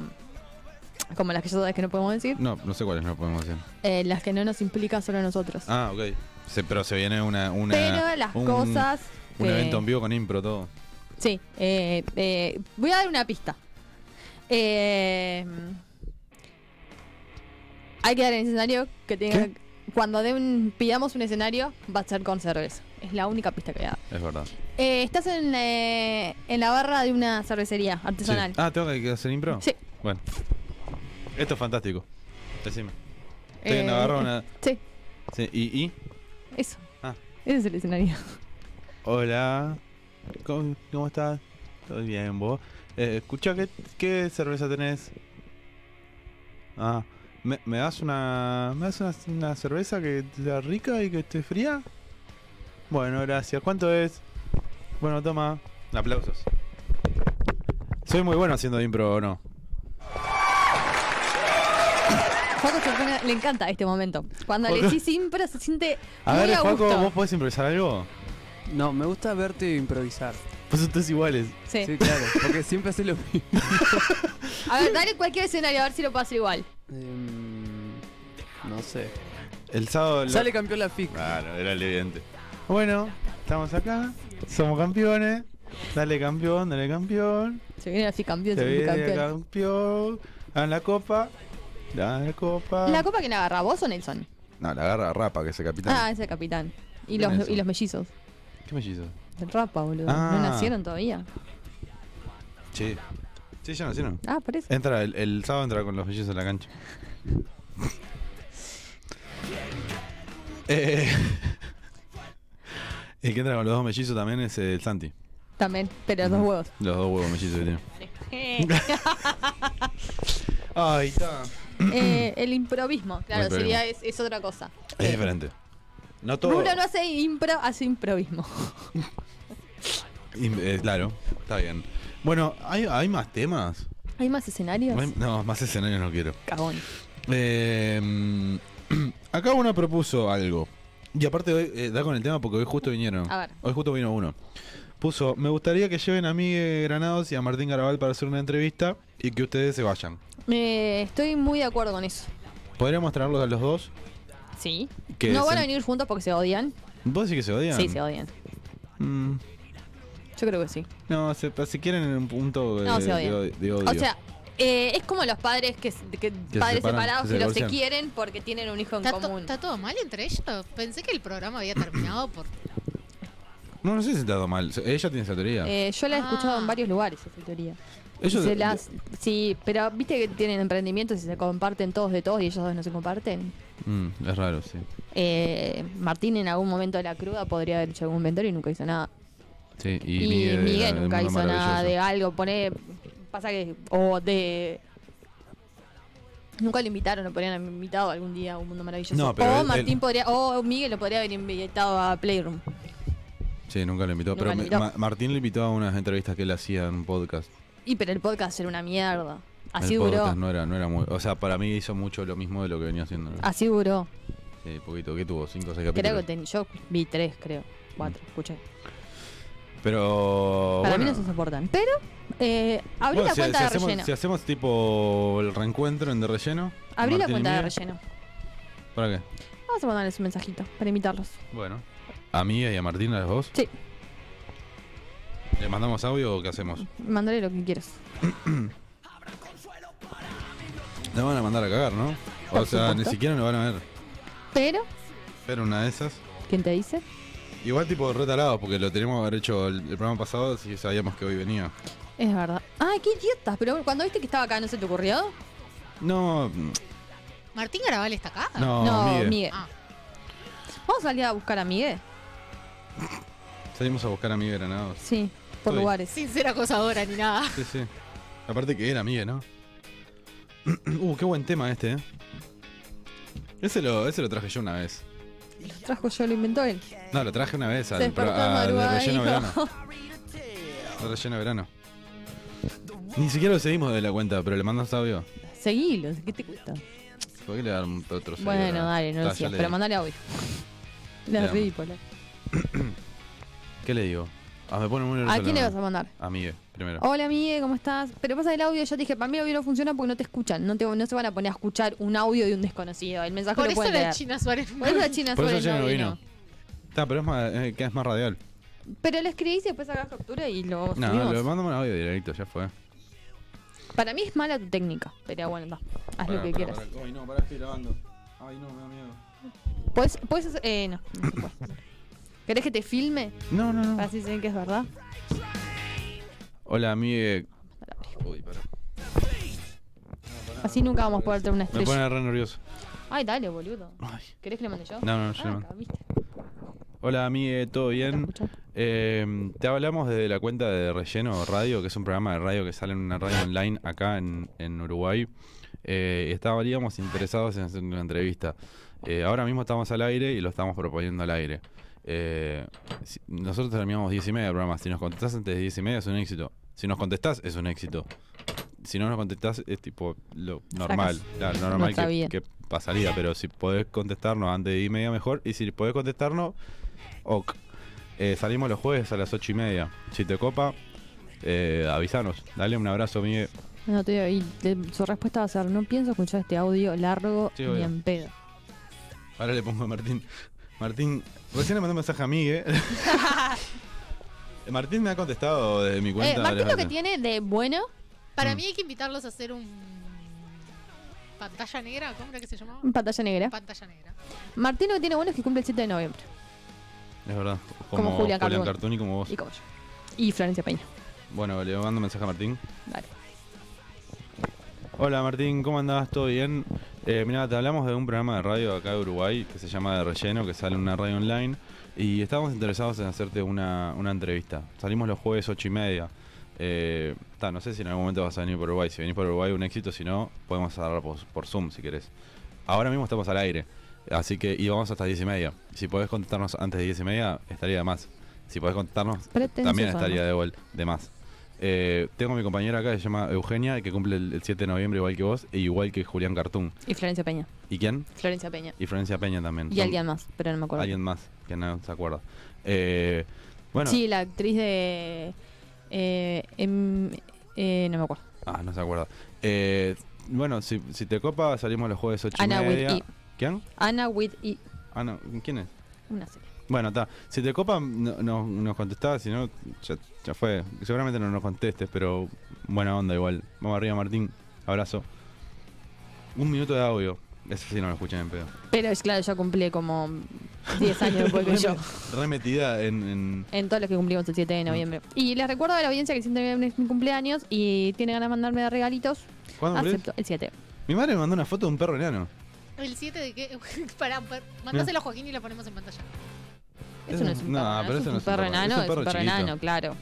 Speaker 1: Como las que yo sabes que no podemos decir,
Speaker 2: No, no sé cuáles no podemos decir.
Speaker 1: eh, las que no nos implican solo a nosotros.
Speaker 2: Ah, ok. Se- pero se viene una. una
Speaker 1: Pero las
Speaker 2: un-
Speaker 1: cosas
Speaker 2: Un
Speaker 1: que-
Speaker 2: evento en vivo con impro, todo.
Speaker 1: Sí, eh, eh, voy a dar una pista. Eh, hay que dar el escenario que tenga. Cuando den un- pidamos un escenario, va a ser con cerveza. Es la única pista que voy a dar.
Speaker 2: Es verdad.
Speaker 1: Eh, estás en, eh, en la barra de una cervecería
Speaker 2: Sí.
Speaker 1: artesanal.
Speaker 2: Ah, ¿tengo que hacer impro?
Speaker 1: Sí.
Speaker 2: Bueno. Esto es fantástico. Decime. Estoy en
Speaker 1: Eh,
Speaker 2: Navarra, una.
Speaker 1: Sí,
Speaker 2: Sí, y, y.
Speaker 1: Eh, eso.
Speaker 2: Ah.
Speaker 1: Ese es el escenario.
Speaker 2: Hola. ¿Cómo, cómo estás? Todo bien, vos. Eh, escucha, ¿qué, ¿qué cerveza tenés? Ah, ¿me, me das una. ¿Me das una, una cerveza que sea rica y que esté fría? Bueno, gracias. ¿Cuánto es? Bueno, toma. Aplausos. Soy muy bueno haciendo impro, ¿o no?
Speaker 1: Juaco se pone- le encanta este momento. Cuando le
Speaker 2: Juaco-
Speaker 1: decís impro se siente
Speaker 2: A
Speaker 1: muy
Speaker 2: ver,
Speaker 1: a
Speaker 2: Juaco,
Speaker 1: gusto.
Speaker 2: ¿vos podés improvisar algo?
Speaker 3: No, me gusta verte improvisar.
Speaker 2: Pues ustedes iguales.
Speaker 1: Sí.
Speaker 3: Sí, claro, porque siempre haces lo mismo.
Speaker 1: A ver, dale cualquier escenario, a ver si lo puedo hacer igual.
Speaker 3: Em, no sé.
Speaker 2: El sábado. lo-
Speaker 3: Sale campeón la FIC.
Speaker 2: Claro, era el evidente. Bueno, estamos acá. Somos campeones. Dale campeón, dale campeón.
Speaker 1: Se viene así campeón,
Speaker 2: Se
Speaker 1: se viene
Speaker 2: viene
Speaker 1: campeón.
Speaker 2: campeón. Hagan la copa. Hagan la copa.
Speaker 1: ¿La copa quién agarra? ¿Vos o Nelson?
Speaker 2: No, la agarra Rapa, que es el capitán.
Speaker 1: Ah, ese capitán. Y
Speaker 2: Bien
Speaker 1: los,
Speaker 2: eso.
Speaker 1: y los mellizos.
Speaker 2: ¿Qué mellizo?
Speaker 1: El Rapa, boludo.
Speaker 2: Ah.
Speaker 1: ¿No nacieron todavía?
Speaker 2: Sí. Sí, ya nacieron.
Speaker 1: Ah, por eso.
Speaker 2: Entra, el, el sábado entra con los mellizos en la cancha. Eh, el que entra con los dos mellizos también es el Santi.
Speaker 1: También, pero los dos huevos.
Speaker 2: Los dos huevos mellizos que tiene. Ay, está.
Speaker 1: Eh, el improvismo, claro,
Speaker 2: improvismo.
Speaker 1: sería es, es otra cosa.
Speaker 2: Es diferente. Eh, No todo.
Speaker 1: Bruno no hace impro, hace improvismo.
Speaker 2: Im- eh, claro, está bien. Bueno, ¿hay, hay más temas?
Speaker 1: ¿Hay más escenarios?
Speaker 2: No, hay- no, más escenarios no quiero.
Speaker 1: Cagón.
Speaker 2: Eh, mm, acá uno propuso algo. Y aparte hoy, eh, da con el tema porque hoy justo vinieron.
Speaker 1: A ver.
Speaker 2: Hoy justo vino uno. Puso, me gustaría que lleven a Miguel Granados y a Martín Garabal para hacer una entrevista y que ustedes se vayan.
Speaker 1: Eh, estoy muy de acuerdo con eso.
Speaker 2: ¿Podríamos traerlos a los dos?
Speaker 1: Sí.
Speaker 2: Que
Speaker 1: No
Speaker 2: se-
Speaker 1: van a venir juntos porque se odian.
Speaker 2: ¿Vos decís que se odian?
Speaker 1: Sí, se odian.
Speaker 2: Mm,
Speaker 1: Yo creo que sí.
Speaker 2: no, se, se quieren en un punto de,
Speaker 1: No, se
Speaker 2: de
Speaker 1: odian.
Speaker 2: odi- de odio.
Speaker 1: O sea, eh, es como los padres que, que-
Speaker 2: se
Speaker 1: padres
Speaker 2: separan,
Speaker 1: separados
Speaker 2: que se
Speaker 1: que los se
Speaker 2: divorcian.
Speaker 1: quieren porque tienen un hijo en
Speaker 4: ¿Está, to-
Speaker 1: común.
Speaker 4: está todo mal entre ellos? Pensé que el programa había terminado por...
Speaker 2: No, no sé si está todo mal. Ella tiene esa teoría.
Speaker 1: Eh, yo la he escuchado en varios lugares esa teoría.
Speaker 2: Ellos-
Speaker 1: Se las- sí, pero viste que tienen emprendimientos y se comparten todos de todos y ellos dos no se comparten.
Speaker 2: Mm, es raro, sí.
Speaker 1: Eh, Martín en algún momento de la cruda podría haber hecho algún inventario y nunca hizo nada.
Speaker 2: Sí, y,
Speaker 1: Y,
Speaker 2: Miguel,
Speaker 1: Miguel,
Speaker 2: de la- del
Speaker 1: nunca
Speaker 2: mundo
Speaker 1: hizo nada
Speaker 2: maravilloso.
Speaker 1: de algo. Pone, pasa que o de Nunca lo invitaron, lo podrían haber invitado algún día a un mundo maravilloso.
Speaker 2: No, pero
Speaker 1: o
Speaker 2: él-
Speaker 1: Martín
Speaker 2: él-
Speaker 1: podría, o Miguel lo podría haber invitado a Playroom.
Speaker 2: Sí, nunca lo invitó.
Speaker 1: Nunca
Speaker 2: pero
Speaker 1: lo
Speaker 2: me-
Speaker 1: invitó.
Speaker 2: Ma- Martín le invitó a unas entrevistas que él hacía en un podcast.
Speaker 1: Y pero el podcast era una mierda. Así
Speaker 2: el
Speaker 1: duró.
Speaker 2: podcast no era, no era muy. O sea, para mí hizo mucho lo mismo de lo que venía haciendo. ¿no?
Speaker 1: Así duró.
Speaker 2: Sí, poquito. ¿Qué tuvo? ¿Cinco o seis
Speaker 1: Ah. Creo
Speaker 2: capítulos?
Speaker 1: que ten- yo vi tres, creo. Cuatro, escuché.
Speaker 2: Pero.
Speaker 1: Para mí
Speaker 2: Mm. bueno,
Speaker 1: no se soportan. Pero, eh, abrí
Speaker 2: bueno,
Speaker 1: la
Speaker 2: si,
Speaker 1: cuenta
Speaker 2: si
Speaker 1: de
Speaker 2: hacemos,
Speaker 1: relleno.
Speaker 2: si hacemos tipo el reencuentro en de relleno.
Speaker 1: abrí
Speaker 2: Martín
Speaker 1: la
Speaker 2: y
Speaker 1: cuenta de
Speaker 2: Miguel,
Speaker 1: relleno.
Speaker 2: ¿Para qué?
Speaker 1: Vamos a mandarles un mensajito para invitarlos.
Speaker 2: Bueno. ¿A mí y a Martín a los dos?
Speaker 1: Sí.
Speaker 2: ¿Le mandamos audio o qué hacemos?
Speaker 1: Mándale lo que quieras.
Speaker 2: Le van a mandar a cagar, ¿no? O
Speaker 1: Por
Speaker 2: sea, ni
Speaker 1: supuesto.
Speaker 2: siquiera lo van a ver.
Speaker 1: Pero,
Speaker 2: Pero una de esas.
Speaker 1: ¿quién te dice?
Speaker 2: Igual tipo retalado, porque lo teníamos que haber hecho el, el programa pasado si sabíamos que hoy venía.
Speaker 1: Es verdad. Ah, qué idiotas. Pero cuando viste que estaba acá, ¿no se te ocurrió?
Speaker 2: No, mm,
Speaker 4: ¿Martín Garabal está acá?
Speaker 1: Ah,
Speaker 2: No, No, Miguel. Miguel.
Speaker 4: Ah.
Speaker 1: Vamos a salir a buscar a Miguel.
Speaker 2: Salimos a buscar a Miguel Granados.
Speaker 1: Sí, por
Speaker 2: Estoy.
Speaker 1: lugares.
Speaker 4: Sin ser acosadora ni nada.
Speaker 2: Sí, sí. Aparte que era Miguel, ¿no? Uh, qué buen tema este, ¿eh? Ese lo, ese lo traje yo una vez.
Speaker 1: Lo trajo yo, lo inventó él.
Speaker 2: No, lo traje una vez
Speaker 1: Se
Speaker 2: al pro-
Speaker 1: despertó de
Speaker 2: a- de
Speaker 1: madrugada,
Speaker 2: relleno
Speaker 1: dijo.
Speaker 2: verano. De relleno verano. Ni siquiera lo seguimos de la cuenta, pero le mandas audio.
Speaker 1: Seguilo, ¿qué te cuesta?
Speaker 2: ¿Por qué le dan otro seguidor?
Speaker 1: Bueno, dale, no
Speaker 2: Está,
Speaker 1: lo
Speaker 2: ya
Speaker 1: sigas,
Speaker 2: le
Speaker 1: pero
Speaker 2: di.
Speaker 1: mandale audio. No
Speaker 2: Le
Speaker 1: es
Speaker 2: damos.
Speaker 1: ridículo.
Speaker 2: ¿Qué le digo? Ah, me pone muy nervioso
Speaker 1: ¿A quién
Speaker 2: la
Speaker 1: le vas
Speaker 2: mano.
Speaker 1: a Oh, mandar?
Speaker 2: A Miguel, primero.
Speaker 1: Hola, Miguel, ¿cómo estás? Pero pasa el audio, yo te dije, para mí el audio no funciona porque no te escuchan. No, te, no se van a poner a escuchar un audio de un desconocido. El mensaje
Speaker 4: Por
Speaker 1: lo
Speaker 4: eso
Speaker 1: pueden
Speaker 4: la
Speaker 1: leer.
Speaker 4: China Suárez no
Speaker 1: Por eso la
Speaker 4: vino.
Speaker 1: China
Speaker 2: Por eso
Speaker 1: Suárez
Speaker 2: ya
Speaker 1: no
Speaker 2: no vino.
Speaker 1: vino.
Speaker 2: Está, pero es más, eh, que es más radial.
Speaker 1: Pero lo escribís y después hagas captura y lo
Speaker 2: No,
Speaker 1: subimos.
Speaker 2: lo mandamos un audio directo, ya fue.
Speaker 1: Para mí es mala tu técnica, pero bueno, va. Haz lo
Speaker 2: Pará,
Speaker 1: que
Speaker 2: pará,
Speaker 1: quieras.
Speaker 2: pará. Ay, no, pará, estoy grabando. Ay, no, me da miedo.
Speaker 1: ¿Puedes, puedes hacer- Eh, no. no se puede. ¿Querés que te filme?
Speaker 2: No, no, no.
Speaker 1: Para así saber que es verdad.
Speaker 2: Hola, Miguel. Uy, pará.
Speaker 1: Así nunca vamos a poder tener una
Speaker 2: Me
Speaker 1: estrella.
Speaker 2: pone re nervioso.
Speaker 1: Ay, dale, boludo. ¿Querés que le mande yo?
Speaker 2: No, no, no, yo le
Speaker 1: Ah,
Speaker 2: mando.
Speaker 1: acá, ¿viste?
Speaker 2: Hola, Miguel, ¿todo bien? Eh, te hablamos desde la cuenta de Relleno Radio, que es un programa de radio que sale en una radio online acá en, en Uruguay. Eh, estaríamos interesados en hacer una entrevista. Eh, ahora mismo estamos al aire y lo estamos proponiendo al aire. Eh, si- nosotros terminamos 10 y media el programa. Si nos contestás antes de 10 y media es un éxito. Si nos contestás es un éxito. Si no nos contestás es tipo lo normal. Claro, lo normal
Speaker 1: Nuestra
Speaker 2: que,
Speaker 1: vida.
Speaker 2: que pasaría. Pero si podés contestarnos antes de 10 y media mejor. Y si podés contestarnos, ok. Eh, salimos los jueves a las 8 y media. Si te copa, eh, avisanos. Dale un abrazo, Miguel.
Speaker 1: No, te digo, y te- su respuesta va a ser, no pienso escuchar este audio largo
Speaker 2: Sí,
Speaker 1: ni
Speaker 2: obvio.
Speaker 1: en pedo.
Speaker 2: Ahora le pongo a Martín. Martín, recién le mandé un mensaje a Miguel. Martín me ha contestado desde mi cuenta.
Speaker 1: Eh,
Speaker 2: varias
Speaker 1: Martín lo que
Speaker 2: veces.
Speaker 1: tiene de bueno,
Speaker 4: Para
Speaker 2: Mm.
Speaker 4: mí hay que invitarlos a hacer un. Pantalla negra, ¿cómo era que se llamaba?
Speaker 1: pantalla negra.
Speaker 4: Pantalla negra.
Speaker 1: Martín lo que tiene bueno es que cumple el 7 de noviembre.
Speaker 2: Es verdad.
Speaker 1: Como
Speaker 2: Como, Julián,
Speaker 1: Julián Carbone.
Speaker 2: Cartoon y como vos.
Speaker 1: Y como yo. Y Florencia Peña.
Speaker 2: Bueno, le mando un mensaje a Martín.
Speaker 1: Dale.
Speaker 2: Hola Martín, ¿cómo andás? ¿Todo bien? Eh, mira, te hablamos de un programa de radio acá de Uruguay que se llama De Relleno, que sale en una radio online. Y estamos interesados en hacerte una, una entrevista. Salimos los jueves 8 y media. Eh, ta, no sé si en algún momento vas a venir por Uruguay. Si venís por Uruguay, un éxito. Si no, podemos hablar por, por Zoom si querés. Ahora mismo estamos al aire. Así que y vamos hasta 10 y media. Si podés contestarnos antes de 10 y media, estaría de más. Si podés contestarnos,
Speaker 1: Pretencioso,
Speaker 2: también estaría
Speaker 1: además.
Speaker 2: de, vuel- de más. Eh, tengo a mi compañera acá que se llama Eugenia, que cumple el, el 7 de noviembre igual que vos, e igual que Julián Cartún.
Speaker 1: Y Florencia Peña.
Speaker 2: ¿Y quién?
Speaker 1: Florencia Peña.
Speaker 2: Y Florencia Peña también.
Speaker 1: Y
Speaker 2: Son-
Speaker 1: alguien más, pero no me acuerdo.
Speaker 2: Alguien más, que no se acuerda. Eh, bueno.
Speaker 1: Sí, la actriz de... eh, em- eh, no me acuerdo.
Speaker 2: Ah, no se acuerda. Eh, bueno, si, si te copa, salimos los jueves 8
Speaker 1: Ana
Speaker 2: y
Speaker 1: with
Speaker 2: media.
Speaker 1: I.
Speaker 2: ¿Quién?
Speaker 1: Ana Witt y...
Speaker 2: Ana, ¿quién es?
Speaker 1: Una serie.
Speaker 2: Bueno, está. Si te copa, no, no- nos contestás, si no, ya, ya fue. Seguramente no nos contestes, pero buena onda igual. Vamos arriba, Martín. Abrazo. Un minuto de audio. Eso sí no lo escuchan en pedo.
Speaker 1: Pero es claro, yo cumplí como 10 años después que yo.
Speaker 2: Remetida en... en-
Speaker 1: En todos los que cumplimos el 7 de noviembre. Y les recuerdo a la audiencia que el 7 de noviembre es mi cumpleaños y tiene ganas de mandarme de regalitos.
Speaker 2: ¿Cuándo cumplís?
Speaker 1: Acepto, el 7.
Speaker 2: Mi madre me mandó una foto de un perro enano.
Speaker 4: ¿El 7 de qué? Pará, par- mandáselo a Joaquín y lo ponemos en pantalla.
Speaker 1: Eso no es un
Speaker 2: No,
Speaker 1: perro,
Speaker 2: pero eso
Speaker 1: es
Speaker 2: no
Speaker 1: un perro enano, es un perro,
Speaker 2: chiquito.
Speaker 1: enano, claro.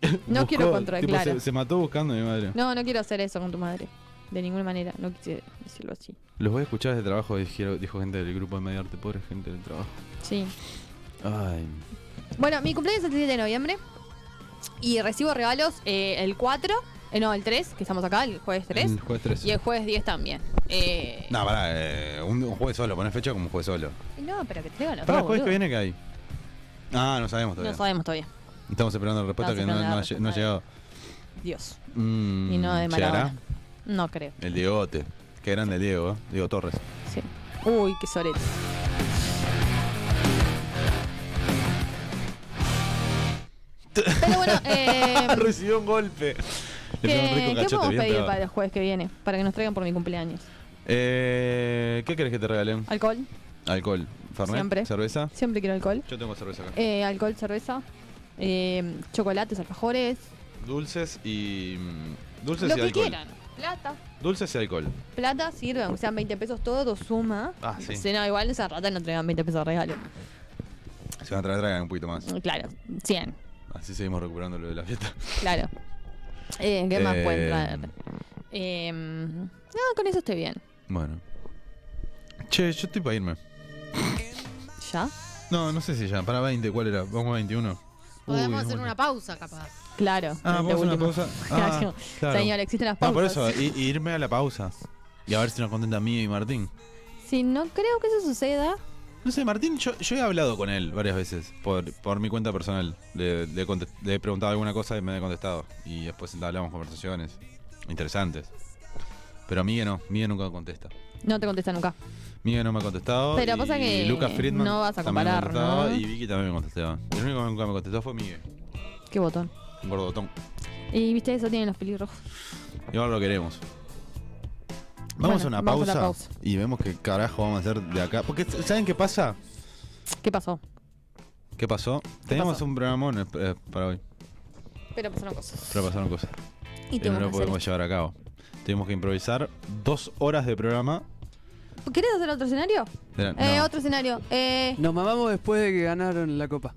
Speaker 1: No quiero
Speaker 2: Buscó,
Speaker 1: contra-
Speaker 2: tipo,
Speaker 1: claro.
Speaker 2: Se, se mató buscando a mi madre.
Speaker 1: No, no quiero hacer eso con tu madre. De ninguna manera, no quise decirlo así.
Speaker 2: Los voy a escuchar desde trabajo, dijeron- dijo gente del grupo de medio arte, pobre gente del trabajo.
Speaker 1: Sí.
Speaker 2: Ay.
Speaker 1: Bueno, mi cumpleaños es el 7 de noviembre y recibo regalos eh, el 4, eh, no, el 3, que estamos acá, el jueves 3.
Speaker 2: El jueves 3.
Speaker 1: Y el jueves 10 también. Eh,
Speaker 2: Mm. No, pará, eh, un, un jueves solo, ponés fecha como un jueves solo.
Speaker 1: Ah, no, pero que te digan los
Speaker 2: Para el
Speaker 1: dos,
Speaker 2: jueves que viene
Speaker 1: boludo.
Speaker 2: que hay. Ah, no sabemos todavía.
Speaker 1: No sabemos todavía.
Speaker 2: Estamos esperando la respuesta que
Speaker 1: Estamos
Speaker 2: no,
Speaker 1: esperando
Speaker 2: no
Speaker 1: la
Speaker 2: ha, lle- no ha llegado.
Speaker 1: Dios.
Speaker 2: Mm,
Speaker 1: Y no de
Speaker 2: ¿llegará?
Speaker 1: Maradona. No creo.
Speaker 2: El Diegote. Qué grande el Diego, ¿eh? Diego Torres.
Speaker 1: Sí. Uy, qué sorete. Pero bueno, eh,
Speaker 2: Recibió un golpe. Le pegó un
Speaker 1: ¿qué,
Speaker 2: rico
Speaker 1: ¿qué
Speaker 2: cachete,
Speaker 1: podemos
Speaker 2: bien
Speaker 1: pedir
Speaker 2: pegado.
Speaker 1: para el jueves que viene? Para que nos traigan por mi cumpleaños.
Speaker 2: Eh, ¿Qué querés que te regalen?
Speaker 1: ¿Alcohol?
Speaker 2: Alcohol. ¿Fernet?
Speaker 1: Siempre. Eh.
Speaker 2: ¿Cerveza?
Speaker 1: Siempre quiero alcohol.
Speaker 2: Yo tengo cerveza acá.
Speaker 1: Eh, alcohol, cerveza, eh, chocolates, alfajores,
Speaker 2: Dulces y. mm, Dulces
Speaker 1: Lo
Speaker 2: y
Speaker 1: que
Speaker 2: alcohol.
Speaker 1: quieran. Plata.
Speaker 2: Dulces y alcohol.
Speaker 1: Plata sirve, aunque sean 20 pesos todo, todo suma.
Speaker 2: Ah, sí.
Speaker 1: Si no, igual esa rata no te dan 20 pesos de regalo.
Speaker 2: Se van a traer, traigan un poquito más.
Speaker 1: Claro, 100,
Speaker 2: Así seguimos recuperando lo de la fiesta.
Speaker 1: claro. Eh, ¿Qué más
Speaker 2: Eh,
Speaker 1: pueden traer? Eh, no, con eso estoy bien.
Speaker 2: Bueno. Che, yo estoy para irme.
Speaker 1: ¿Ya?
Speaker 2: No, no sé si ya. Para 20, ¿cuál era? Vamos a 21.
Speaker 4: Podemos
Speaker 2: Uy,
Speaker 4: hacer
Speaker 2: bueno.
Speaker 4: una pausa, capaz.
Speaker 1: Claro.
Speaker 2: Ah, vamos
Speaker 1: de
Speaker 2: a una
Speaker 1: última.
Speaker 2: pausa. Ah,
Speaker 1: Claro.
Speaker 2: claro.
Speaker 1: Señor, existen las
Speaker 2: Ah,
Speaker 1: pausas.
Speaker 2: por eso, i- irme a la pausa. Y a ver si nos contenta a mí y Martín.
Speaker 1: Si no creo que eso suceda,
Speaker 2: No sé, Martín, yo, yo he hablado con él varias veces por, por mi cuenta personal. Le, le conte- le he preguntado alguna cosa y me ha contestado. Y después hablamos conversaciones interesantes. Pero Miguel no, Miguel nunca contesta.
Speaker 1: no te contesta nunca.
Speaker 2: Miguel no me ha contestado.
Speaker 1: Pero
Speaker 2: y
Speaker 1: pasa que
Speaker 2: Lucas Friedman
Speaker 1: no vas a
Speaker 2: también me
Speaker 1: comparar,
Speaker 2: contestaba,
Speaker 1: ¿no?
Speaker 2: Y Vicky también me contestaba. El único que nunca me contestó fue Miguel,
Speaker 1: Qué botón.
Speaker 2: un gordotón.
Speaker 1: Y viste, eso tienen los pelirrojos.
Speaker 2: Igual lo queremos. Vamos
Speaker 1: Bueno,
Speaker 2: a una
Speaker 1: vamos a
Speaker 2: pausa,
Speaker 1: la pausa.
Speaker 2: y vemos qué carajo vamos a hacer de acá. Porque ¿saben qué pasa?
Speaker 1: ¿Qué pasó?
Speaker 2: ¿Qué pasó? Teníamos un programón eh, eh, para hoy,
Speaker 1: Pero pasaron cosas.
Speaker 2: pero pasaron cosas.
Speaker 1: Y
Speaker 2: que no
Speaker 1: tuvimos
Speaker 2: lo
Speaker 1: que
Speaker 2: podemos llevar a cabo. Tuvimos que improvisar dos horas de programa.
Speaker 1: ¿Querés hacer otro escenario?
Speaker 2: Era-
Speaker 1: Eh,
Speaker 2: no.
Speaker 1: otro escenario. Eh,
Speaker 3: Nos mamamos después de que ganaron la copa.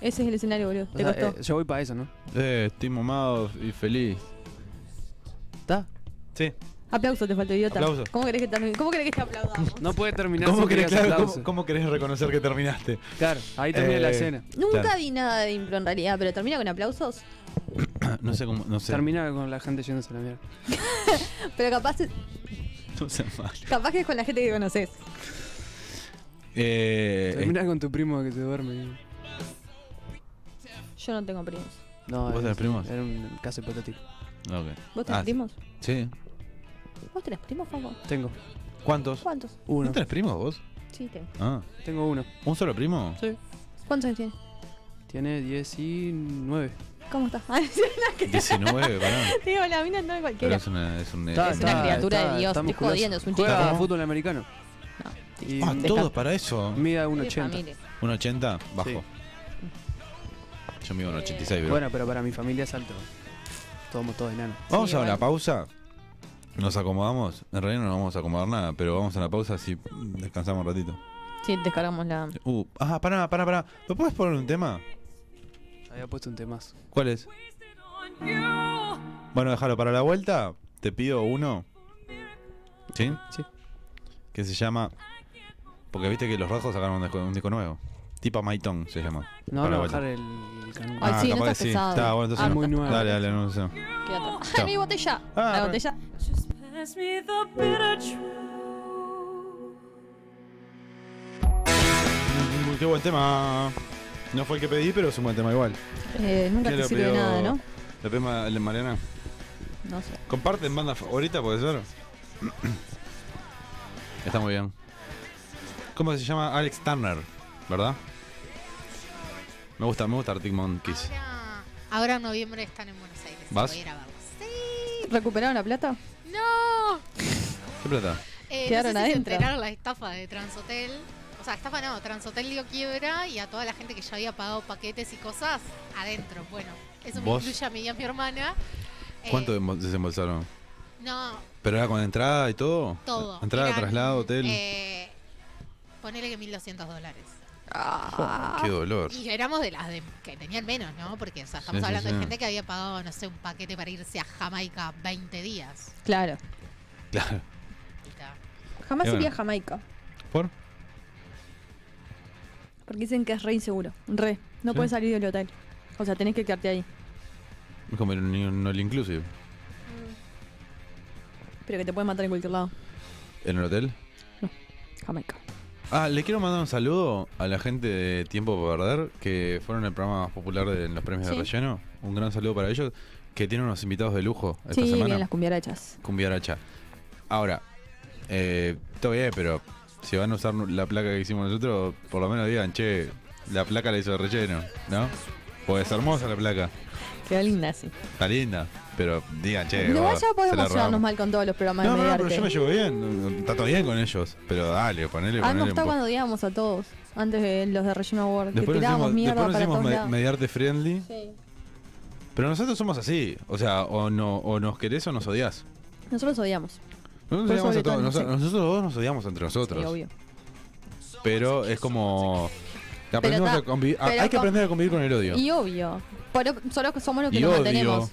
Speaker 1: ese es el escenario, boludo.
Speaker 2: Ah,
Speaker 1: Te
Speaker 3: O sea,
Speaker 1: costó.
Speaker 3: eh, yo voy para eso, ¿no?
Speaker 2: Eh, estoy mamado y feliz.
Speaker 3: ¿Está?
Speaker 2: Sí.
Speaker 1: Aplauso te faltó, idiota.
Speaker 2: Aplauso.
Speaker 1: ¿Cómo querés que te, cómo querés que te aplaudamos?
Speaker 3: No puede terminar
Speaker 2: ¿Cómo
Speaker 3: sin que
Speaker 2: querés,
Speaker 3: digas
Speaker 2: claro,
Speaker 3: aplauso.
Speaker 2: cómo, Eh, cómo querés reconocer que terminaste?
Speaker 3: Claro, ahí termina la escena.
Speaker 1: Nunca vi nada de impro en realidad, pero termina con aplausos.
Speaker 2: Ah, No sé cómo, no sé.
Speaker 3: Termina con la gente yéndose a la
Speaker 2: Eh,
Speaker 3: mierda.
Speaker 1: Pero capaz,
Speaker 2: No sé más.
Speaker 1: capaz que es con la gente que conoces.
Speaker 2: Eh,
Speaker 3: Termina con tu primo que se duerme.
Speaker 1: Yo no tengo primos.
Speaker 3: No,
Speaker 2: ¿Vos
Speaker 3: es-
Speaker 2: tenés primos?
Speaker 3: Era un caso hipotético.
Speaker 2: ok.
Speaker 1: ¿Vos tenés
Speaker 2: Ah,
Speaker 1: primos?
Speaker 2: Sí.
Speaker 1: ¿Vos tenés primos, Faco?
Speaker 3: Tengo.
Speaker 2: ¿Cuántos?
Speaker 1: ¿Cuántos?
Speaker 3: Uno.
Speaker 2: ¿No tenés primos vos?
Speaker 1: Sí, tengo.
Speaker 2: Ah.
Speaker 3: Tengo uno.
Speaker 2: ¿Un solo primo?
Speaker 3: Sí.
Speaker 1: ¿Cuántos años tienes?
Speaker 3: Tiene 19.
Speaker 2: Eh,
Speaker 1: ¿Cómo estás? Ah, es una que-
Speaker 2: 19, pará.
Speaker 1: Digo, la mina no
Speaker 2: Pero
Speaker 1: es cualquiera.
Speaker 2: es una. Es, un,
Speaker 1: Está- Es una está- criatura de Dios,
Speaker 3: está
Speaker 1: estoy
Speaker 3: musculoso.
Speaker 1: jodiendo, es un
Speaker 3: Juega
Speaker 1: chico.
Speaker 3: fútbol americano. Y
Speaker 2: Ah, todo para eso.
Speaker 3: Mida
Speaker 1: familia.
Speaker 3: 1,80.
Speaker 2: ¿Un 80? Bajo.
Speaker 3: Sí.
Speaker 2: Yo mido un 86, bro.
Speaker 3: Bueno, pero para mi familia es alto. Somos todos enanos.
Speaker 2: Vamos a una pausa. Nos acomodamos. En realidad no nos vamos a acomodar nada, pero vamos a la pausa si descansamos un ratito.
Speaker 1: Sí, descargamos la.
Speaker 2: Uh, ah, pará, pará, pará. ¿Me puedes poner un tema?
Speaker 3: Había puesto un temazo.
Speaker 2: ¿Cuál es? Bueno, déjalo para la vuelta. Te pido uno. ¿Sí?
Speaker 3: Sí.
Speaker 2: Que se llama. Porque viste que los rojos sacaron un disco, un disco nuevo. Tipa Maitón se llama.
Speaker 3: No,
Speaker 2: Para
Speaker 3: no
Speaker 2: la
Speaker 3: bajar
Speaker 2: vuelta. Ah,
Speaker 3: el, el canon.
Speaker 1: Ay, sí, no
Speaker 2: capaz
Speaker 1: estás
Speaker 2: que
Speaker 1: pesado.
Speaker 2: Está, bueno, entonces
Speaker 1: Ah,
Speaker 2: no.
Speaker 1: muy nuevo.
Speaker 2: Dale, dale, no sé.
Speaker 1: Quédate. ¡Ay,
Speaker 2: Chao.
Speaker 1: mi botella!
Speaker 2: Ah,
Speaker 1: la
Speaker 2: pero-
Speaker 1: botella.
Speaker 14: Pass me the bitter truth.
Speaker 2: Mm, Qué buen tema. No fue el que pedí, pero es un buen tema igual.
Speaker 1: Eh, nunca
Speaker 2: ¿Qué
Speaker 1: te
Speaker 2: lo
Speaker 1: sirve de
Speaker 2: pidió-
Speaker 1: nada, ¿no?
Speaker 2: Lo pidió Ma- Mariana.
Speaker 1: No sé.
Speaker 2: Comparten banda favorita, puede ser. Está muy bien. ¿Cómo se llama? Alex Turner, ¿verdad? Me gusta, me gusta Arctic Monkeys.
Speaker 4: Ahora en noviembre están en Buenos Aires.
Speaker 2: ¿Vas?
Speaker 4: Voy a ir a verlos.
Speaker 1: ¿Recuperaron la plata?
Speaker 4: ¡No!
Speaker 2: ¿Qué plata?
Speaker 4: Eh,
Speaker 1: Quedaron
Speaker 4: no sé si se
Speaker 1: adentro.
Speaker 4: enteraron la estafa de Transhotel. O sea, estafa no, Transhotel dio quiebra y a toda la gente que ya había pagado paquetes y cosas adentro. Bueno, eso me
Speaker 2: ¿Vos?
Speaker 4: incluye a mí y a mi hermana. Eh,
Speaker 2: ¿Cuánto embol- desembolsaron?
Speaker 4: No,
Speaker 2: ¿Pero era con entrada y todo?
Speaker 4: todo.
Speaker 2: Entrada,
Speaker 4: Eran,
Speaker 2: traslado, hotel.
Speaker 4: eh, ponele que 1.200 dólares.
Speaker 2: qué dolor.
Speaker 4: Y éramos de las de- que tenían menos, ¿no? Porque o sea, estamos
Speaker 2: Sí, sí,
Speaker 4: hablando
Speaker 2: sí.
Speaker 4: de gente que había pagado, no sé, un paquete para irse a Jamaica 20 días.
Speaker 1: Claro.
Speaker 2: Claro.
Speaker 1: Jamás
Speaker 2: Eh, bueno.
Speaker 1: iría a Jamaica.
Speaker 2: ¿Por?
Speaker 1: Porque dicen que es re inseguro. Re. No
Speaker 2: Sí.
Speaker 1: puedes salir del hotel. O sea, tenés que quedarte ahí.
Speaker 2: Es como un, un all inclusive.
Speaker 1: Pero que te pueden matar en cualquier lado.
Speaker 2: ¿En el hotel?
Speaker 1: Jamaica.
Speaker 2: Ah, le quiero mandar un saludo a la gente de Tiempo por Perder, que fueron el programa más popular de en los premios
Speaker 1: Sí.
Speaker 2: de relleno. Un gran saludo para ellos, que tienen unos invitados de lujo esta
Speaker 1: sí,
Speaker 2: semana.
Speaker 1: vienen las cumbiarachas.
Speaker 2: Cumbiaracha. Ahora, eh, todo bien, pero si van a usar la placa que hicimos nosotros, por lo menos digan, che, la placa la hizo de relleno, ¿no? Porque es hermosa la placa,
Speaker 1: Quedó linda, sí.
Speaker 2: está linda, pero digan, che.
Speaker 1: No
Speaker 2: va,
Speaker 1: vaya a
Speaker 2: se
Speaker 1: poder
Speaker 2: la
Speaker 1: emocionarnos
Speaker 2: robamos.
Speaker 1: mal con todos los programas
Speaker 2: No,
Speaker 1: de
Speaker 2: no,
Speaker 1: medio
Speaker 2: no, pero yo me
Speaker 1: arte.
Speaker 2: llevo bien. Está todo bien con ellos. Pero dale, ponele,
Speaker 1: A mí me
Speaker 2: ponele. un
Speaker 1: gustaba
Speaker 2: poco.
Speaker 1: cuando odiábamos a todos, antes de los de Relleno Award, que
Speaker 2: Después nos
Speaker 1: tirábamos
Speaker 2: hicimos,
Speaker 1: mierda
Speaker 2: después nos
Speaker 1: para
Speaker 2: hicimos
Speaker 1: todos
Speaker 2: me-
Speaker 1: lados.
Speaker 2: mediarte friendly.
Speaker 1: Sí.
Speaker 2: Pero nosotros somos así. O sea, o, no, o nos querés o nos odiás.
Speaker 1: Nosotros odiamos.
Speaker 2: Nosotros,
Speaker 1: Por eso
Speaker 2: odiamos a
Speaker 1: hablé
Speaker 2: todos,
Speaker 1: tan-
Speaker 2: noso-
Speaker 1: Pues sí.
Speaker 2: nosotros dos nos odiamos entre nosotros.
Speaker 1: Sí, obvio.
Speaker 2: Pero es como. aprendemos
Speaker 1: ta-
Speaker 2: a convivir- a-
Speaker 1: pero
Speaker 2: hay que
Speaker 1: con-
Speaker 2: aprender a convivir con el odio.
Speaker 1: Y obvio. Pero solo que somos los que
Speaker 2: Y
Speaker 1: nos
Speaker 2: odio.
Speaker 1: mantenemos.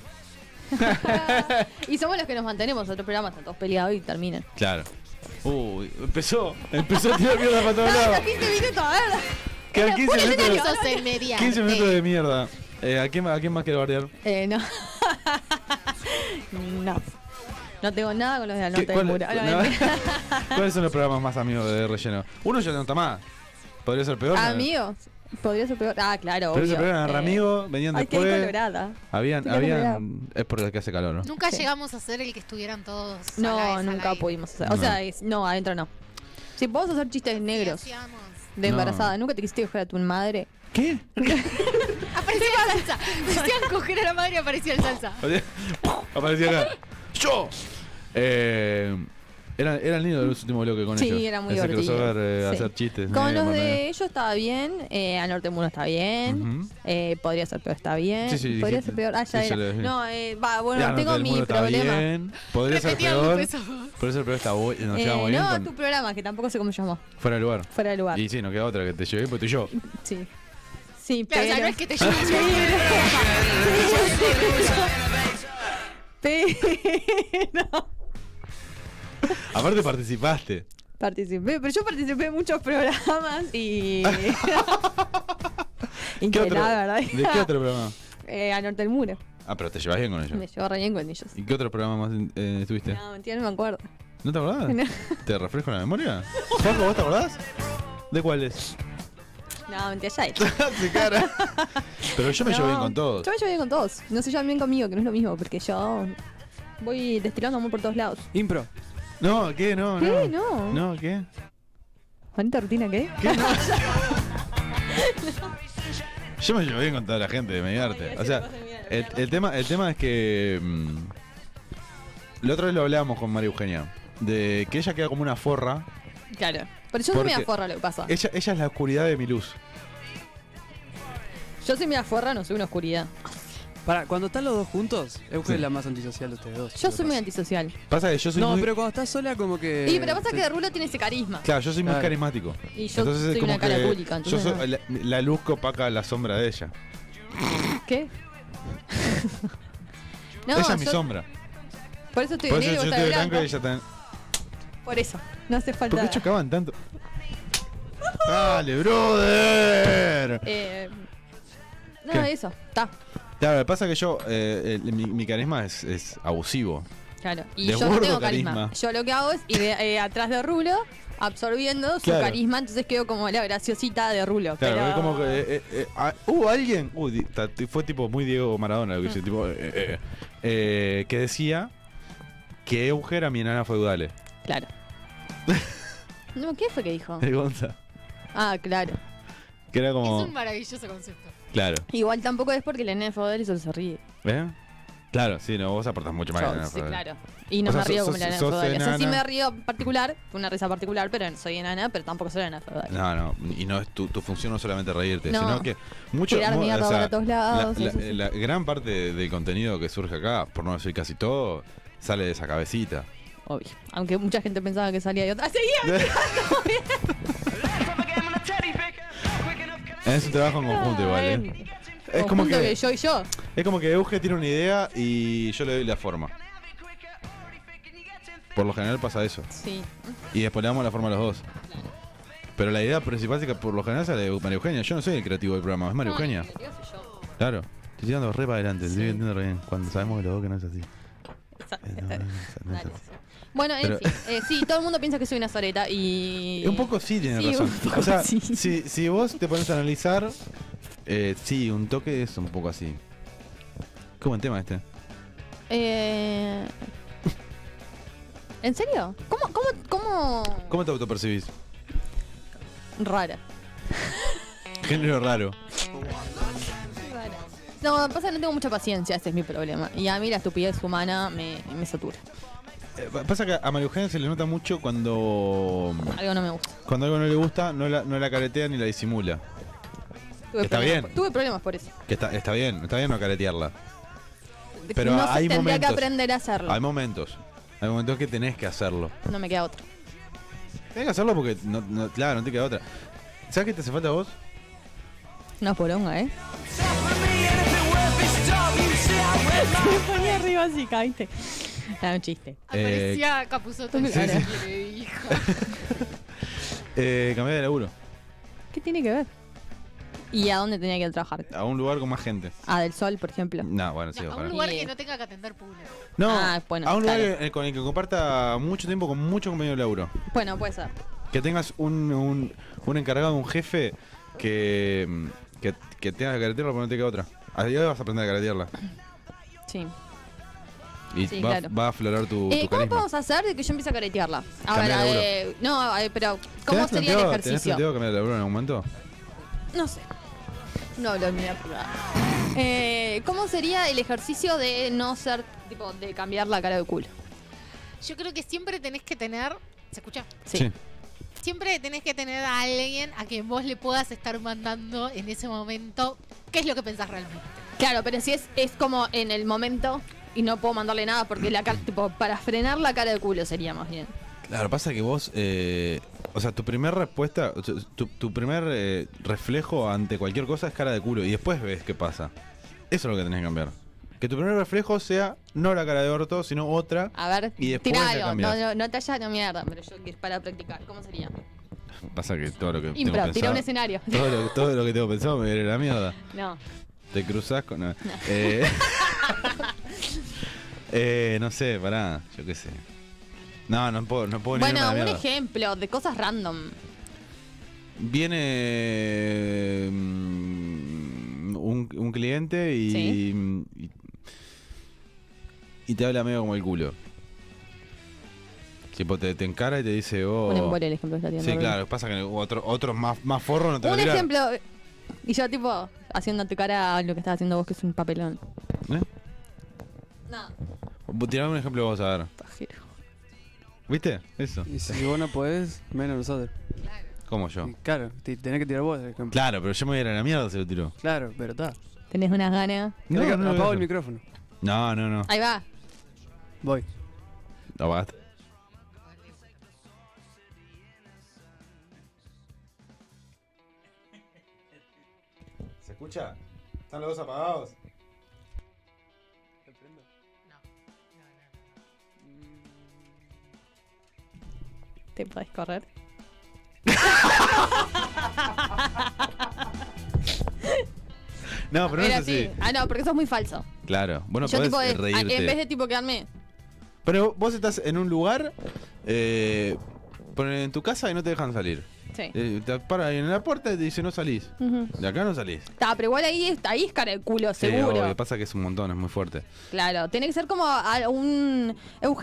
Speaker 1: Y somos los que nos mantenemos. Otros programas están todos peleados y terminan.
Speaker 2: Claro. Uy, empezó. Empezó a tirar mierda para todos lados. Quedan 15 minutos, de- 15 minutos de mierda. Eh, ¿a, quién, ¿A quién más quiero bardear?
Speaker 1: Eh, no. no. No tengo nada con los de la nota de
Speaker 2: cuál-
Speaker 1: Mura. Ah,
Speaker 2: no.
Speaker 1: no, mentira.
Speaker 2: ¿Cuáles son los programas más amigos de relleno? Uno ya no está más. Podría ser peor. ¿no?
Speaker 1: Amigo. Podría ser peor. Ah, claro.
Speaker 2: Podría ser
Speaker 1: obvio.
Speaker 2: peor. Eran
Speaker 1: Eh,
Speaker 2: amigos, venían
Speaker 1: Ay, qué
Speaker 2: después.
Speaker 1: colorada.
Speaker 2: Habían,
Speaker 1: Estoy
Speaker 2: habían. Es por el que hace calor, ¿no?
Speaker 4: Nunca llegamos a ser el que estuvieran todos.
Speaker 1: No, nunca pues, pudimos hacer. O
Speaker 2: No.
Speaker 1: sea, es- no, adentro no. Si podemos hacer chistes negros de
Speaker 2: No.
Speaker 1: embarazada, nunca te quisiste coger a tu madre.
Speaker 2: ¿Qué?
Speaker 4: Aparecía la salsa. Decían coger a la madre y aparecía el salsa.
Speaker 2: Apareció acá. ¡Yo! Eh, eran, eran lindos los últimos bloques con
Speaker 1: Sí,
Speaker 2: ellos.
Speaker 1: era muy
Speaker 2: Ese
Speaker 1: divertido,
Speaker 2: crossover, eh,
Speaker 1: sí.
Speaker 2: hacer chistes.
Speaker 1: Con
Speaker 2: eh,
Speaker 1: los
Speaker 2: mandar-
Speaker 1: de ellos estaba bien, eh, a Norte Muro está bien,
Speaker 2: Ujú.
Speaker 1: eh, podría ser peor, está bien,
Speaker 2: Sí, sí,
Speaker 1: podría
Speaker 2: dijiste.
Speaker 1: ser peor, ah, ya
Speaker 2: Sí, ya lo
Speaker 1: era.
Speaker 2: dije.
Speaker 1: No, eh, va, bueno,
Speaker 2: Ya, no todo
Speaker 1: tengo
Speaker 2: el
Speaker 1: mi
Speaker 2: mundo está
Speaker 1: problema.
Speaker 2: bien. Podría ser
Speaker 1: Repetía algo
Speaker 2: peor.
Speaker 1: eso.
Speaker 2: Podría ser peor, está bu- nos
Speaker 1: Eh,
Speaker 2: llevamos bien.
Speaker 1: no,
Speaker 2: con-
Speaker 1: tu programa, que tampoco sé cómo se llamó,
Speaker 2: Fuera de lugar.
Speaker 1: fuera de lugar.
Speaker 2: Y sí, no queda otra que te llevé, pues tú y yo.
Speaker 1: Sí. Sí,
Speaker 4: Claro, o sea,
Speaker 1: pero...
Speaker 4: no es que te lleve- Sí,
Speaker 1: Pero...
Speaker 2: Aparte participaste.
Speaker 1: Participé, pero yo participé en muchos programas y... y
Speaker 2: ¿Qué
Speaker 1: que
Speaker 2: otro-
Speaker 1: nada, ¿verdad?
Speaker 2: ¿De qué otro programa?
Speaker 1: Eh, a Norte del Muro.
Speaker 2: Ah, pero te llevas bien con ellos.
Speaker 1: Me llevo re bien con ellos.
Speaker 2: ¿Y qué otro programa más eh, estuviste?
Speaker 1: No, mentira, no me acuerdo.
Speaker 2: ¿No te acordás?
Speaker 1: No.
Speaker 2: ¿Te refresco la memoria? Juanjo, ¿vos te acordás? ¿De cuáles?
Speaker 1: No, mentira, ya era.
Speaker 2: Pero yo me llevo
Speaker 1: No,
Speaker 2: bien con todos.
Speaker 1: Yo me llevo bien con todos. No se llevan bien conmigo, que no es lo mismo, porque yo voy destilando amor por todos lados.
Speaker 3: Impro.
Speaker 2: No, ¿qué? No, no.
Speaker 1: ¿Qué? No.
Speaker 2: No, ¿qué?
Speaker 1: ¿Juanita Rutina qué?
Speaker 2: Yo me llevo bien con toda la gente de Mediarte. O sea, el, el tema, el tema es que. mm, la otra vez lo hablábamos con María Eugenia. De que ella queda como una forra.
Speaker 1: Claro. Pero yo soy
Speaker 2: Porque
Speaker 1: media forra lo que pasa.
Speaker 2: Ella, ella es la oscuridad de mi luz.
Speaker 1: Yo soy media forra, no soy una oscuridad.
Speaker 3: Para, cuando están los dos juntos, Euge
Speaker 2: Sí.
Speaker 3: es la más antisocial de ustedes dos.
Speaker 1: Yo soy medio antisocial.
Speaker 2: Pasa que yo soy
Speaker 3: No,
Speaker 2: muy.
Speaker 3: pero cuando estás sola, como que.
Speaker 1: y pero pasa que Derulo tiene ese carisma.
Speaker 2: Claro, yo soy muy
Speaker 1: Claro.
Speaker 2: carismático.
Speaker 1: Y yo
Speaker 2: Entonces es
Speaker 1: soy
Speaker 2: como
Speaker 1: una cara
Speaker 2: que
Speaker 1: pública, entonces
Speaker 2: yo
Speaker 1: no.
Speaker 2: soy la, la luz que opaca la sombra de ella.
Speaker 1: ¿Qué? no,
Speaker 2: ella es mi
Speaker 1: yo-
Speaker 2: sombra.
Speaker 1: Por eso estoy
Speaker 2: Por
Speaker 1: de
Speaker 2: eso yo estoy
Speaker 1: negro, vos estás de
Speaker 2: blanco y
Speaker 1: blanco.
Speaker 2: ella está.
Speaker 1: Por eso. No hace falta.
Speaker 2: ¿Por qué chocaban tanto? ¡Dale, brother!
Speaker 1: Eh, no,
Speaker 2: ¿Qué?
Speaker 1: eso. Está.
Speaker 2: Claro, pasa que yo, eh, el- mi, mi carisma es, es abusivo.
Speaker 1: Claro. Y
Speaker 2: De
Speaker 1: yo no
Speaker 2: gordo
Speaker 1: tengo carisma.
Speaker 2: carisma.
Speaker 1: Yo lo que hago es ir eh, atrás de Rulo, absorbiendo su
Speaker 2: Claro.
Speaker 1: carisma, entonces quedo como la graciosita de Rulo.
Speaker 2: Claro,
Speaker 1: pero-
Speaker 2: es como que. eh, eh, ah, ¿Hubo alguien? Uh, di- ta- ti- fue tipo muy Diego Maradona lo que hizo, tipo. eh, eh, eh, que decía que Euge era mi enana feudale.
Speaker 1: Claro. No, ¿qué fue que dijo?
Speaker 2: El Gonza.
Speaker 1: Ah, claro.
Speaker 2: Que era como. Eh,
Speaker 4: maravilloso concepto.
Speaker 2: Claro.
Speaker 1: Igual tampoco es porque la nena de Fodel solo se ríe.
Speaker 2: ¿Eh? Claro, sí, no, vos aportás mucho más
Speaker 1: Yo,
Speaker 2: que la nena
Speaker 1: sí,
Speaker 2: feudal.
Speaker 1: claro. Y no
Speaker 2: O sea,
Speaker 1: me río
Speaker 2: sos-
Speaker 1: como la nena de
Speaker 2: sos- sos
Speaker 1: Fodel. O sea, sí
Speaker 2: enana.
Speaker 1: me río en particular, una risa particular, pero soy enana, pero tampoco soy la nena de Fodel.
Speaker 2: No, no, y no es tu, tu función no es solamente reírte,
Speaker 1: No.
Speaker 2: sino que mucho
Speaker 1: Tirar
Speaker 2: mu-
Speaker 1: mierda
Speaker 2: o sea,
Speaker 1: para todos
Speaker 2: la-
Speaker 1: lados, sí,
Speaker 2: la-
Speaker 1: sí, sí.
Speaker 2: la gran parte de- del contenido que surge acá, por no decir casi todo, sale de esa cabecita.
Speaker 1: Obvio. Aunque mucha gente pensaba que salía de otra. ¡Ah, seguía!
Speaker 2: Es un trabajo en conjunto igual, ¿eh? Es como
Speaker 1: Conjunto
Speaker 2: que,
Speaker 1: yo y yo.
Speaker 2: es como que Euge tiene una idea y yo le doy la forma. Por lo general pasa eso.
Speaker 1: Sí.
Speaker 2: Y después le damos la forma a los dos. Pero la idea principal es que por lo general sale de María Eugenia. Yo no soy el creativo del programa, es María Eugenia. Claro. Estoy tirando re para adelante, estoy entendiendo re bien. Cuando sabemos que los dos que no es así. Eh, no, no es- no es así.
Speaker 1: Bueno, en
Speaker 2: Pero-
Speaker 1: fin. eh, sí, todo el mundo piensa que soy una soreta y.
Speaker 2: Un poco sí tiene
Speaker 1: Sí,
Speaker 2: razón.
Speaker 1: un poco
Speaker 2: o sea,
Speaker 1: sí.
Speaker 2: si, si vos te pones a analizar, eh, sí, un toque es un poco así. Qué buen tema este.
Speaker 1: Eh... ¿En serio? ¿Cómo, cómo, cómo
Speaker 2: ¿Cómo te autopercibís?
Speaker 1: rara?
Speaker 2: Género raro.
Speaker 1: No, pasa que no tengo mucha paciencia, ese es mi problema. Y a mí la estupidez humana me, me satura.
Speaker 2: Eh, pa- Pasa que a María Eugenia se le nota mucho cuando.
Speaker 1: Algo no me gusta.
Speaker 2: Cuando algo no le gusta, no la, no la caretea ni la disimula.
Speaker 1: Tuve
Speaker 2: Está
Speaker 1: problemas
Speaker 2: bien.
Speaker 1: por- tuve problemas por eso.
Speaker 2: Que está, está bien, está bien no caretearla. Pero
Speaker 1: no sé,
Speaker 2: hay
Speaker 1: tendría
Speaker 2: momentos.
Speaker 1: que aprender a hacerlo.
Speaker 2: Hay momentos. Hay momentos que tenés que hacerlo.
Speaker 1: No me queda otra.
Speaker 2: Tenés que hacerlo porque, no, no- claro, no te queda otra. ¿Sabes qué te hace falta a vos?
Speaker 1: No es poronga, ¿eh?
Speaker 13: Ponía arriba así, caíste.
Speaker 1: Era un chiste.
Speaker 2: Eh,
Speaker 4: Decía Capuzoto
Speaker 2: Sí,
Speaker 4: cara.
Speaker 2: sí. eh, cambiar de laburo.
Speaker 1: ¿Qué tiene que ver? ¿Y a dónde tenía que ir a trabajar?
Speaker 2: A un lugar con más gente.
Speaker 1: A Del Sol, por ejemplo.
Speaker 2: No, bueno, sí,
Speaker 4: A un
Speaker 2: ojalá.
Speaker 4: lugar que no tenga que atender público.
Speaker 2: No,
Speaker 1: Ah, bueno,
Speaker 2: a un lugar
Speaker 1: claro.
Speaker 2: eh, con el que comparta mucho tiempo con mucho compañero de laburo.
Speaker 1: Bueno, puede ser.
Speaker 2: Que tengas un, un, un encargado, un jefe que, mm, que, que tenga que caretearla porque no te queda otra. A día de hoy vas a aprender a caretearla.
Speaker 1: Sí.
Speaker 2: Y
Speaker 1: Sí,
Speaker 2: va,
Speaker 1: claro.
Speaker 2: va a aflorar tu, Uh, tu
Speaker 1: Eh, ¿Cómo
Speaker 2: carisma.
Speaker 1: podemos hacer de que yo empiece a caretearla? A ver,
Speaker 2: Cambiar de
Speaker 1: eh, no, a ver, pero
Speaker 2: ¿Tenés
Speaker 1: ¿cómo sería el
Speaker 2: planteado- ¿Tenés
Speaker 1: ejercicio?
Speaker 2: planteado cambiar de laburo en algún momento?
Speaker 1: No sé. No hablo ni vida privada. Eh, ¿Cómo sería el ejercicio de no ser, tipo, de cambiar la cara de culo?
Speaker 4: Yo creo que siempre tenés que tener. ¿Se escucha?
Speaker 1: Sí. Sí.
Speaker 4: Siempre tenés que tener a alguien a quien vos le puedas estar mandando en ese momento qué es lo que pensás realmente.
Speaker 1: Claro, pero si es, es como en el momento y no puedo mandarle nada porque la cara, tipo, para frenar la cara de culo sería más bien.
Speaker 2: Claro, pasa que vos, eh, o sea, tu primer respuesta, o sea, tu, tu primer eh, reflejo ante cualquier cosa es cara de culo y después ves qué pasa. Eso es lo que tenés que cambiar. Que tu primer reflejo sea no la cara de orto, sino otra.
Speaker 1: A ver,
Speaker 2: Y después
Speaker 1: tira
Speaker 2: la
Speaker 1: algo. No,
Speaker 2: cambiás.
Speaker 1: no, no te hallas, no mierda, pero yo quiero para practicar. ¿Cómo sería?
Speaker 2: Pasa que todo lo que tengo
Speaker 1: Impro, tira
Speaker 2: pensado-
Speaker 1: un escenario.
Speaker 2: Todo lo, todo lo que tengo pensado me viene la mierda.
Speaker 1: No.
Speaker 2: Te cruzas con... No, Eh, eh, no sé, pará, yo qué sé. No, no puedo, no puedo ni irme a
Speaker 1: Bueno,
Speaker 2: la
Speaker 1: un
Speaker 2: mierda.
Speaker 1: ejemplo de cosas random.
Speaker 2: Viene mm, un, un cliente y, mm, y y te habla medio como el culo. Tipo, te, te encara y te dice, oh...
Speaker 1: Un embole el ejemplo que está
Speaker 2: Sí,
Speaker 1: tirando.
Speaker 2: claro, pasa que otro- otros más, más forros no te lo
Speaker 1: Un
Speaker 2: tiran.
Speaker 1: ejemplo. Y yo, tipo, haciendo tu cara lo que estás haciendo vos, que es un papelón.
Speaker 2: ¿Eh? Vos Tirame un ejemplo vos, a ver. ¿Viste? Eso.
Speaker 3: Y si vos no podés, menos nosotros.
Speaker 2: Como yo.
Speaker 3: Y Claro, te- tenés que tirar vos, por ejemplo.
Speaker 2: Claro, pero yo me voy a ir a la mierda si lo tiró.
Speaker 3: Claro, pero está.
Speaker 1: Tenés unas ganas.
Speaker 2: No,
Speaker 3: Apago
Speaker 2: no lo voy a
Speaker 3: el
Speaker 2: hacer.
Speaker 3: micrófono.
Speaker 2: No, no, no.
Speaker 1: Ahí va.
Speaker 3: Voy.
Speaker 2: No basta. ¿Se escucha? ¿Están los dos apagados?
Speaker 1: Te podés correr.
Speaker 2: No, pero no es
Speaker 1: Era
Speaker 2: así.
Speaker 1: Ah, no, porque sos muy falso.
Speaker 2: Claro, bueno,
Speaker 1: yo,
Speaker 2: podés
Speaker 1: tipo, de-
Speaker 2: reírte.
Speaker 1: en vez de, tipo, quedarme.
Speaker 2: Pero vos estás en un lugar, eh, ponele en tu casa y no te dejan salir.
Speaker 1: Sí.
Speaker 2: Eh, te paran ahí en la puerta y te dicen no salís.
Speaker 1: Ujú.
Speaker 2: De acá no salís.
Speaker 1: Está, pero igual ahí, es- ahí es cara de culo,
Speaker 2: Sí,
Speaker 1: seguro.
Speaker 2: obvio, pasa que es un montón, es muy fuerte.
Speaker 1: Claro, tiene que ser como a- un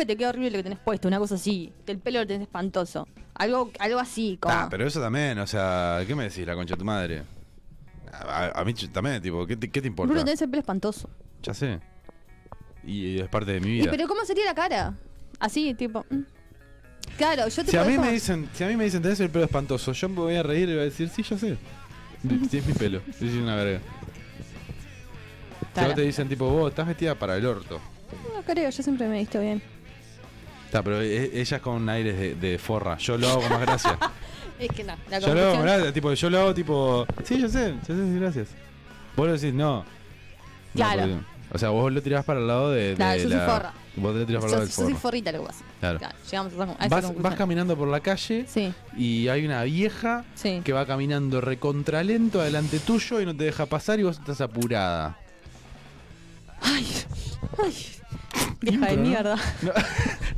Speaker 1: te queda horrible lo que tenés puesto, una cosa así. que El pelo lo tenés espantoso. Algo, algo así, como.
Speaker 2: Ah, pero eso también, o sea, ¿qué me decís, la concha de tu madre? A, a- a mí ch- también, tipo, ¿qué te, qué te importa?
Speaker 1: Bruno, tenés el pelo espantoso.
Speaker 2: Ya sé. Y, es parte de mi
Speaker 1: Y,
Speaker 2: vida.
Speaker 1: pero ¿cómo sería la cara? Así, tipo. mm. Claro, yo te
Speaker 2: Si a,
Speaker 1: podés
Speaker 2: mí
Speaker 1: como-
Speaker 2: me dicen, si a mí me dicen, tenés el pelo espantoso, yo me voy a reír y voy a decir, sí, ya sé. Sí, es mi pelo. Sí, sí, una verga. Si a vos
Speaker 1: Claro.
Speaker 2: te dicen, tipo, vos estás vestida para el orto.
Speaker 1: No creo, yo siempre me he visto bien.
Speaker 2: Está, pero e- ella es con aires de, de forra. Yo lo hago con más gracia.
Speaker 1: Es que no, la
Speaker 2: yo lo hago con
Speaker 1: confusión-
Speaker 2: gracia, tipo, yo lo hago, tipo, sí, yo sé, yo sé, sí, gracias. Vos lo decís, no. No,
Speaker 1: Claro.
Speaker 2: porque- o sea, vos lo tirás para el lado de. de
Speaker 1: Claro, yo soy
Speaker 2: la-
Speaker 1: forra.
Speaker 2: Vos lo tirás para el
Speaker 1: Yo,
Speaker 2: lado
Speaker 1: yo
Speaker 2: del
Speaker 1: soy
Speaker 2: forro.
Speaker 1: forrita lo que pasa.
Speaker 2: Claro.
Speaker 1: Llegamos a esa, a esa
Speaker 2: Vas, vas
Speaker 1: conclusión.
Speaker 2: caminando por la calle y hay una vieja que va caminando recontralento adelante tuyo y no te deja pasar y vos estás apurada.
Speaker 1: Ay, vieja de
Speaker 2: Pero no.
Speaker 1: mierda.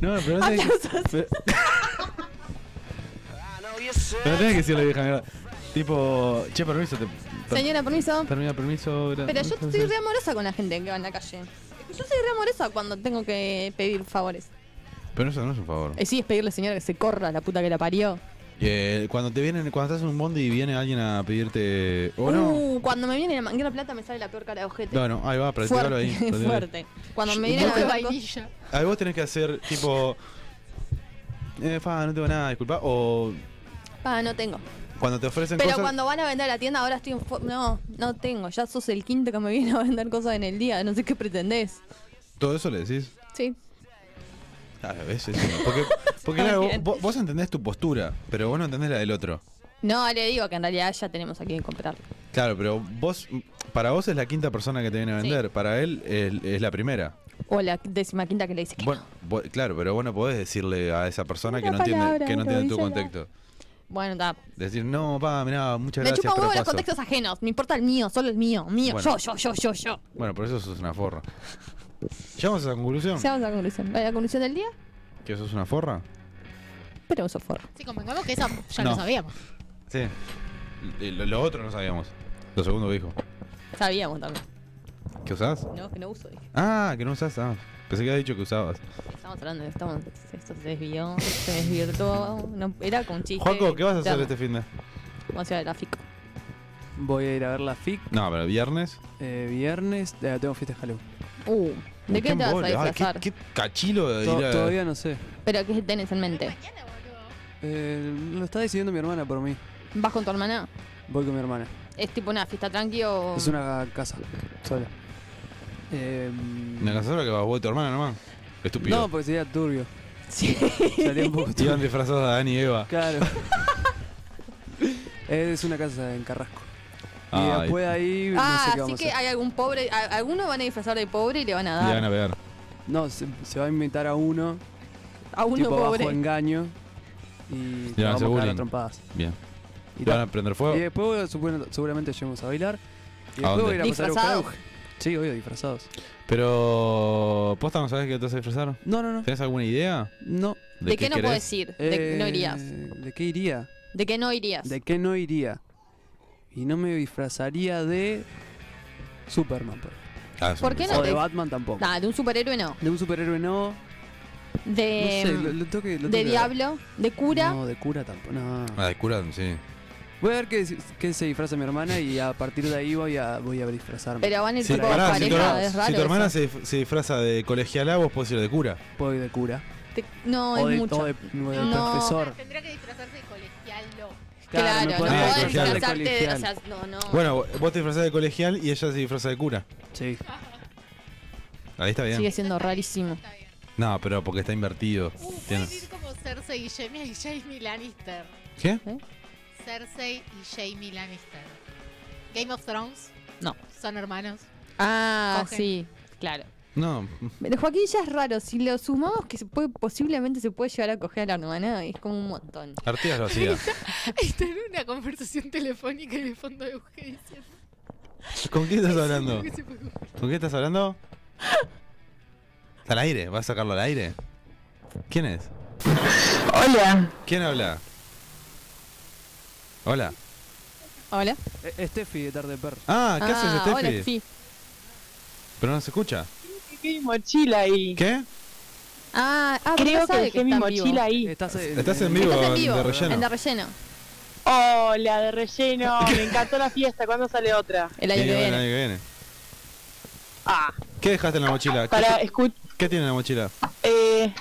Speaker 2: No, pero no tenés que, pero, pero no tenés que decirle vieja mierda. Tipo, che, permiso. Te, per-
Speaker 1: Señora, permiso.
Speaker 2: Termina, permiso. gra-
Speaker 1: Pero yo soy re amorosa con la gente que va en la calle. Yo soy re amorosa cuando tengo que pedir favores.
Speaker 2: Pero eso no es un favor.
Speaker 1: Eh, sí, es pedirle, señora, que se corra la puta que la parió.
Speaker 2: Eh, cuando te vienen, cuando estás en un bondi y viene alguien a pedirte. ¿O no?
Speaker 1: Uh, cuando me viene la manguera plata me sale la peor cara de ojete.
Speaker 2: Bueno, ahí va, practicalo ahí.
Speaker 1: Fuerte,
Speaker 2: practicalo ahí.
Speaker 1: fuerte. Cuando me viene
Speaker 2: Vos
Speaker 1: la
Speaker 2: tenés-
Speaker 1: vainilla.
Speaker 2: Ahí vos tenés que hacer tipo. Eh, fa, no tengo nada, disculpa. O
Speaker 1: Ah, no tengo.
Speaker 2: cuando te ofrecen
Speaker 1: Pero
Speaker 2: cosas.
Speaker 1: cuando van a vender a la tienda, ahora estoy en fo- No, no tengo. Ya sos el quinto que me viene a vender cosas en el día. No sé qué pretendés.
Speaker 2: Todo eso le decís.
Speaker 1: Sí.
Speaker 2: A veces. sí, no. Porque, porque
Speaker 1: Está
Speaker 2: claro,
Speaker 1: bien.
Speaker 2: vos, vos entendés tu postura, pero vos no entendés la del otro.
Speaker 1: No, le digo que en realidad ya tenemos aquí que comprar.
Speaker 2: Claro, pero vos, para vos es la quinta persona que te viene a vender, para él es, es la primera.
Speaker 1: O la décima quinta que le dice que.
Speaker 2: Bueno, vos- claro, pero vos no podés decirle a esa persona que no
Speaker 1: Una
Speaker 2: entiende,
Speaker 1: palabra,
Speaker 2: que no
Speaker 1: pero
Speaker 2: entiende tu
Speaker 1: dísela.
Speaker 2: contexto.
Speaker 1: Bueno, está.
Speaker 2: Decir, no, pa, mirá, muchas
Speaker 1: Me
Speaker 2: gracias,
Speaker 1: chupa
Speaker 2: pero
Speaker 1: huevo los
Speaker 2: paso".
Speaker 1: contextos ajenos. Me importa el mío, solo el mío. Mío,
Speaker 2: Bueno.
Speaker 1: yo, yo, yo, yo, yo.
Speaker 2: Bueno, por eso sos una forra. ¿Llegamos a la conclusión?
Speaker 1: Seamos a la conclusión. ¿A la conclusión del día?
Speaker 2: ¿Que sos una forra?
Speaker 1: Pero un forra.
Speaker 4: Sí, convengamos que esa ya
Speaker 2: No.
Speaker 4: lo sabíamos.
Speaker 2: Sí. Y Lo, lo otro no sabíamos. Lo segundo que dijo.
Speaker 1: Sabíamos también.
Speaker 2: ¿Que usás?
Speaker 1: No, que no uso. dije.
Speaker 2: Ah, que no usás. Ah, pensé que habías dicho que usabas.
Speaker 1: Estamos hablando de estamos, esto se desvió, se desvirtuó. No, era con chiste.
Speaker 2: Juaco, ¿qué vas a hacer
Speaker 1: Ya,
Speaker 2: este fin de?
Speaker 1: Vamos a ir al gráfico.
Speaker 3: Voy a ir a ver la FIC
Speaker 2: No, pero viernes.
Speaker 3: eh, viernes. Eh, tengo fiesta de Halloween.
Speaker 1: Uh, ¿de qué te vas a
Speaker 2: embole. Ah,
Speaker 1: disfrazar?
Speaker 2: qué, qué cachilo de
Speaker 3: To-
Speaker 2: ir a-
Speaker 3: Todavía no sé.
Speaker 1: ¿Pero qué tenés en mente?
Speaker 3: Eh, lo está decidiendo mi hermana por mí.
Speaker 1: ¿Vas con tu hermana?
Speaker 3: Voy con mi hermana.
Speaker 1: ¿Es tipo una fiesta tranqui o...?
Speaker 3: Es una casa sola. Eh,
Speaker 2: ¿Me alcanzaron que vas vos y tu hermana nomás? Estúpido.
Speaker 3: no, porque sería turbio. Salía un poco
Speaker 2: Iban disfrazados a Dani y Eva.
Speaker 3: Claro. es una casa en Carrasco.
Speaker 2: Ay.
Speaker 3: Y después de ahí no sé
Speaker 1: Ah,
Speaker 3: qué
Speaker 1: así
Speaker 3: vamos
Speaker 1: que
Speaker 3: a hacer.
Speaker 1: hay algún pobre... a- Algunos van a disfrazar de pobre y le van a dar.
Speaker 2: a pegar.
Speaker 3: No, se, se va a invitar a uno.
Speaker 1: A uno
Speaker 3: tipo
Speaker 1: pobre.
Speaker 3: bajo engaño. Y
Speaker 2: Le van a hacer
Speaker 3: vamos a cagar a
Speaker 2: bullying.
Speaker 3: trompadas.
Speaker 2: Bien.
Speaker 3: Y
Speaker 2: ¿Le van
Speaker 3: ta-
Speaker 2: a prender fuego?
Speaker 3: Y después supu- seguramente lleguemos a bailar. Y
Speaker 2: ¿A
Speaker 3: después voy a ir a
Speaker 2: dónde?
Speaker 3: pasar a
Speaker 1: ¿Disfrazados?
Speaker 3: buscar a- Sí, obvio, disfrazados.
Speaker 2: Pero. ¿Posta no sabes qué te vas a disfrazar?
Speaker 3: No, no, no.
Speaker 2: ¿Tenés alguna idea?
Speaker 3: No. eh,
Speaker 1: ¿De qué no
Speaker 2: querés?
Speaker 1: podés ir? ¿De no irías?
Speaker 3: ¿De qué iría?
Speaker 1: Eh, ¿De qué no irías?
Speaker 3: ¿De qué no iría? Y no me disfrazaría de Superman. por ejemplo.
Speaker 2: Ah,
Speaker 1: ¿Por qué no
Speaker 3: O de
Speaker 1: te-
Speaker 3: Batman tampoco.
Speaker 1: Nah, de un superhéroe no.
Speaker 3: De un superhéroe no.
Speaker 1: De... mm,
Speaker 3: no sé, lo, lo tengo que- lo tengo que
Speaker 1: de
Speaker 3: ver.
Speaker 1: diablo, de cura.
Speaker 3: No, de cura tampoco. No.
Speaker 2: Ah, de cura, sí.
Speaker 3: Voy a ver qué, qué se disfraza mi hermana y a partir de ahí voy a, voy a disfrazarme.
Speaker 1: Pero van a ir
Speaker 2: Sí,
Speaker 1: tipo
Speaker 2: pará, si tu,
Speaker 1: pareja, es raro
Speaker 2: si tu hermana
Speaker 1: eso.
Speaker 2: se, dif- se disfraza de colegiala, vos podés ir de cura.
Speaker 3: Puedo ir de cura.
Speaker 1: Te- No,
Speaker 3: o
Speaker 1: es
Speaker 3: de,
Speaker 1: mucho.
Speaker 3: o de- o de
Speaker 1: No.
Speaker 3: profesor.
Speaker 4: Tendría que disfrazarse de colegialo.
Speaker 1: Claro,
Speaker 3: me
Speaker 1: no
Speaker 3: puedo ir de
Speaker 1: podés
Speaker 3: colegial.
Speaker 1: disfrazarte de... O sea, no, no.
Speaker 2: Bueno, vo- vos te disfrazás de colegial y ella se disfraza de cura.
Speaker 3: Sí.
Speaker 2: Ahí está bien.
Speaker 1: Sigue siendo rarísimo.
Speaker 2: No, pero porque está invertido. Tiene-
Speaker 4: Pueden Uh, ir como Cersei y Jamie y Jamie Lannister.
Speaker 2: ¿Qué?
Speaker 4: Cersei y Jamie Lannister. Game of Thrones.
Speaker 1: No.
Speaker 4: Son hermanos.
Speaker 1: Ah,
Speaker 4: Cogen.
Speaker 1: sí, claro.
Speaker 2: No.
Speaker 1: Pero Joaquín ya es raro. Si lo sumamos, que se puede, posiblemente se puede llegar a coger a la hermana, es como un montón.
Speaker 2: Artigas lo hacía.
Speaker 4: Está en una conversación telefónica y de fondo de Eugenio diciendo
Speaker 2: ¿Con quién estás hablando?
Speaker 4: que se fue.
Speaker 2: ¿Con quién estás hablando? ¿Está al aire? ¿Vas a sacarlo al aire? ¿Quién es?
Speaker 5: Hola.
Speaker 2: ¿Quién habla? Hola.
Speaker 1: Hola.
Speaker 3: Eh, Steffi de Tarde Perro.
Speaker 2: Ah, ¿qué haces, Steffi?
Speaker 1: Hola, Steffi.
Speaker 2: Pero no se escucha.
Speaker 15: mi mochila ahí.
Speaker 2: ¿Qué?
Speaker 1: Ah, ah,
Speaker 15: Creo
Speaker 1: vos
Speaker 15: que
Speaker 1: sabés
Speaker 15: dejé mi
Speaker 1: está en vivo.
Speaker 15: mochila ahí.
Speaker 3: Estás en,
Speaker 2: Estás en vivo,
Speaker 1: Estás en vivo,
Speaker 2: de relleno.
Speaker 1: en de relleno.
Speaker 15: Hola, de relleno. Me encantó la fiesta. ¿Cuándo sale otra?
Speaker 1: El
Speaker 2: Sí, bueno, el año que viene.
Speaker 15: Ah,
Speaker 2: ¿Qué dejaste en la mochila? ¿Qué,
Speaker 15: para
Speaker 2: qué-
Speaker 15: escuchar
Speaker 2: qué tiene en la mochila?
Speaker 15: eh,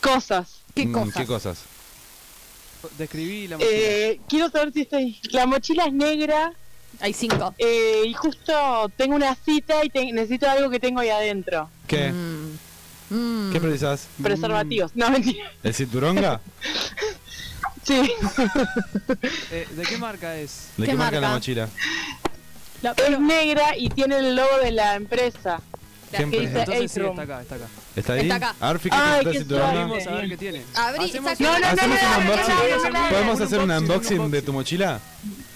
Speaker 15: cosas.
Speaker 2: Mm, ¿Qué cosas?
Speaker 3: Describí la mochila.
Speaker 15: Eh, quiero saber si estoy. La mochila es negra.
Speaker 1: Hay cinco.
Speaker 15: Eh, y justo tengo una cita y te- necesito algo que tengo ahí adentro.
Speaker 2: ¿Qué? Eh.
Speaker 1: Mm.
Speaker 2: ¿Qué precisas?
Speaker 15: Preservativos. No, mentira.
Speaker 2: ¿El cinturonga?
Speaker 15: Sí.
Speaker 3: Eh, ¿De qué marca es?
Speaker 2: ¿De qué, marca, la mochila?
Speaker 15: Es negra y tiene el logo de la empresa.
Speaker 2: ¿Qué
Speaker 15: que dice
Speaker 2: empresa?
Speaker 3: Entonces sí,
Speaker 15: Atrium.
Speaker 3: está acá, está acá.
Speaker 2: ¿Está ahí?
Speaker 15: Está acá.
Speaker 2: Arfi, ¿qué
Speaker 15: Ay, qué
Speaker 2: te el cinturonga?
Speaker 3: Vamos a ver qué tiene.
Speaker 1: Abrí,
Speaker 3: Hacemos-
Speaker 1: saca-
Speaker 15: No, no, no,
Speaker 2: ¿Hacemos
Speaker 15: no,
Speaker 2: un
Speaker 15: no,
Speaker 2: unboxing?
Speaker 15: no, no, no, no.
Speaker 2: ¿Podemos
Speaker 15: Un
Speaker 2: hacer un
Speaker 15: unboxing, un
Speaker 2: unboxing de tu mochila?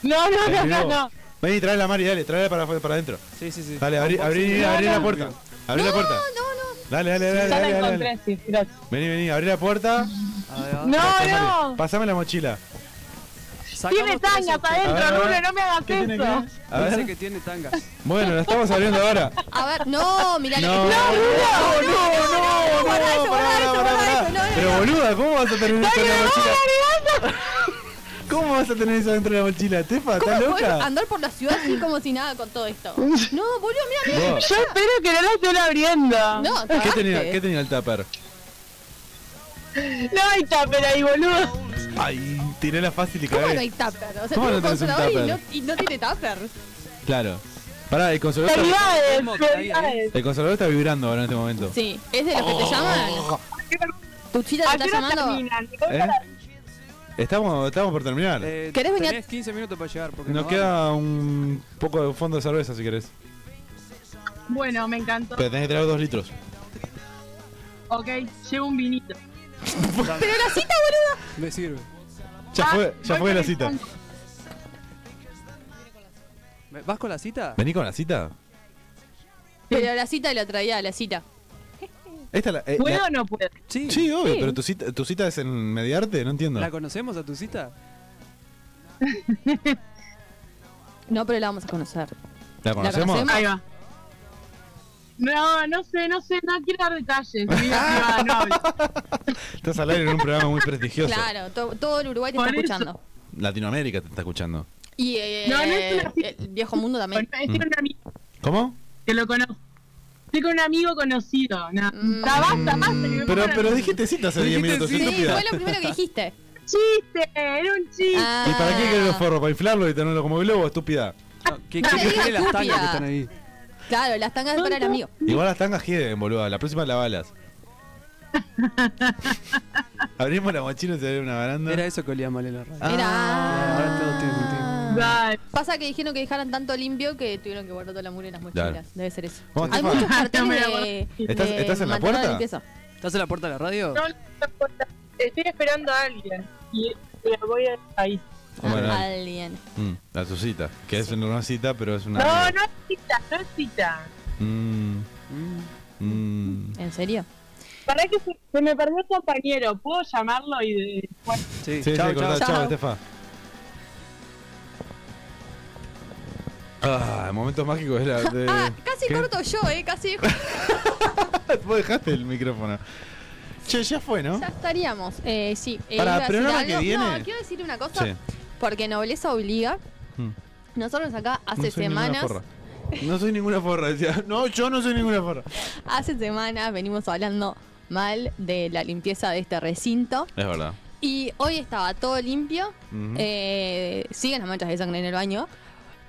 Speaker 15: No, no, no,
Speaker 2: En
Speaker 15: no,
Speaker 2: vivo.
Speaker 15: no.
Speaker 2: Vení, traela, Mari, dale, traela para, afu- para adentro.
Speaker 3: Sí, sí, sí.
Speaker 2: Dale, abrí, abrí,
Speaker 15: Unboxing.
Speaker 2: abrí
Speaker 15: No,
Speaker 2: la
Speaker 15: no.
Speaker 2: puerta. Abrí la puerta. No, no. Dale, dale, dale.
Speaker 15: Ya la
Speaker 2: dale, dale,
Speaker 15: encontré,
Speaker 2: dale.
Speaker 15: sí, gracias.
Speaker 2: Vení, vení, abrí la puerta.
Speaker 15: No,
Speaker 2: Pasá, Mari.
Speaker 15: no.
Speaker 2: Pasame la mochila.
Speaker 15: Tiene tangas adentro,
Speaker 2: A ver, a
Speaker 15: Rulo,
Speaker 2: ver.
Speaker 15: no me hagas eso.
Speaker 2: A ver.
Speaker 3: Dice que tiene tangas.
Speaker 2: Bueno, la estamos abriendo ahora.
Speaker 1: A ver, no, mirá la
Speaker 2: No,
Speaker 1: que-
Speaker 2: no,
Speaker 1: no,
Speaker 2: no, no,
Speaker 1: guarda
Speaker 2: no,
Speaker 1: eso, guarda
Speaker 2: pará, pará,
Speaker 1: eso, guarda
Speaker 2: pará.
Speaker 1: eso, no, no,
Speaker 2: Pero boluda, ¿cómo vas a terminar con la mochila? ¿Cómo vas a tener eso dentro de la mochila, Tefa?
Speaker 1: ¿Cómo
Speaker 2: ¿Estás
Speaker 1: puedes
Speaker 2: loca?
Speaker 1: andar por la ciudad así como si nada con todo esto? No, boludo, mira, mira.
Speaker 2: Vos.
Speaker 15: Yo espero que no la estén abriendo.
Speaker 1: No,
Speaker 2: ¿Qué tenía, ¿Qué tenía el tupper?
Speaker 15: No hay tupper ahí, boludo.
Speaker 2: Ay, tiré la fácil y
Speaker 1: ¿Cómo
Speaker 2: cagué.
Speaker 1: no hay tupper? O sea,
Speaker 2: ¿Cómo
Speaker 1: tiene
Speaker 2: no
Speaker 1: un
Speaker 2: tenés un
Speaker 1: consolador y
Speaker 2: tupper?
Speaker 1: no, y no tiene tupper.
Speaker 2: Claro. Pará, el consolador, está,
Speaker 15: ¿eh?
Speaker 2: el consolador está vibrando ahora en este momento.
Speaker 1: Sí, es de los que te llaman. Tu chita te
Speaker 15: ¿A
Speaker 1: está
Speaker 15: qué hora
Speaker 1: llamando.
Speaker 15: terminan?
Speaker 2: ¿Eh? Estamos, estamos por terminar.
Speaker 1: ¿Querés venir a-
Speaker 3: Eh, Tenés 15 minutos para llegar porque
Speaker 2: Nos
Speaker 3: no
Speaker 2: queda un poco de fondo de cerveza si querés.
Speaker 15: Bueno, me encantó.
Speaker 2: Pero tenés que traer dos litros.
Speaker 15: Ok, llevo un vinito.
Speaker 1: Pero la cita,
Speaker 3: va. Me sirve.
Speaker 2: Ya
Speaker 1: Ah,
Speaker 2: fue, ya
Speaker 3: voy
Speaker 2: fue
Speaker 3: con
Speaker 2: la
Speaker 3: el
Speaker 2: cita.
Speaker 3: fondo. ¿Me- ¿Vas con la cita?
Speaker 2: ¿Vení con la cita?
Speaker 1: Pero la cita la traía a la cita.
Speaker 2: Esta la, eh, la-
Speaker 15: no puedo?
Speaker 3: Sí.
Speaker 2: Sí, obvio,
Speaker 1: Sí.
Speaker 2: pero tu cita, tu cita es en Mediarte, no entiendo.
Speaker 3: ¿La conocemos a tu cita?
Speaker 1: No, pero la vamos a conocer.
Speaker 2: ¿La conocemos?
Speaker 15: Ahí va. No, no sé, no sé, no quiero dar detalles. Mi vida privada, no hablo.
Speaker 2: Estás al aire en un programa muy prestigioso.
Speaker 1: Claro, to- todo el Uruguay te
Speaker 15: Por
Speaker 1: está
Speaker 15: eso.
Speaker 1: escuchando.
Speaker 2: Latinoamérica te está escuchando.
Speaker 1: Y eh,
Speaker 15: No, no es una
Speaker 1: el viejo mundo también.
Speaker 15: Estoy con un amigo
Speaker 2: ¿Cómo?
Speaker 15: que lo conozco. Estoy con un amigo conocido. No. Ta, basta, basta. que me
Speaker 2: Mm, Pero,
Speaker 15: pongan
Speaker 2: pero
Speaker 15: a-
Speaker 2: dijiste cita hace 10 minutos,
Speaker 1: Sí,
Speaker 2: estúpida.
Speaker 1: fue lo primero que dijiste.
Speaker 15: Chiste, era un chiste.
Speaker 1: Ah.
Speaker 2: ¿Y para qué querés los forros? ¿Para inflarlo y tenerlo como globo, estúpida?
Speaker 3: ¿Qué,
Speaker 1: Ah, No
Speaker 3: qué-
Speaker 1: me
Speaker 3: qué-
Speaker 1: digas
Speaker 3: qué- las tangas
Speaker 1: estúpida.
Speaker 3: que están ahí?
Speaker 1: Claro, las tangas para el amigo.
Speaker 2: Igual las tangas queden, boluda. La próxima la balas. Abrimos la mochila y se ve una baranda.
Speaker 3: Era eso que olía mal en la radio.
Speaker 2: Ah.
Speaker 1: Era- ah.
Speaker 3: Ahora todo tiene sentido.
Speaker 1: Pasa que dijeron que dejaran tanto limpio que tuvieron que guardar toda la mugre en las mochilas.
Speaker 2: Claro.
Speaker 1: Debe ser eso.
Speaker 2: Vamos,
Speaker 1: Hay
Speaker 2: Estefa.
Speaker 1: muchos
Speaker 15: No me
Speaker 1: carteles
Speaker 15: la
Speaker 1: de,
Speaker 15: guardo.
Speaker 2: ¿Estás-
Speaker 1: de
Speaker 2: estás en la
Speaker 1: mantener
Speaker 2: puerta?
Speaker 1: limpieza.
Speaker 3: ¿Estás en la puerta de la radio?
Speaker 15: No, no, no, no, estoy esperando a alguien. Y y voy a- ahí.
Speaker 2: Bueno,
Speaker 1: Alguien.
Speaker 2: Mm, la tu cita. Que es una cita, pero es una.
Speaker 15: No, no es cita, no es cita.
Speaker 2: Mm, mm.
Speaker 1: ¿En serio?
Speaker 15: Para que se, se me perdió el compañero, ¿puedo llamarlo y después?
Speaker 2: Sí, sí,
Speaker 3: chao,
Speaker 2: cortá,
Speaker 3: chao.
Speaker 2: chao,
Speaker 3: Chao.
Speaker 2: Estefa. Ah, momentos mágicos es la. de-
Speaker 1: Ah, casi
Speaker 2: ¿Qué?
Speaker 1: corto yo, eh. Casi
Speaker 2: Vos dejaste el micrófono. Che, ya fue, ¿no?
Speaker 1: ya estaríamos. Eh, sí. eh,
Speaker 2: Para
Speaker 1: iba a decir
Speaker 2: programa que
Speaker 1: algo.
Speaker 2: viene.
Speaker 1: No, quiero decir una cosa.
Speaker 2: Sí.
Speaker 1: Porque nobleza obliga.
Speaker 2: Mm.
Speaker 1: Nosotros acá hace
Speaker 2: No soy ninguna
Speaker 1: semanas,
Speaker 2: forra. No soy ninguna forra. decía. No, yo no soy ninguna forra.
Speaker 1: hace semanas venimos hablando mal de la limpieza de este recinto.
Speaker 2: Es verdad.
Speaker 1: Y hoy estaba todo limpio.
Speaker 2: Ujú.
Speaker 1: eh, siguen las manchas de sangre en el baño.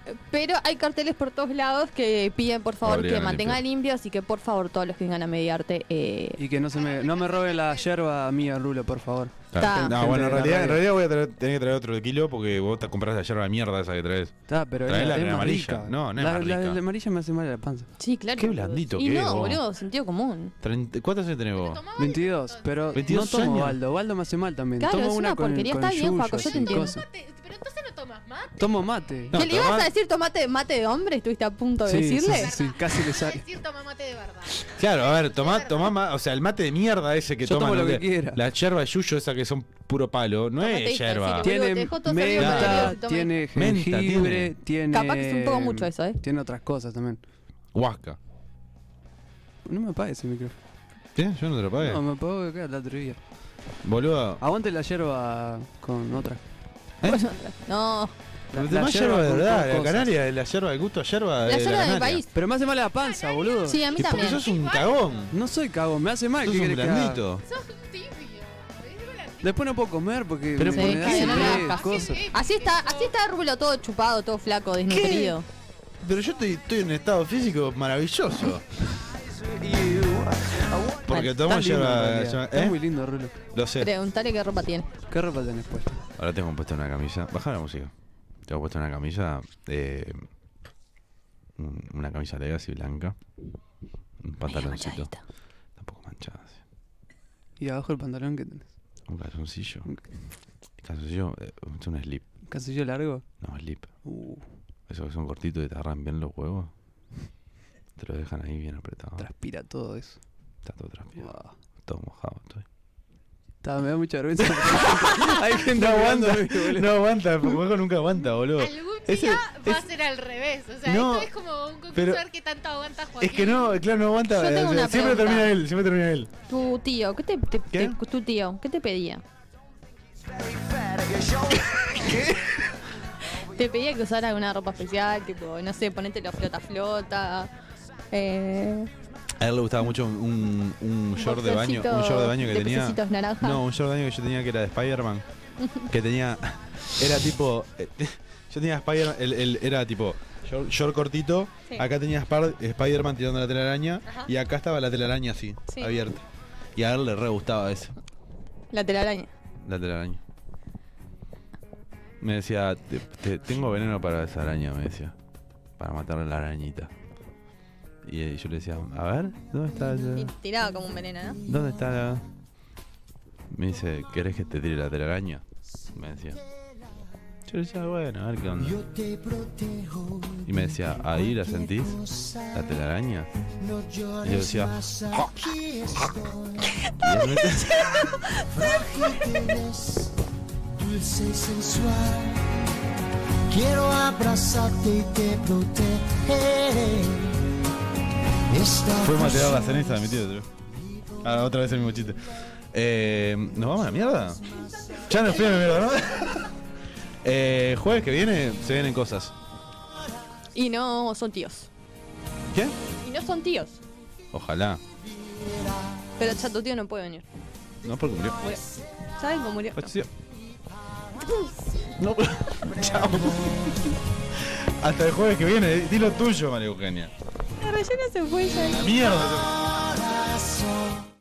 Speaker 1: eh, Pero hay carteles por todos lados que piden por favor
Speaker 3: Obligan
Speaker 1: que
Speaker 3: a
Speaker 1: mantenga limpio. Así que por favor, todos los que vengan a mediarte. eh,
Speaker 3: Y que no se me, no me robe la yerba mía, Rulo, por favor.
Speaker 1: Ta.
Speaker 2: No, bueno, en
Speaker 3: Gente de la
Speaker 2: realidad, en
Speaker 3: radio.
Speaker 2: realidad voy a traer- tener que traer otro kilo porque vos te compras la yerba de mierda esa que traes.
Speaker 3: Ta, pero es
Speaker 2: Traes
Speaker 3: la-
Speaker 2: la,
Speaker 3: es más
Speaker 2: amarilla.
Speaker 3: rica.
Speaker 2: No, no es
Speaker 3: La-
Speaker 2: más
Speaker 3: la-
Speaker 2: rica.
Speaker 3: la amarilla me hace mal a la panza.
Speaker 1: sí, claro.
Speaker 2: Qué blandito
Speaker 1: Y
Speaker 2: que es,
Speaker 1: no,
Speaker 2: vos.
Speaker 1: boludo, sentido común.
Speaker 2: Treinta- ¿Cuántos años tenés vos?
Speaker 3: 22, pero
Speaker 2: 22
Speaker 3: no tomo
Speaker 2: años.
Speaker 3: Baldo. Baldo me hace mal también.
Speaker 1: Claro,
Speaker 3: tomo
Speaker 1: es una
Speaker 3: con-
Speaker 1: porquería.
Speaker 3: con
Speaker 1: Está bien,
Speaker 3: yuyo,
Speaker 1: Juaco, yo te
Speaker 3: así,
Speaker 1: entiendo.
Speaker 3: cosa.
Speaker 4: Pero entonces no tomas más.
Speaker 3: Tomo mate.
Speaker 1: ¿Qué le ibas a decir tomate, mate de hombre? ¿Estuviste a punto de
Speaker 3: Sí,
Speaker 1: decirle?
Speaker 3: sí, sí, sí, casi le sale.
Speaker 4: Decir toma mate de verdad.
Speaker 2: Claro, a ver, tomá, tomá ma- o sea, el mate de mierda ese que
Speaker 3: Yo
Speaker 2: toman
Speaker 3: tomo lo
Speaker 2: los
Speaker 3: que
Speaker 2: de-
Speaker 3: quiera.
Speaker 2: La yerba de yuyo esa que son puro palo, no es yerba.
Speaker 1: Boludo, te
Speaker 3: Tiene
Speaker 1: dejó todo servido para
Speaker 3: menta,
Speaker 1: que tomes.
Speaker 3: tiene
Speaker 2: Ah. Menta,
Speaker 3: jengibre, tiene...
Speaker 1: Capaz que es un poco mucho eso, ¿eh?
Speaker 3: Tiene otras cosas también.
Speaker 2: Huasca.
Speaker 3: No me apagues ese micrófono.
Speaker 2: ¿Qué? Yo no te lo pagué.
Speaker 3: No, Ah, me apago que queda la trivia.
Speaker 2: Boludo.
Speaker 3: Aguante la yerba con otra.
Speaker 1: No.
Speaker 2: Eh,
Speaker 3: La-
Speaker 2: Tomá
Speaker 3: la
Speaker 2: yerba de
Speaker 3: con-
Speaker 2: verdad,
Speaker 3: con
Speaker 2: la
Speaker 3: cosas.
Speaker 2: canaria, la yerba de gusto, a yerba de
Speaker 1: La yerba del
Speaker 2: canaria.
Speaker 1: país.
Speaker 3: Pero me hace mal la panza, boludo.
Speaker 1: Sí, a mí
Speaker 2: Y porque
Speaker 1: también.
Speaker 2: sos un cagón.
Speaker 3: No soy cagón, me hace mal.
Speaker 2: Sos
Speaker 3: ¿qué
Speaker 2: un
Speaker 3: querés que haga?
Speaker 2: blandito.
Speaker 3: Después no puedo comer porque
Speaker 2: Pero
Speaker 3: me,
Speaker 2: ¿por
Speaker 3: me
Speaker 2: qué?
Speaker 3: hace
Speaker 2: No,
Speaker 3: mal
Speaker 1: no, no.
Speaker 3: cosas.
Speaker 1: Así está, así está Rulo todo chupado, todo flaco, desnutrido.
Speaker 2: Pero yo estoy, estoy en un estado físico maravilloso. Porque tomo
Speaker 3: Está lindo, en
Speaker 2: yerba.
Speaker 3: realidad.
Speaker 2: yerba-
Speaker 3: Está
Speaker 2: ¿eh?
Speaker 3: muy lindo, Rulo.
Speaker 2: Lo sé.
Speaker 1: Preguntale qué ropa tiene.
Speaker 3: ¿Qué ropa tenés puesta?
Speaker 2: Ahora tengo puesto una camisa. Baja la música. Tengo puesto una camisa. eh, un- una camisa de gas y blanca. Un pantaloncito. Tampoco manchada. sí.
Speaker 3: Y abajo el pantalón que tenés.
Speaker 2: Un calzoncillo. Calzoncillo. eh, es un slip.
Speaker 3: ¿Un calzoncillo largo?
Speaker 2: No, slip.
Speaker 3: Uh,
Speaker 2: Esos que son cortitos y te agarran bien los huevos. Te los dejan ahí bien apretados.
Speaker 3: transpira todo eso.
Speaker 2: Está todo transpirado.
Speaker 3: Wow.
Speaker 2: Todo mojado estoy.
Speaker 3: Ta, me da mucha vergüenza. Hay gente mirándome, boludo.
Speaker 2: No aguanta. Juego nunca aguanta, boludo. Ese-
Speaker 4: Va a
Speaker 2: es-
Speaker 4: ser al revés. O sea,
Speaker 2: No,
Speaker 4: esto es como un concurso
Speaker 2: pero-
Speaker 4: a ver qué tanto aguanta Joaquín.
Speaker 2: Es que no, claro, no aguanta.
Speaker 1: Yo tengo
Speaker 2: o sea,
Speaker 1: una
Speaker 2: siempre
Speaker 1: pregunta.
Speaker 2: termina él, siempre termina él.
Speaker 1: Tu tío, ¿qué te, te-
Speaker 2: ¿Qué?
Speaker 1: te- tu tío, ¿qué te pedía? Te pedía que usara una ropa especial, tipo, no sé, ponete la flota flota. Eh,
Speaker 2: A él le gustaba mucho un, un- un short de baño,
Speaker 1: boxercito
Speaker 2: un short de baño que
Speaker 1: de
Speaker 2: tenía.
Speaker 1: pececitos naranja.
Speaker 2: No, un short de baño que yo tenía que era de Spider-Man. Que tenía. Era tipo. eh, Yo tenía Spider-Man. el- el- era tipo. Short, short cortito.
Speaker 16: Sí.
Speaker 2: Acá tenía Spar- Spider-Man tirando la telaraña.
Speaker 1: Ajá.
Speaker 2: Y acá estaba la telaraña así,
Speaker 1: Sí.
Speaker 2: abierta. Y a él le re gustaba ese,
Speaker 1: la telaraña.
Speaker 2: la telaraña. Me decía, "Te- te- tengo veneno para esa araña, me decía. Para matar a la arañita. Y eh, yo le decía, a ver, ¿dónde está? la-
Speaker 1: Y tiraba como un veneno, ¿no?
Speaker 2: ¿Dónde está la.? Me dice, ¿querés que te tire la telaraña? Me decía. Yo le decía, bueno, a ver qué onda. Y me decía, ¿ahí la sentís? ¿La telaraña? Y yo decía, "Ja". Y él me-
Speaker 17: Dulce y sensual, quiero abrazarte y te protegeré. Esta
Speaker 2: Fue
Speaker 17: pasión-
Speaker 2: mateado la ceniza, mi tío. Ah, otra vez el mismo chiste. Eh, ¿Nos vamos a la mierda? Ya nos fuimos a la mierda, ¿no? eh, jueves que viene se vienen cosas.
Speaker 1: Y no son tíos.
Speaker 2: ¿Qué?
Speaker 1: Y no son tíos.
Speaker 2: Ojalá.
Speaker 1: Pero ya tu tío no puede venir.
Speaker 2: No, porque murió.
Speaker 1: Murió. ¿Saben cómo murió?
Speaker 2: Falleció. No. Chao. Hasta el jueves que viene. Dilo tuyo, María Eugenia.
Speaker 1: La rellena se fue ya.
Speaker 2: Mierda.
Speaker 17: corazón.